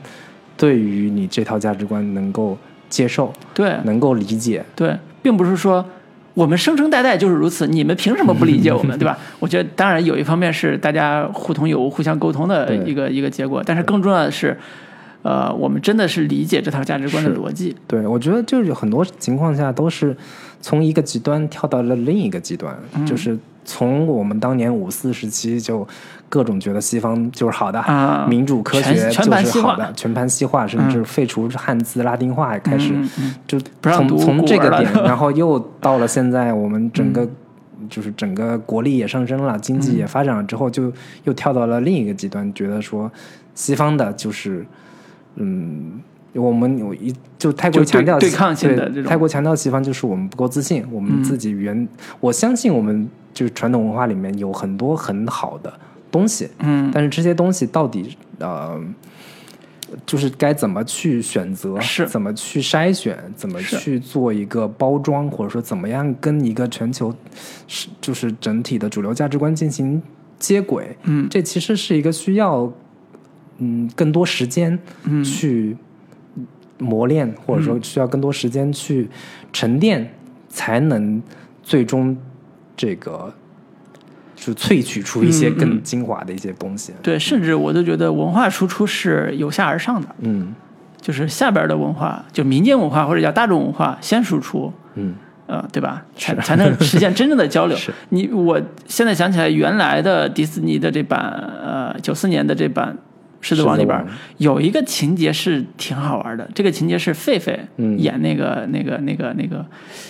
[SPEAKER 2] 对于你这套价值观能够接受、
[SPEAKER 1] 对，
[SPEAKER 2] 能够理解？
[SPEAKER 1] 对，并不是说我们生生代代就是如此，你们凭什么不理解我 们，对吧？我觉得当然有一方面是大家互通有无、互相沟通的
[SPEAKER 2] 对
[SPEAKER 1] 一个一个结果，但是更重要的是，呃，我们真的是理解这套价值观的
[SPEAKER 2] 是
[SPEAKER 1] 逻辑。
[SPEAKER 2] 对，我觉得就是有很多情况下都是从一个极端跳到了另一个极端，
[SPEAKER 1] 嗯
[SPEAKER 2] 就是从我们当年五四时期就各种觉得西方就是好的，
[SPEAKER 1] 啊
[SPEAKER 2] 民主科
[SPEAKER 1] 全
[SPEAKER 2] 学
[SPEAKER 1] 全
[SPEAKER 2] 就
[SPEAKER 1] 盘
[SPEAKER 2] 是
[SPEAKER 1] 西
[SPEAKER 2] 好
[SPEAKER 1] 化
[SPEAKER 2] 的，全盘西化，甚至废除汉字、拉丁化，开始
[SPEAKER 1] 嗯
[SPEAKER 2] 就
[SPEAKER 1] 不让读
[SPEAKER 2] 从从
[SPEAKER 1] 古
[SPEAKER 2] 这个
[SPEAKER 1] 文了
[SPEAKER 2] 点，然后又到了现在，我们整个
[SPEAKER 1] 嗯
[SPEAKER 2] 就是整个国力也上升了，经济也发展了之后，就又跳到了另一个极端，觉得说西方的就是嗯。我们有一就太
[SPEAKER 1] 就对
[SPEAKER 2] 过强调
[SPEAKER 1] 对抗性的这种嗯
[SPEAKER 2] 太过强调西方，就是我们不够自信，我们自己原、我相信我们就是传统文化里面有很多很好的东西，
[SPEAKER 1] 嗯，
[SPEAKER 2] 但是这些东西到底呃，就是该怎么去选择，
[SPEAKER 1] 是
[SPEAKER 2] 怎么去筛选，怎么
[SPEAKER 1] 是
[SPEAKER 2] 去做一个包装，或者说怎么样跟一个全球是就是整体的主流价值观进行接轨，
[SPEAKER 1] 嗯
[SPEAKER 2] 这其
[SPEAKER 1] 嗯
[SPEAKER 2] 实是一个需要嗯更多时间去磨练，或者说需要更多时间去沉淀，才能最终这个就萃取出一
[SPEAKER 1] 嗯
[SPEAKER 2] 些更精华的一些东西。
[SPEAKER 1] 对，甚至我都觉得文化输出是由下而上的，
[SPEAKER 2] 嗯
[SPEAKER 1] 就是下边的文化，就民间文化或者叫大众文化先输出，
[SPEAKER 2] 嗯
[SPEAKER 1] 呃，对吧？才才能实现真正的交流。
[SPEAKER 2] 是
[SPEAKER 1] 你我现在想起来，原来的迪士尼的这版，呃，九四年的这版《狮子王》里边
[SPEAKER 2] 狮子王
[SPEAKER 1] 有一个情节是挺好玩的，这个情节是狒狒
[SPEAKER 2] 嗯
[SPEAKER 1] 演那个、那个那个那个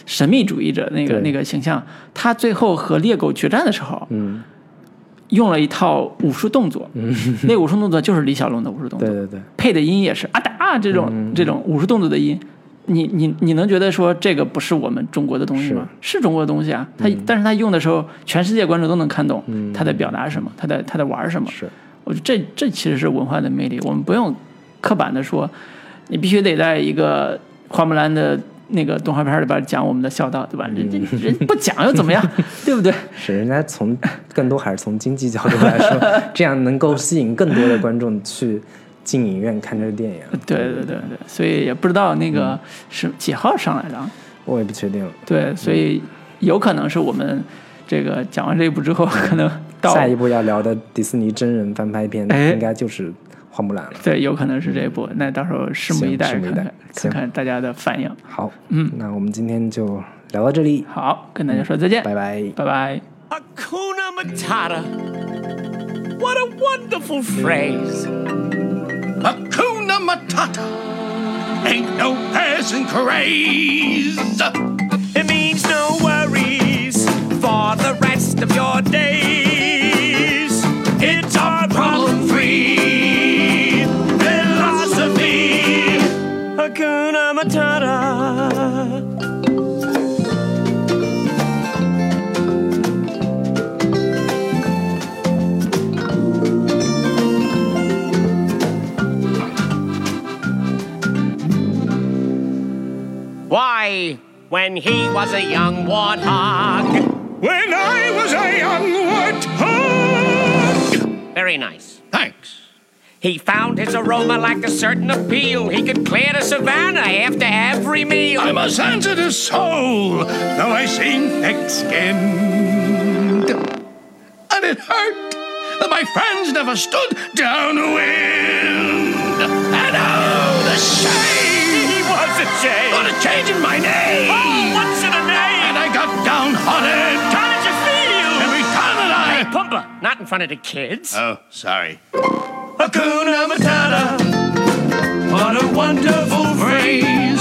[SPEAKER 1] 神秘主义者那个
[SPEAKER 2] 对
[SPEAKER 1] 那个形象，他最后和猎狗决战的时候，
[SPEAKER 2] 嗯，
[SPEAKER 1] 用了一套武术动作， 那个武术动作就是李小龙的武术动作
[SPEAKER 2] 对。对对，
[SPEAKER 1] 配的音也是啊哒啊这种、这种武术动作的音，你你你能觉得说这个不是我们中国的东西吗？是中国的东西啊，他、但是他用的时候，全世界观众都能看懂他在表达什么，他在他在玩什么。
[SPEAKER 2] 是
[SPEAKER 1] 我觉得这这其实是文化的魅力，我们不用刻板的说，你必须得在一个花木兰的。那个动画片里边讲我们的孝道，对吧？人人人不讲又怎么样，对不对？
[SPEAKER 2] 是，人家从更多还是从经济角度来说，这样能够吸引更多的观众去进影院看这个电影。
[SPEAKER 1] 对对对对，所以也不知道那个是几号上来的啊。
[SPEAKER 2] 我也不确定，
[SPEAKER 1] 对，所以
[SPEAKER 2] 嗯
[SPEAKER 1] 有可能是我们这个讲完这一步之后，可能到
[SPEAKER 2] 嗯下一步要聊的迪士尼真人翻拍片
[SPEAKER 1] 哦哎
[SPEAKER 2] 应该就是花木兰了。
[SPEAKER 1] 对，有可能是这一步。那到时候拭目
[SPEAKER 2] 行
[SPEAKER 1] 以待，
[SPEAKER 2] 拭目以
[SPEAKER 1] 看
[SPEAKER 2] 待
[SPEAKER 1] 看看
[SPEAKER 2] 行
[SPEAKER 1] 看大家的反应。
[SPEAKER 2] 好，嗯，那我们今天就聊到这里，
[SPEAKER 1] 好，跟大家说再见，
[SPEAKER 2] 嗯拜拜。
[SPEAKER 1] 拜拜。
[SPEAKER 3] Hakuna Matata. What a wonderful phrase. Hakuna Matata. Ain't no passing craze. It means no worries for the rest of your days. It's our problem free philosophy. Hakuna Matata. Why, when he was a young warthog. When I was a young warthog. Very nice. Thanks. He found his aroma lacked a certain appeal. He could clear the savannah after every meal.
[SPEAKER 4] I'm a sensitive soul, though I seem thick-skinned. And it hurt that my friends never stood downwind. And oh, the shame!
[SPEAKER 3] He was a shame.
[SPEAKER 4] What a change in my name!
[SPEAKER 3] Oh, what's in a
[SPEAKER 4] And
[SPEAKER 3] name?
[SPEAKER 4] I got downhearted.
[SPEAKER 3] How did you feel?
[SPEAKER 4] Every time that I...
[SPEAKER 3] Pumba, not in front of the kids.
[SPEAKER 4] Oh, sorry.
[SPEAKER 3] Hakuna Matata. What a wonderful phrase.